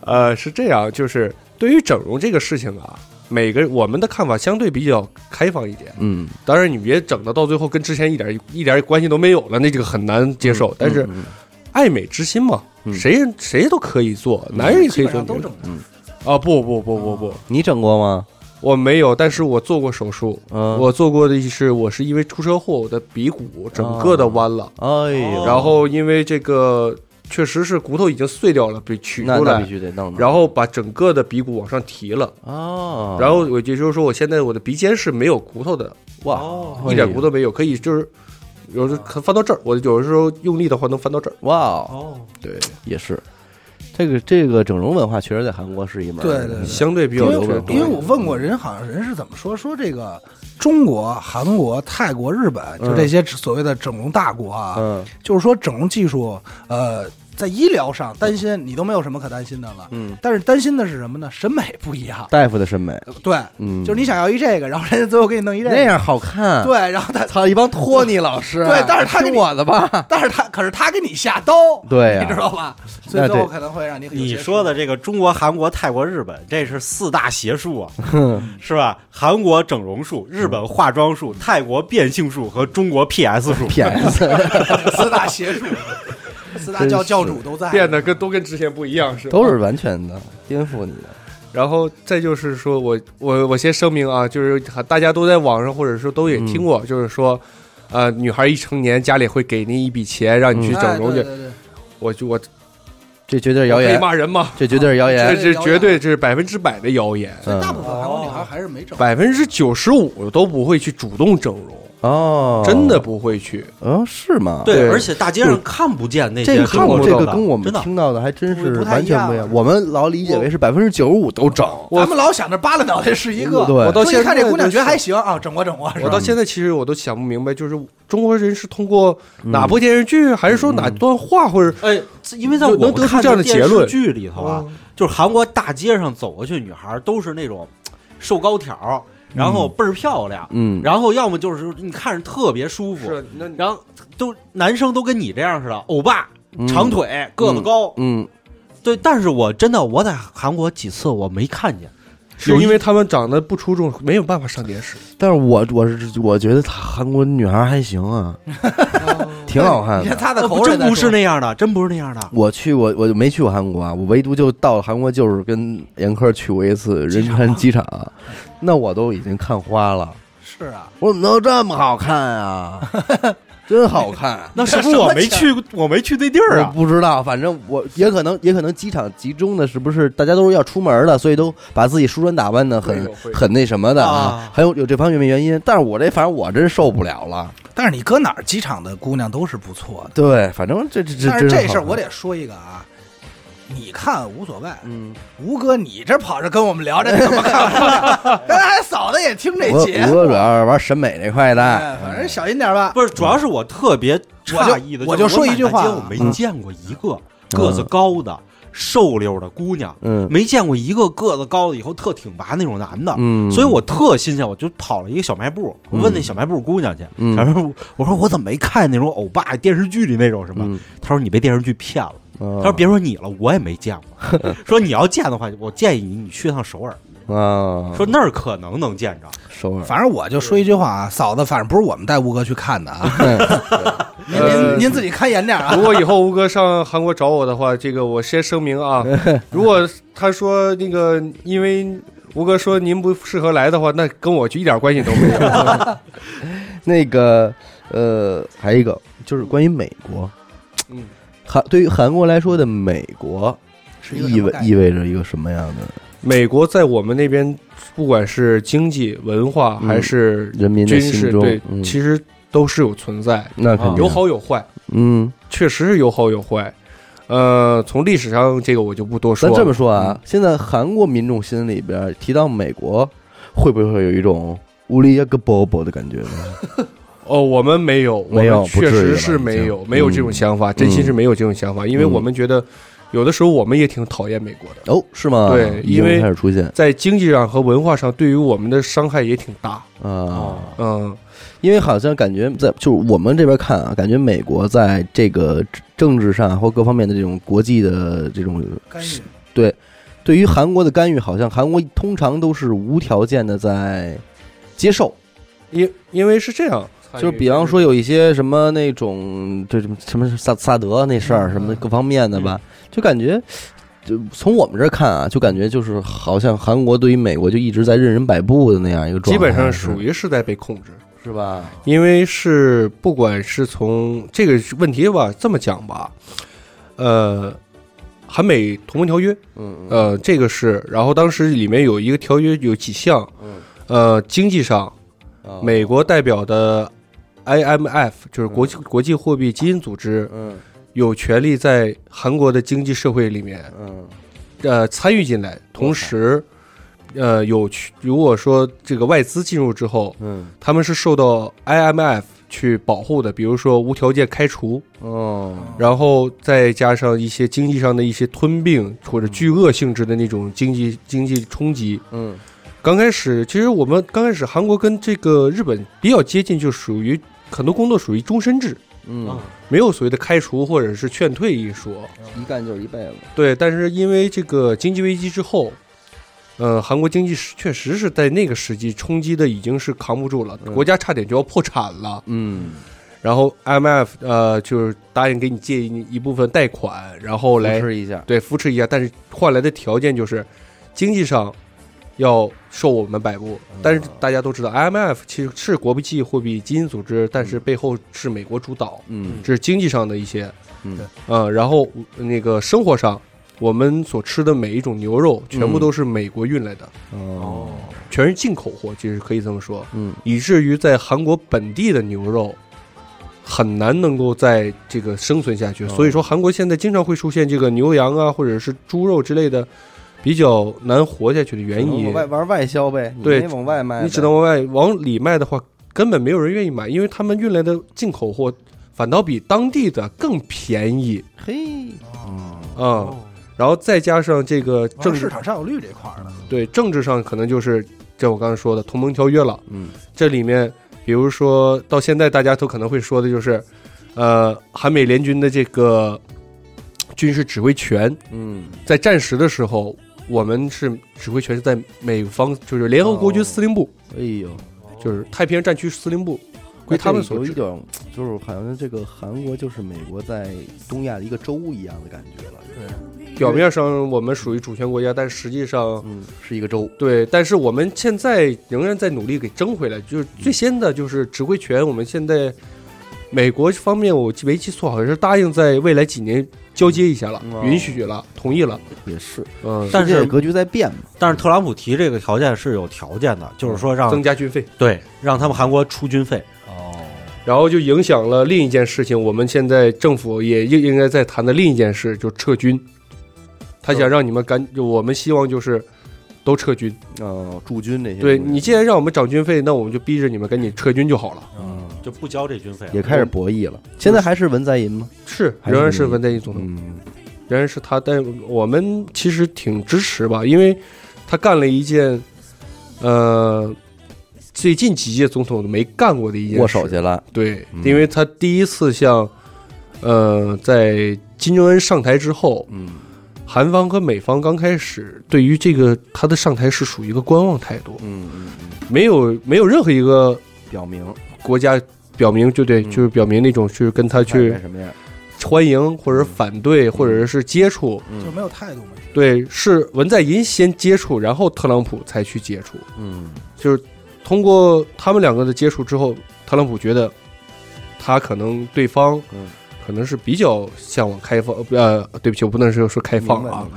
C: 呃是这样，就是对于整容这个事情啊，每个人我们的看法相对比较开放一点。
A: 嗯，
C: 当然，你别整的到最后跟之前一点一点关系都没有了，那这个很难接受。但是爱美之心嘛，谁人谁都可以做，男人也可以做，
B: 都
C: 女人
B: 整容。
C: 啊不不不不不，
A: 你整过吗？
C: 我没有，但是我做过手术。
A: 嗯
C: 我做过的是，我是因为出车祸，我的鼻骨整个的弯了，
A: 哎呦，
C: 然后因为这个确实是骨头已经碎掉了，被取
A: 那
C: 出
A: 那
C: 来
A: 必，须得弄的，嗯
C: 然后把整个的鼻骨往上提了。
A: 哦，
C: 然后我也就是说，我现在我的鼻尖是没有骨头的，
A: 哇，
C: 一点骨头没有，哦可以就是有时候可翻到这儿，我有的时候用力的话能翻到这儿。
A: 哇哦，
D: 哦，
C: 对，
A: 也是，这个这个整容文化确实在韩国是一门
B: 对对对
C: 相对比
B: 因
C: 较
B: 为
C: 流
B: 我
C: 动。
B: 因为我问过人，好像人是怎么说？说这个中国、韩国、泰国、日本，就这些所谓的整容大国啊，
A: 嗯
B: 就是说整容技术，呃，在医疗上担心你都没有什么可担心的了。
A: 嗯，
B: 但是担心的是什么呢？审美不一样。
A: 大夫的审美，
B: 对，
A: 嗯，
B: 就是你想要一这个，然后人家最后给你弄一这个。
A: 那样好看，，
B: 对，然后他，
A: 操一帮托尼老师，
B: 对但是他给
A: 听
B: 你
A: 我的吧，
B: 但是他可是他给你下刀，
A: 对呀
B: 你知道吧？所以
A: 那
B: 最后
A: 对
B: 可能会让你很有
D: 你
B: 接触
D: 说的 这个中国、韩国、泰国、日本，这是四大邪术啊，是吧？韩国整容术，日
A: 嗯
D: 本化妆术，泰国变性术和中国 PS 术。
A: ，PS，
B: 四大邪术，四大教
A: 真是
B: 教主都在
C: 变得跟都跟之前不一样是吧？
A: 都是完全的颠覆你的，
C: 然后再就是说我我我先声明啊，就是大家都在网上或者说都也听过，
A: 嗯
C: 就是说，呃，女孩一成年家里会给你一笔钱让
A: 嗯
C: 你去整容去，
B: 哎对对对
C: 我就我
A: 这绝对是
C: 我
A: 谣
C: 可以
A: 言，
C: 骂人吗？
A: 这绝对是谣言
C: 这
B: 对，
C: 是绝对这是百分之百的谣言，
B: 所以
A: 嗯
B: 大部分韩国女孩还是没整。
C: 百分之九十五都不会去主动整容，
A: 哦，
C: 真的，不会去。
A: 哦，是吗？
C: 对
D: 而且大街上看不见那
A: 这
D: 些
A: 个
D: 中
A: 看
D: 国整
A: 过，这
D: 容的
A: 个跟我们
D: 真的
A: 听到的还真是
B: 不不太
A: 完
B: 一
A: 全
B: 样
A: 不一样。
B: 了
A: 我们老理解为是百分之九十五都整，
B: 咱们老想着扒拉脑袋是一个，
A: 对我
C: 到
B: 说
C: 现
B: 一看
C: 在
B: 这姑娘
C: 就
B: 觉得
C: 是
B: 还行啊，整过整过是
A: 嗯
C: 我
B: 吧？
C: 到现在其实我都想不明白，就是中国人是通过
A: 嗯
C: 哪部电视剧，还是说哪段话，或者
D: 哎，这因为在
C: 能
D: 我
C: 能得出
D: 看
C: 这样的结
D: 电视
C: 论嗯
D: 剧里头啊，就是韩国大街上走过去，女孩儿都是那种嘖瘦高挑儿，
C: 嗯
D: 然后倍儿漂亮，
H: 嗯
D: 然后要么就是你看着特别舒服，
C: 是那
D: 然后都男生都跟你这样似的，欧巴，
C: 嗯
D: 长腿，个子高，
H: 嗯，
D: 对。但是我真的我在韩国几次我没看见，
C: 是因为他们长得不出众，没有办法上电视。
A: 但是我我是我觉得她韩国女孩还行啊，挺好看
B: 你先
A: 的。
B: 擦擦口水
D: 真
B: 再
D: 不是
B: 说。
D: 那样的，真不是那样的。
A: 我去过，我就没去过韩国啊，我唯独就到韩国，就是跟严科去过一次仁川机场，那我都已经看花了，
B: 是啊，
A: 我怎么能这么好看啊？真好看。
D: 那是不是我没去？我没去对地儿
A: 我
D: 啊？
A: 不知道，反正我也可能，也可能机场集中的是不是大家都是要出门的，所以都把自己梳妆打扮的
C: 会
A: 很
C: 有会有
A: 很那什么的
D: 啊
A: 还有有这方面的原因。但是我这反正我真受不了了。
B: 但是你搁哪儿，机场的姑娘都是不错的。
A: 对，反正这这这
B: 但是
A: 真
B: 这事儿
A: 好
B: 我得说一个啊，你看无所谓，
A: 嗯，
B: 吴哥你这跑这跟我们聊这怎么看不出来？刚才嫂子也听这
A: 我
B: 节目，
A: 我主要是玩审美这块的，
B: 哎反正小心点吧。
D: 不是，主要是我特别诧异的，
B: 我就我就说一句话
D: 就是我满大街我没见过一个个子高的、瘦溜的姑娘，
A: 嗯
D: 没见过一个个子高的以后特挺拔那种男的，
A: 嗯
D: 所以我特新鲜，我就跑了一个小卖部，我问那小卖部姑娘去，
A: 嗯
D: 小卖部我说我怎么没看那种欧巴电视剧里那种什么？
A: 嗯哦
D: 她说你被电视剧骗了。
A: 他
D: 她说别说你了，我也没见过。 说你要见的话，我建议你你去趟首尔，
A: 啊，
D: 说那儿可能能见着。
A: 首尔
B: 反正我就说一句话啊，嫂子，反正不是我们带吴哥去看的啊，您
C: 呃
B: 您您自己看严点啊
C: 如。果以后吴哥上韩国找我的话，这个我先声明 啊，如果他说那个，因为吴哥说您不适合来的话，那跟我就一点关系都没 有。
A: 那个呃，还有一个就是关于美国，
C: 嗯，
A: 韩对于韩国来说的美国
B: 是一个什
A: 意
B: 么
A: 味
B: 概念
A: 意味着一个什么样的
C: 美国在我们那边，不管是经济、文化还是
A: 人民的
C: 军
A: 心
C: 事，
A: 中？
C: 对，
A: 嗯
C: 其实都是有存在，
A: 那肯定
C: 有好有坏，
A: 嗯。
C: 确实是有好有坏。呃，从历史上这个我就不多说嗯
A: 咱
C: 了。
A: 这么说啊，现在韩国民众心里边提到美国，会不会有一种乌里亚个波波的感觉呢？
C: 哦，我们没有，我
A: 没有
C: 们
A: 不
C: 确
A: 至于
C: 实
A: 吧
C: 是没
A: 已
C: 有，
A: 经
C: 没有这种想法，真心是没有这种想法，因为
A: 嗯
C: 我们觉得有的时候我们也挺讨厌美国的，
A: 哦，是吗？
C: 对
A: 已经
C: 因为
A: 开始出现
C: 在经济上和文化上对于我们的伤害也挺大。
A: 啊，
C: 嗯，
A: 因为好像感觉在就是我们这边看啊，感觉美国在这个政治上或各方面的这种国际的这种对于韩国的干预，好像韩国通常都是无条件的在接受。
C: 因因为是这样，
A: 就是比方说有一些什么那种，这什么什么是萨萨德啊那事儿，什么各方面的吧，就感觉，就从我们这儿看啊，就感觉就是好像韩国对于美国就一直在任人摆布的那样一个状态，
C: 基本上
A: 是
C: 属于是在被控制，
A: 是吧？
C: 因为是不管是从这个问题吧，这么讲吧，呃，韩美同盟条约，
A: 嗯
C: 呃，这个是，然后当时里面有一个条约有几项，呃，经济上。
A: 嗯，
C: 美国代表的 IMF 就是国际、国际货币基金组织，
A: 嗯
C: 有权利在韩国的经济社会里面
A: 嗯
C: 呃参与进来，同时。呃，有去如果说这个外资进入之后，
A: 嗯
C: 他们是受到 IMF 去保护的，比如说无条件开除，
A: 哦
C: 然后再加上一些经济上的一些吞并或者巨鳄性质的那种经济经济冲击，
A: 嗯
C: 刚开始，其实我们刚开始韩国跟这个日本比较接近，就属于很多工作属于终身制，
A: 嗯，
C: 没有所谓的开除或者是劝退一说。
A: 一干就是一辈子，
C: 对，但是因为这个经济危机之后，呃，韩国经济是确实是在那个时期冲击的已经是扛不住了，
A: 嗯
C: 国家差点就要破产了。
A: 嗯
C: 然后 IMF 呃就是答应给你借一一部分贷款，然后来
A: 吃一下，
C: 对扶持一下，但是换来的条件就是经济上要受我们摆布。
A: 嗯
C: 但是大家都知道，IMF 其实是国际货币基金组织，但是背后是美国主导，
A: 嗯
C: 这是经济上的一些，
A: 嗯
C: 呃，然后那个生活上，我们所吃的每一种牛肉全
A: 嗯
C: 部都是美国运来的，
A: 哦
C: 全是进口货，其实可以这么说，
A: 嗯
C: 以至于在韩国本地的牛肉。很难能够在这个生存下去，
A: 哦
C: 所以说韩国现在经常会出现这个牛羊啊，或者是猪肉之类的比较难活下去的原因。
A: 外玩外销呗，哎你
C: 对
A: 没往外卖呗，
C: 你只能往外往里卖的话，根本没有人愿意买，因为他们运来的进口货反倒比当地的更便宜。
A: 嘿，
C: 嗯，然后再加上这个
B: 正
C: 政
B: 市
C: 治
A: 哦
B: 场占有率这块儿的，
C: 对政治上可能就是这我刚才说的同盟条约了。
A: 嗯，
C: 这里面比如说到现在大家都可能会说的就是，呃，韩美联军的这个军事指挥权，
A: 嗯
C: 在战时的时候，我们是指挥权是在美方，就是联合国军司令部，
A: 哎呦，
C: 就是太平洋战区司令部，归他们所
A: 啊有一
C: 指。
A: 点，就是好像这个韩国就是美国在东亚的一个州一样的感觉了，
C: 表面上我们属于主权国家，但实际上
A: 嗯，是一个州，
C: 对，但是我们现在仍然在努力给争回来。就是最先的就是指挥权，我们现在美国方面，我记没记错，好像是答应在未来几年交接一下了，
A: 嗯
C: 允许了，同意了。
A: 也是，
C: 嗯，
D: 但
A: 世界
D: 是
A: 格局在变嘛，
D: 但是特朗普提这个条件是有条件的，就是说让
C: 增加军费，
D: 对让他们韩国出军费，
A: 哦
C: 然后就影响了另一件事情。我们现在政府也应应该在谈的另一件事，就撤军。他想让你们赶，就我们希望就是都撤军。
A: 嗯，驻军那些东
C: 对
A: 西，
C: 你既然让我们涨军费，那我们就逼着你们赶紧撤军就好了。
A: 嗯
D: 就不交这军费了。
A: 也开始博弈了，嗯现在还是文在寅吗？
C: 是，
A: 还是
C: 仍然是文在寅总统。
A: 嗯，
C: 仍然是他，但我们其实挺支持吧，因为他干了一件，呃，最近几届总统都没干过的一件事
A: 握手去了，
C: 对，
A: 嗯
C: 因为他第一次像，呃，在金正恩上台之后，
A: 嗯
C: 韩方和美方刚开始对于这个他的上台是属于一个观望态度，
A: 嗯嗯嗯，
C: 没有没有任何一个
A: 表明
C: 国家表明就对，
A: 嗯
C: 就是表明那种就是跟他
A: 大
C: 去
A: 概什么样，
C: 欢迎或者
A: 嗯
C: 反对或者是接触，
B: 就没有态度嘛。
C: 对，是文在寅先接触，然后特朗普才去接触，
A: 嗯
C: 就是通过他们两个的接触之后，特朗普觉得他可能对方
A: 嗯
C: 可能是比较向往开放，呃，对不起，我不能说说开放啊，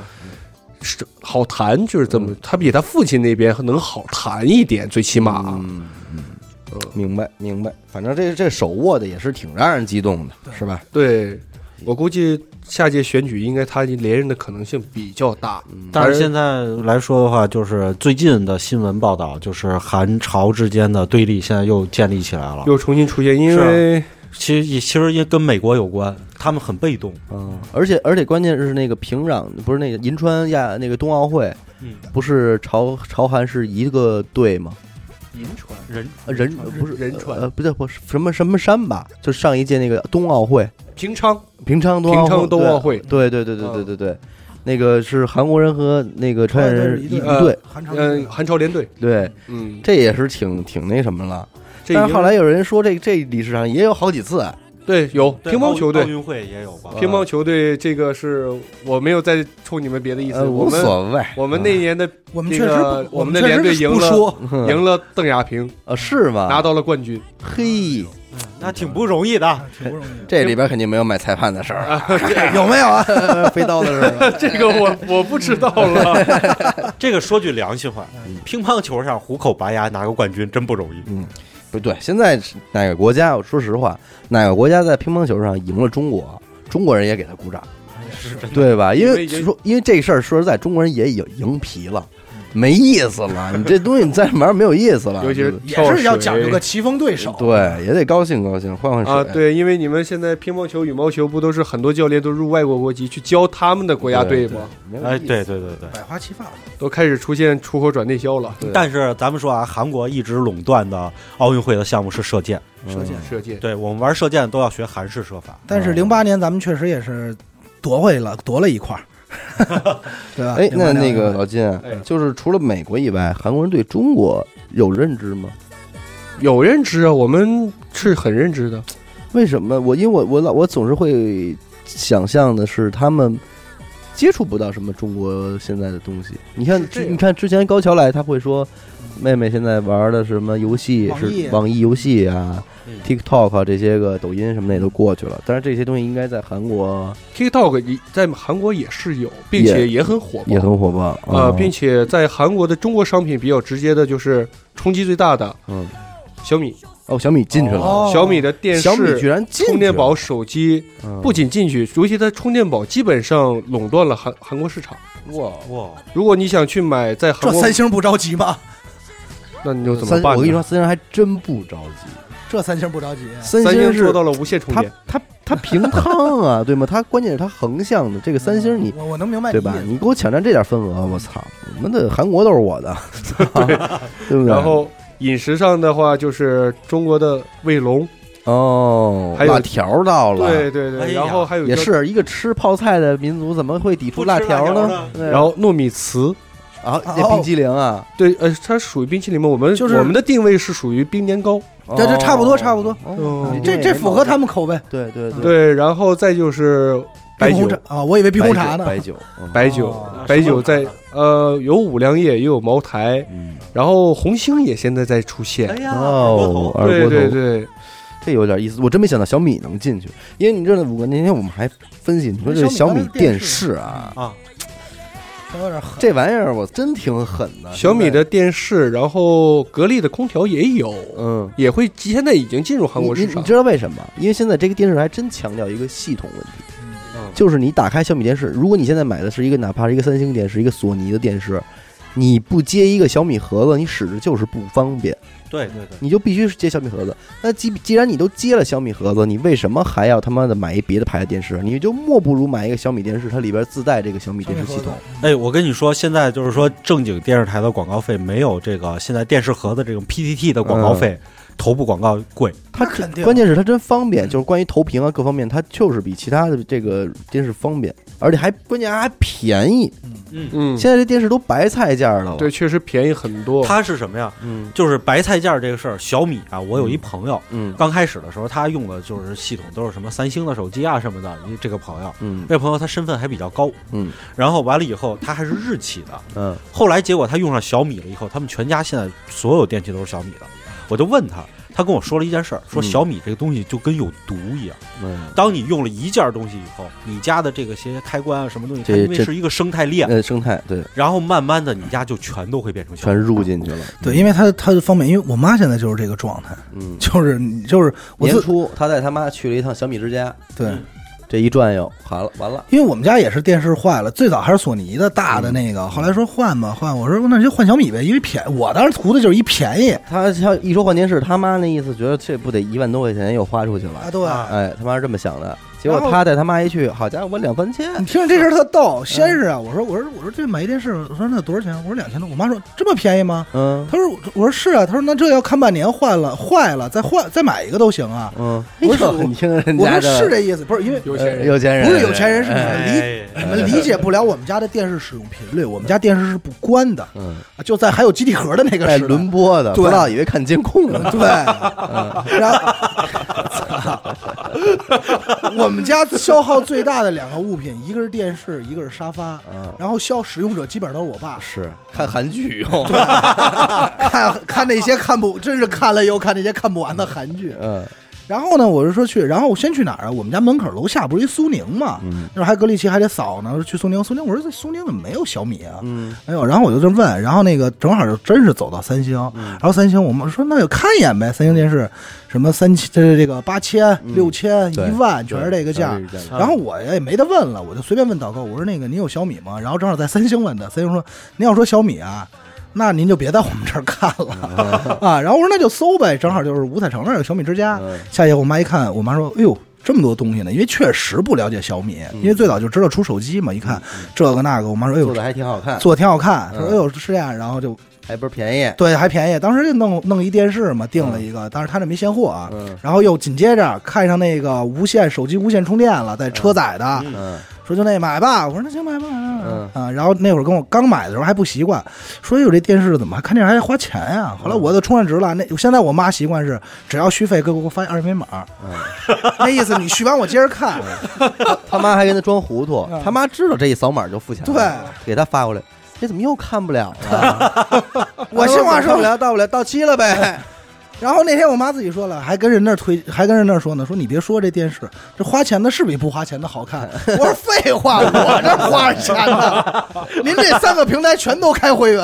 C: 是好谈，就是这么，他比他父亲那边能好谈一点，最起码啊，
A: 嗯嗯，明白明白，反正这这手握的也是挺让人激动的，是吧？
C: 对我估计下届选举应该他连任的可能性比较大，
D: 但是
C: 而
D: 现在来说的话，就是最近的新闻报道，就是韩朝之间的对立现在又建立起来了。
C: 又重新出现，因
D: 是啊
C: 为。
D: 其实也其实也跟美国有关，他们很被动。
A: 嗯，而且而且关键是那个平壤不是那个银川亚那个冬奥会，
D: 嗯，
A: 不是朝朝韩是一个队吗？
D: 人
A: 呃人不是
C: 仁川
A: 呃不对不是什么什么山吧？就上一届那个冬奥会，
C: 平昌，
A: 平昌冬
C: 平
A: 奥会
C: 昌冬奥会，
A: 对对对对对对对，那个是韩国人和那个朝鲜人一
B: 一
C: 呃
A: 队，
B: 韩长
C: 嗯，韩朝联队，
A: 对，
C: 嗯，
A: 这也是挺挺那什么了。
C: 这
A: 但
C: 已
A: 是
C: 经
A: 后来有人说这这历史上也有好几次，
C: 对有乒乓球
D: 奥
C: 队，
D: 运会也有吧？
C: 乒乓球队这个是我没有再冲你们别的意思，
A: 呃
C: 我
A: 无
C: 们
A: 所谓，
C: 我们那年的
B: 我们
C: 这
B: 确实
C: 个
B: 不，
C: 我们的
B: 确实
C: 连队
B: 是
C: 赢
B: 不
C: 了
B: 说，
C: 赢了邓亚萍，
A: 呃是吗？
C: 拿到嗯了冠军，
A: 嘿，
D: 那挺不容易的。
B: 挺不容易的。
A: 这里边肯定没有买裁判的事儿啊，有没有啊？ 飞刀的事儿啊，
C: 这个我我不知道了，
D: 这个说句良心话，嗯乒乓球上虎口拔牙拿个冠军真不容易。
A: 不对，现在是哪个国家？我说实话，哪个国家在乒乓球上赢了中国，中国人也给他鼓掌，对吧？因
C: 我
A: 为
C: 已经
A: 说，因为这事儿说实在，中国人也赢赢皮了，没意思了。 你这东西你再玩没有意思了，
C: 尤其是跳
B: 也是要
C: 水
B: 讲究个棋逢对手。
A: 对，也得高兴高兴，换换水。
C: 啊，对，因为你们现在乒乓球、羽毛球不都是很多教练都入外国国籍去教他们的国家队吗？
A: 没有意思
D: 哎，对对对对。
B: 百花齐放嘛，
C: 都开始出现出口转内销了，
A: 对
D: 但是咱们说啊，韩国一直垄断的奥运会的项目是射箭，
A: 嗯
B: 射箭。
C: 射箭，
D: 对我们玩射箭都要学韩式射法。
B: 但是零八年咱们确实也是夺回了，夺了一 块儿，对吧？
A: 哎，那
B: 08年
A: 那个老金啊
C: 哎，
A: 就是除了美国以外，韩国人对中国有认知吗？
C: 有认知啊，我们是很认知的，
A: 为什么？我因为我我老我总是会想象的是他们接触不到什么中国现在的东西。你看
C: 是这，样嗯
A: 你看之前高桥来他会说，妹妹现在玩的什么游戏
B: 网易
A: 是网易游戏啊、TikTok
C: 嗯
A: 啊这些个抖音什么的也都过去了，但是这些东西应该在韩国
C: TikTok 也在韩国也是有，并
A: 也
C: 且也很火爆，
A: 也很火爆
C: 呃，
A: 嗯
C: 并且在韩国的中国商品比较直接的就是冲击最大的，
A: 嗯，
C: 小米，
A: 哦，小米进去了，
B: 哦
C: 小米的电视、
A: 小米居然进去了
C: 充电宝、手机
A: 嗯
C: 不仅进去，尤其它充电宝基本上垄断了韩韩国市场。
A: 哇，
D: 哇，
C: 如果你想去买在韩
B: 这
C: 国，
B: 三星不着急吗？
C: 那你就怎么
A: 三，
C: 办呢？
A: 我跟你说，三星还真不着急，
B: 这三星不着急，
A: 三
C: 三
A: 星
C: 星
A: 是
C: 做到了无线充
A: 它
C: 电，
A: 它它 平趟啊，对吗？它关键是它横向的，这个三星你
B: 我我能明白
A: 对
B: 你
A: 吧
B: 意？思
A: 你给我抢占这点份额，我操！妈的，韩国都是我的， 对不对？
C: 然后饮食上的话，就是中国的卫龙，
A: 哦，
C: 还有
A: 辣条到了，
C: 对对
D: 哎
C: 对，
D: 呀
C: 然后还有一
A: 也
C: 个，
A: 是一个吃泡菜的民族，怎么会抵触辣条
D: 不吃辣
A: 呢
D: 条？
A: 对
C: 然后糯米糍，
A: 啊，那冰激凌啊，
C: 对，呃，它属于冰淇淋吗？我们
B: 就是
C: 我们的定位是属于冰年糕，
B: 哦这这差不多差不多，
A: 哦
C: 嗯
B: 这这符合他，们口味。
A: 对对对，
C: 对，然后再就是白
B: 冰红
C: 酒，
B: 茶啊，我以为冰红茶呢。
A: 白酒，嗯
C: 白酒，
B: 哦
C: 白酒在呃有五粮液，也有茅台，
A: 嗯，
C: 然后红星也现在在出
D: 哎
C: 现。
D: 呀，
A: 哦，二锅
C: 对
A: 头，
C: 对对，
A: 这有点意思，我真没想到小米能进去，因为你知道，五个那天我们还分析，你说这小
B: 小米
A: 米
B: 当时
A: 电
B: 电
A: 视
B: 视
A: 啊，
D: 啊，
B: 有点狠。
A: 这玩意儿我真挺狠的，
C: 小米
A: 现在，
C: 的电视，然后格力的空调也有，
A: 嗯。
C: 也会现在已经进入韩国
A: 你
C: 市
A: 你你
C: 场
A: 知。道为什么？因为现在这个电视台真强调一个系统问题，
C: 嗯
A: 就是你打开小米电视，如果你现在买的是一个哪怕是一个三星电视、一个索尼的电视，你不接一个小米盒子，你使着就是不方便，
D: 对对对，
A: 你就必须是接小米盒子。那既既然你都接了小米盒子，你为什么还要他妈的买一别的牌的电视？你就莫不如买一个小米电视，它里边自带这个小米电视系统。
D: 哎，我跟你说，现在就是说正经电视台的广告费没有这个现在电视盒子这种 PTT 的广告
A: 嗯
D: 费、头部广告贵，
A: 它
B: 那肯定啊嗯
A: 关键是它真方便，就是关于投屏啊各方面，它就是比其他的这个电视方便，而且还关键还便宜。
C: 嗯，
A: 现在这电视都白菜价了，
C: 对，，确实便宜很多。
D: 它是什么呀？
A: 嗯
D: 就是白菜价这个事儿，小米啊，我有一朋友，
A: 嗯
D: 刚开始的时候他用的就是系统都是什么三星的手机啊什么的，这个朋友。
A: 嗯
D: 这个朋友他身份还比较高，
A: 嗯，
D: 然后完了以后他还是日企的，
A: 嗯
D: 后来结果他用上小米了以后，他们全家现在所有电器都是小米的。我就问他，他跟我说了一件事儿，说
A: 嗯
D: 小米这个东西就跟有毒一样。
A: 嗯，
D: 当你用了一件东西以后，你家的这个些开关啊什么东西，它
A: 这
D: 因为
A: 这
D: 是一个生态链，
A: 呃，生态对，
D: 然后慢慢的你家就全都会变成小
A: 全
D: 米。
A: 入进去了。
B: 对，因为它它就方便，因为我妈现在就是这个状态，
A: 嗯，
B: 就是你就是我
A: 年
B: 自
A: 初嗯他带他妈去了一趟小米之家，
B: 对，
A: 这一转悠，完了完了，
B: 因为我们家也是电视坏了，最早还是索尼的大的
A: 嗯
B: 那个，后来说换吧换，我说那就换小米呗，因为便宜，我当时图的就是一便宜
A: 他他一说换电视，他妈那意思觉得这不得一万多块钱又花出去了，
B: 对
A: 哎，他妈是这么想的。结果
B: 啊然后
A: 他带他妈一去，好家伙，我两三千，
B: 啊你听着这事儿特逗，先是
A: 嗯
B: 啊，我说我说我说这买一电视，我说那多少钱？我说两千多。我妈说这么便宜吗？
A: 嗯
B: 她说我说是啊，她说那这要看半年换了坏了再换再买一个都行啊。
A: 嗯，
B: 哎呦
A: 不是你听人
B: 我
A: 家
B: 说
A: 的，
B: 是这意思，不是因为
C: 有
A: 呃
C: 钱人
A: 有钱人，
B: 不是有钱人是你
A: 哎
B: 们理你们理解不了我们家的电视使用频率，我们家电视是不关的，
A: 嗯，
B: 啊就在还有机体盒的那个
A: 带
B: 时代。
A: 哎轮播的，不
B: 对啊
A: 知道以为看监控 呢。
B: 对，然后我们家消耗最大的两个物品，一个是电视，一个是沙发
A: 嗯，，
B: 然后消使用者基本上都是我爸
A: 是啊看韩剧用，
B: 看看那些看不，真是看了又看那些看不完的韩剧。
A: 嗯
B: 然后呢，我就说去，然后我先去哪儿啊？我们家门口楼下不是一苏宁嘛，
A: 嗯
B: 那时候还隔离期还得扫呢，去苏宁。苏宁，我说这苏宁怎么没有小米啊？
A: 嗯
B: 没有，然后我就这么问，然后那个正好就真是走到三星，
A: 嗯
B: 然后三星我们说那就看一眼呗，三星电视什么三千，这是这个八千、六千、
A: 嗯对
B: 一万，全是这个价。
A: 全是这个价
B: 然后我也没得问了，我就随便问导购，我说那个您有小米吗？然后正好在三星问的，三星说您要说小米啊。那您就别在我们这儿看了 啊！然后我说那就搜呗，正好就是五彩城那儿有小米之家。下去我妈一看，我妈说：“哎呦，这么多东西呢！”因为确实不了解小米，因为最早就知道出手机嘛，一看这个那个，我妈说：“哎呦
A: 做，的还挺好看，
B: 做的挺好看。
A: 嗯
B: 说哎呦是这样，然后就
A: 还倍儿便宜。
B: 对还便宜，当时就弄弄一电视嘛，订了一个，但是他这没现货啊。然后又紧接着看上那个无线手机无线充电了，在车载的，
A: 嗯
B: 说就那买吧。我说那行买吧，买吧
A: 嗯
B: 啊。然后那会儿跟我刚买的时候还不习惯，说哎呦这电视怎么还看电视还得花钱呀、后来我就充上值了，那现在我妈习惯是只要续费给我给我发一二维码， 那意思你续完我接着看。
A: 他妈还跟他装糊涂，
B: 嗯
A: 他妈知道这一扫码就付钱了，对，给他发过来。这怎么又看不了了？
B: 我心话
A: 看
B: 说
A: 不了，到不了，到期了 呗。
B: 然后那天我妈自己说了，还跟人那儿推，还跟人那儿说呢，说你别说这电视，这花钱的是比不花钱的好看。我说废话，我这花着钱呢，您这三个平台全都开会员，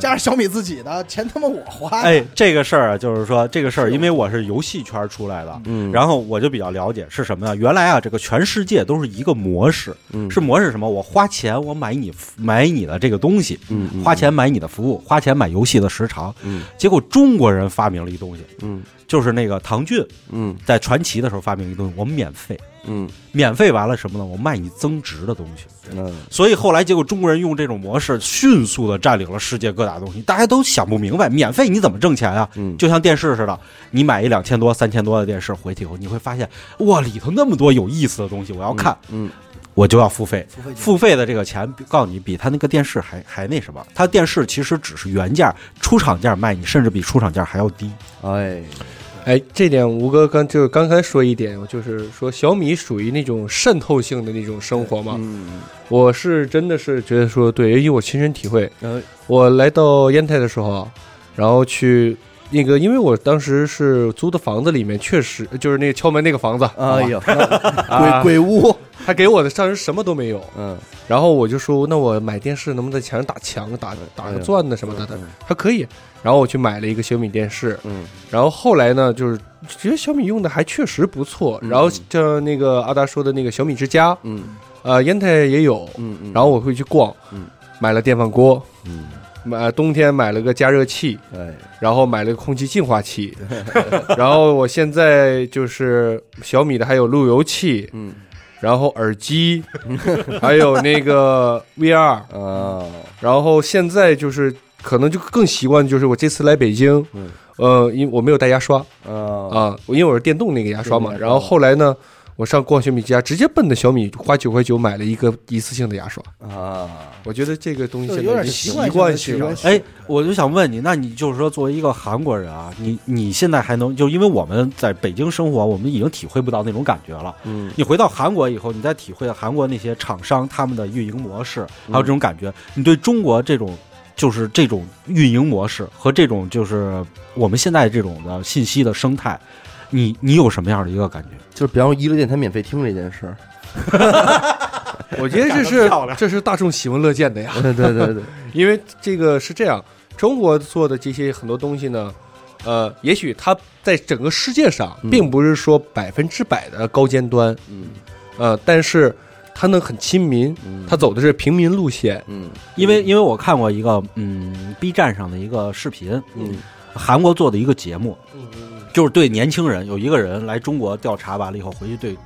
B: 加上小米自己的钱，他妈我花的。
D: 哎，这个事儿啊，就是说这个事儿，因为我是游戏圈出来的，
A: 嗯
D: 然后我就比较了解是什么呀？原来啊，这个全世界都是一个模式，
A: 嗯
D: 是模式什么？我花钱我买你买你的这个东西，
A: 嗯嗯
D: 花钱买你的服务，花钱买游戏的时长。
A: 嗯
D: 结果中国人发明了一东西，
A: 嗯，
D: 就是那个唐骏
A: 嗯
D: 在传奇的时候发明一东西，我们免费，
A: 嗯
D: 免费完了什么呢？我卖你增值的东西。
A: 嗯，
D: 所以后来结果中国人用这种模式迅速的占领了世界各大东西，大家都想不明白，免费你怎么挣钱啊？
A: 嗯
D: 就像电视似的，你买一两千多、三千多的电视回去以后，你会发现哇，里头那么多有意思的东西，我要看，
A: 嗯
D: 我就要付费。
B: 付费节目
D: 付费的这个钱，告诉你比他那个电视还还那什么，他电视其实只是原价，出厂价卖你，甚至比出厂价还要低。
A: 哎，
C: 哎，这点吴哥刚就是刚才说一点，就是说小米属于那种渗透性的那种生活嘛。
A: 嗯
C: 我是真的是觉得说对，因为我亲身体会。
A: 呃
C: 我来到烟台的时候，啊然后去那个，因为我当时是租的房子里面，确实就是那个敲门那个房子，
A: 哎呦，
C: 啊
A: 鬼鬼屋，
C: 他给我的当时什么都没有。
A: 嗯
C: 然后我就说，那我买电视能不能在墙上打墙、
A: 哎
C: 打打个钻的什么的？他他可以。然后我去买了一个小米电视，
A: 嗯
C: 然后后来呢，就是觉得小米用的还确实不错。然后像那个阿达说的那个小米之家，
A: 嗯
C: 呃，烟台也有。
A: 嗯嗯，
C: 然后我会去逛，
A: 嗯
C: 买了电饭锅，
A: 嗯，
C: 买冬天买了个加热器，
A: 哎，
C: 然后买了个空气净 化器，然后我现在就是小米的还有路由器，
A: 嗯
C: 然后耳机，还有那个
A: 嗯
C: VR，
A: 啊，
C: 然后现在就是可能就更习惯，就是我这次来北京，
A: 嗯
C: 呃，因为我没有带牙刷
A: 啊
C: 啊，因为我是电动那个牙刷嘛，
A: 电动牙刷
C: 然后后来呢。我上逛小米家，直接奔着小米花九块九买了一个一次性的牙刷。
A: 啊，
C: 我觉得这个东西
B: 就
C: 现在
B: 有点
C: 已经习
B: 习惯性的
C: 惯性了
B: 习惯。性
D: 哎，我就想问你，那你就是说，作为一个韩国人啊，你你现在还能就因为我们在北京生活，我们已经体会不到那种感觉了。
A: 嗯，
D: 你回到韩国以后，你再体会韩国那些厂商他们的运营模式，还有这种感觉，你对中国这种就是这种运营模式和这种就是我们现在这种的信息的生态，你你有什么样的一个感觉？
A: 就是比方说娱乐电台免费听这件事儿，
C: 我觉得这是这是大众喜闻乐见的呀，
A: 对对对对，
C: 因为这个是这样，中国做的这些很多东西呢，呃，也许它在整个世界上
A: 嗯
C: 并不是说百分之百的高尖端，
A: 嗯
C: 呃，但是它能很亲民，
A: 嗯，
C: 它走的是平民路线，
A: 嗯
D: 因为因为我看过一个嗯 B 站上的一个视频，
A: 嗯
D: 韩国做的一个节目，就是对年轻人有一个人来中国调查完了以后，回去对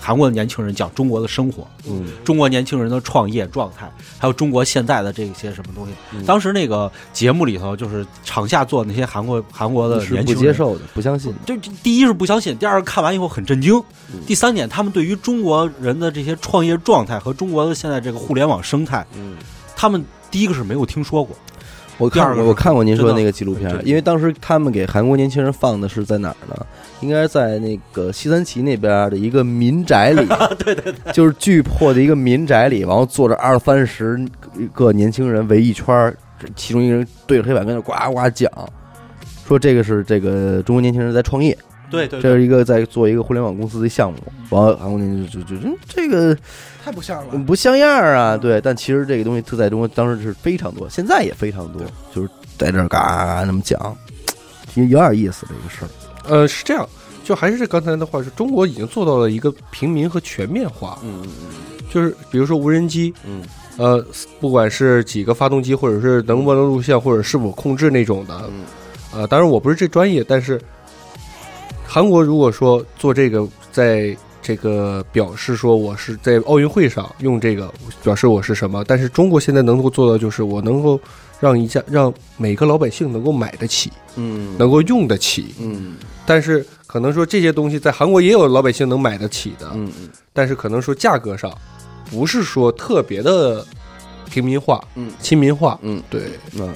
D: 韩国的年轻人讲中国的生活，
A: 嗯
D: 中国年轻人的创业状态，还有中国现在的这些什么东西。
A: 嗯
D: 当时那个节目里头，就是场下坐的那些韩国韩国的
A: 你是
D: 年
A: 不
D: 轻
A: 接
D: 人。
A: 受的，不相信的，
D: 就第一是不相信，第二是看完以后很震惊，第三点，他们对于中国人的这些创业状态和中国的现在这个互联网生态，
A: 嗯。
D: 他们第一个是没有听说过，
A: 我
D: 第二个
A: 看过，
D: 是
A: 我看过您说的那个纪录
D: 真的
A: 片，因为当时他们给韩国年轻人放的是在哪儿呢？应该是在那个西三旗那边的一个民宅里， 对对对，就是巨破的一个民宅里，然后坐着二三十个年轻人围一圈儿，其中一个人对着黑板跟那呱呱讲，说这个是这个中国年轻人在创业，
D: 对对
A: 这是一个在做一个互联网公司的项目，然后韩国年轻人就就就这个
B: 太不像
A: 嗯
B: 了。
A: 不像样儿啊，对，但其实这个东西它在中国当时是非常多，现在也非常多，就是在这儿嘎啊那么讲，其实有点意思这个事儿。
C: 呃，是这样，就还是刚才的话，是中国已经做到了一个平民和全面化，
A: 嗯
C: 就是比如说无人机，
A: 嗯
C: 呃，不管是几个发动机，或者是能不能录像，或者是否控制那种的，
A: 嗯
C: 呃，当然我不是这专业，但是韩国如果说做这个，在这个表示说我是在奥运会上用这个表示我是什么，但是中国现在能够做到就是我能够让一家让每个老百姓能够买得起，
A: 嗯
C: 能够用得起，
A: 嗯
C: 但是可能说这些东西在韩国也有老百姓能买得起的，
A: 嗯
C: 但是可能说价格上不是说特别的平民化，
A: 嗯
C: 亲民化，
A: 嗯，
C: 对。
A: 嗯，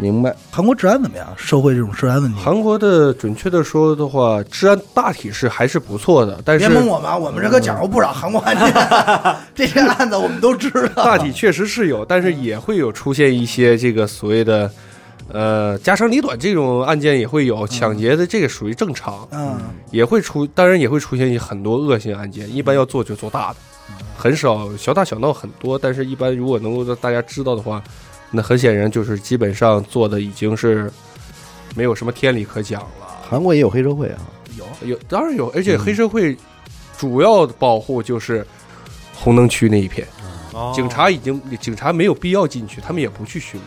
A: 明白。
B: 韩国治安怎么样？社会这种治安问题，
C: 韩国的准确的说的话，治安大体是还是不错的，但
B: 别
C: 是
B: 蒙我们啊，我们这可讲过不少韩国案件， 这些案子我们都知道。
C: 大体确实是有，但是也会有出现一些这个所谓的。呃，家长里短这种案件也会有，
A: 嗯
C: 抢劫的这个属于正常，
B: 嗯，
C: 也会出，当然也会出现很多恶性案件，一
B: 嗯
C: 般要做就做大的，很少小打小闹很多，但是一般如果能够让大家知道的话，那很显然就是基本上做的已经是没有什么天理可讲了。
A: 韩国也有黑社会啊，
B: 有
C: 有当然有，而且黑社会主要的保护就是红
D: 哦
B: 哦
C: 灯区那一片，警察已经警察没有必要进去，他们也不去巡逻。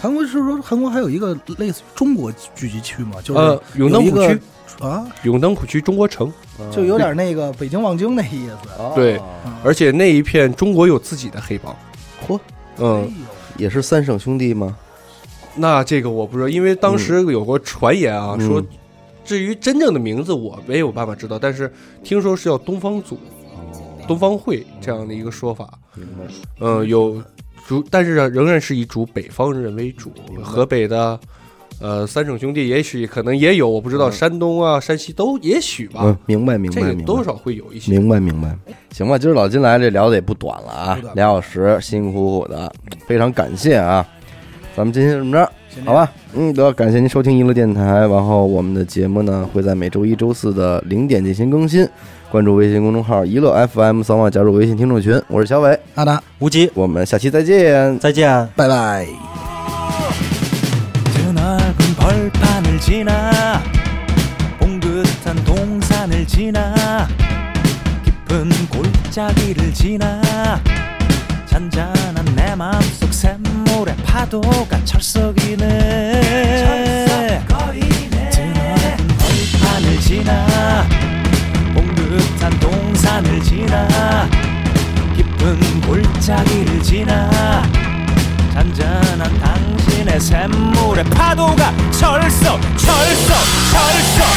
B: 韩国是说韩国还有一个类似于中国聚集区嘛，就是
C: 呃永
B: 有
C: 登
B: 一
C: 虎
B: 个
C: 区，
B: 啊，
C: 永登虎区中国城，
B: 就有点那个北京望京那意思。
A: 嗯
C: 对
B: 啊
C: 而且那一片中国有自己的黑帮。
A: 嚯，
C: 嗯，
A: 也是三省兄弟吗？
C: 那这个我不知道，因为当时有过传言啊，
A: 嗯
C: 说至于真正的名字我没有办法知道，但是听说是叫东方组、
A: 哦
C: 东方会这样的一个说法。嗯，有主，但是仍然是以主北方人为主，河北的。呃，三省兄弟也许可能也有，我不知道，山东啊、山西都也许吧，
A: 嗯，明白明
C: 哎这
A: 白
C: 个
A: 明白
C: 多。少会有一些。
A: 明白明白，行吧，今儿老金来这聊的也不短了啊
B: 不，短
A: 俩小时辛辛苦苦的，非常感谢啊，咱们今天就这么着。
B: 先这
A: 好
B: 样，
A: 吧，嗯，得感谢您收听娱乐电台。然后我们的节目呢会在每周一、周四的零点进行更新。关注微信公众号“娱乐 FM”，扫码加入微信听众群。我是小伟，
B: 阿达，
D: 无极，
A: 我们下期再见。
D: 再见。
B: 拜拜。
I: 그 드넓은 벌판을 지나 봉긋한 동산을 지나 깊은 골짜기를 지나 잔잔한 내 맘속 샘물의 파도가 철썩이네 그 드넓은 벌판을 지나 봉긋한 동산을 지나 깊은 골짜기를 지나 잔잔한 당신의 샘물에 파도가 철썩 철썩 철썩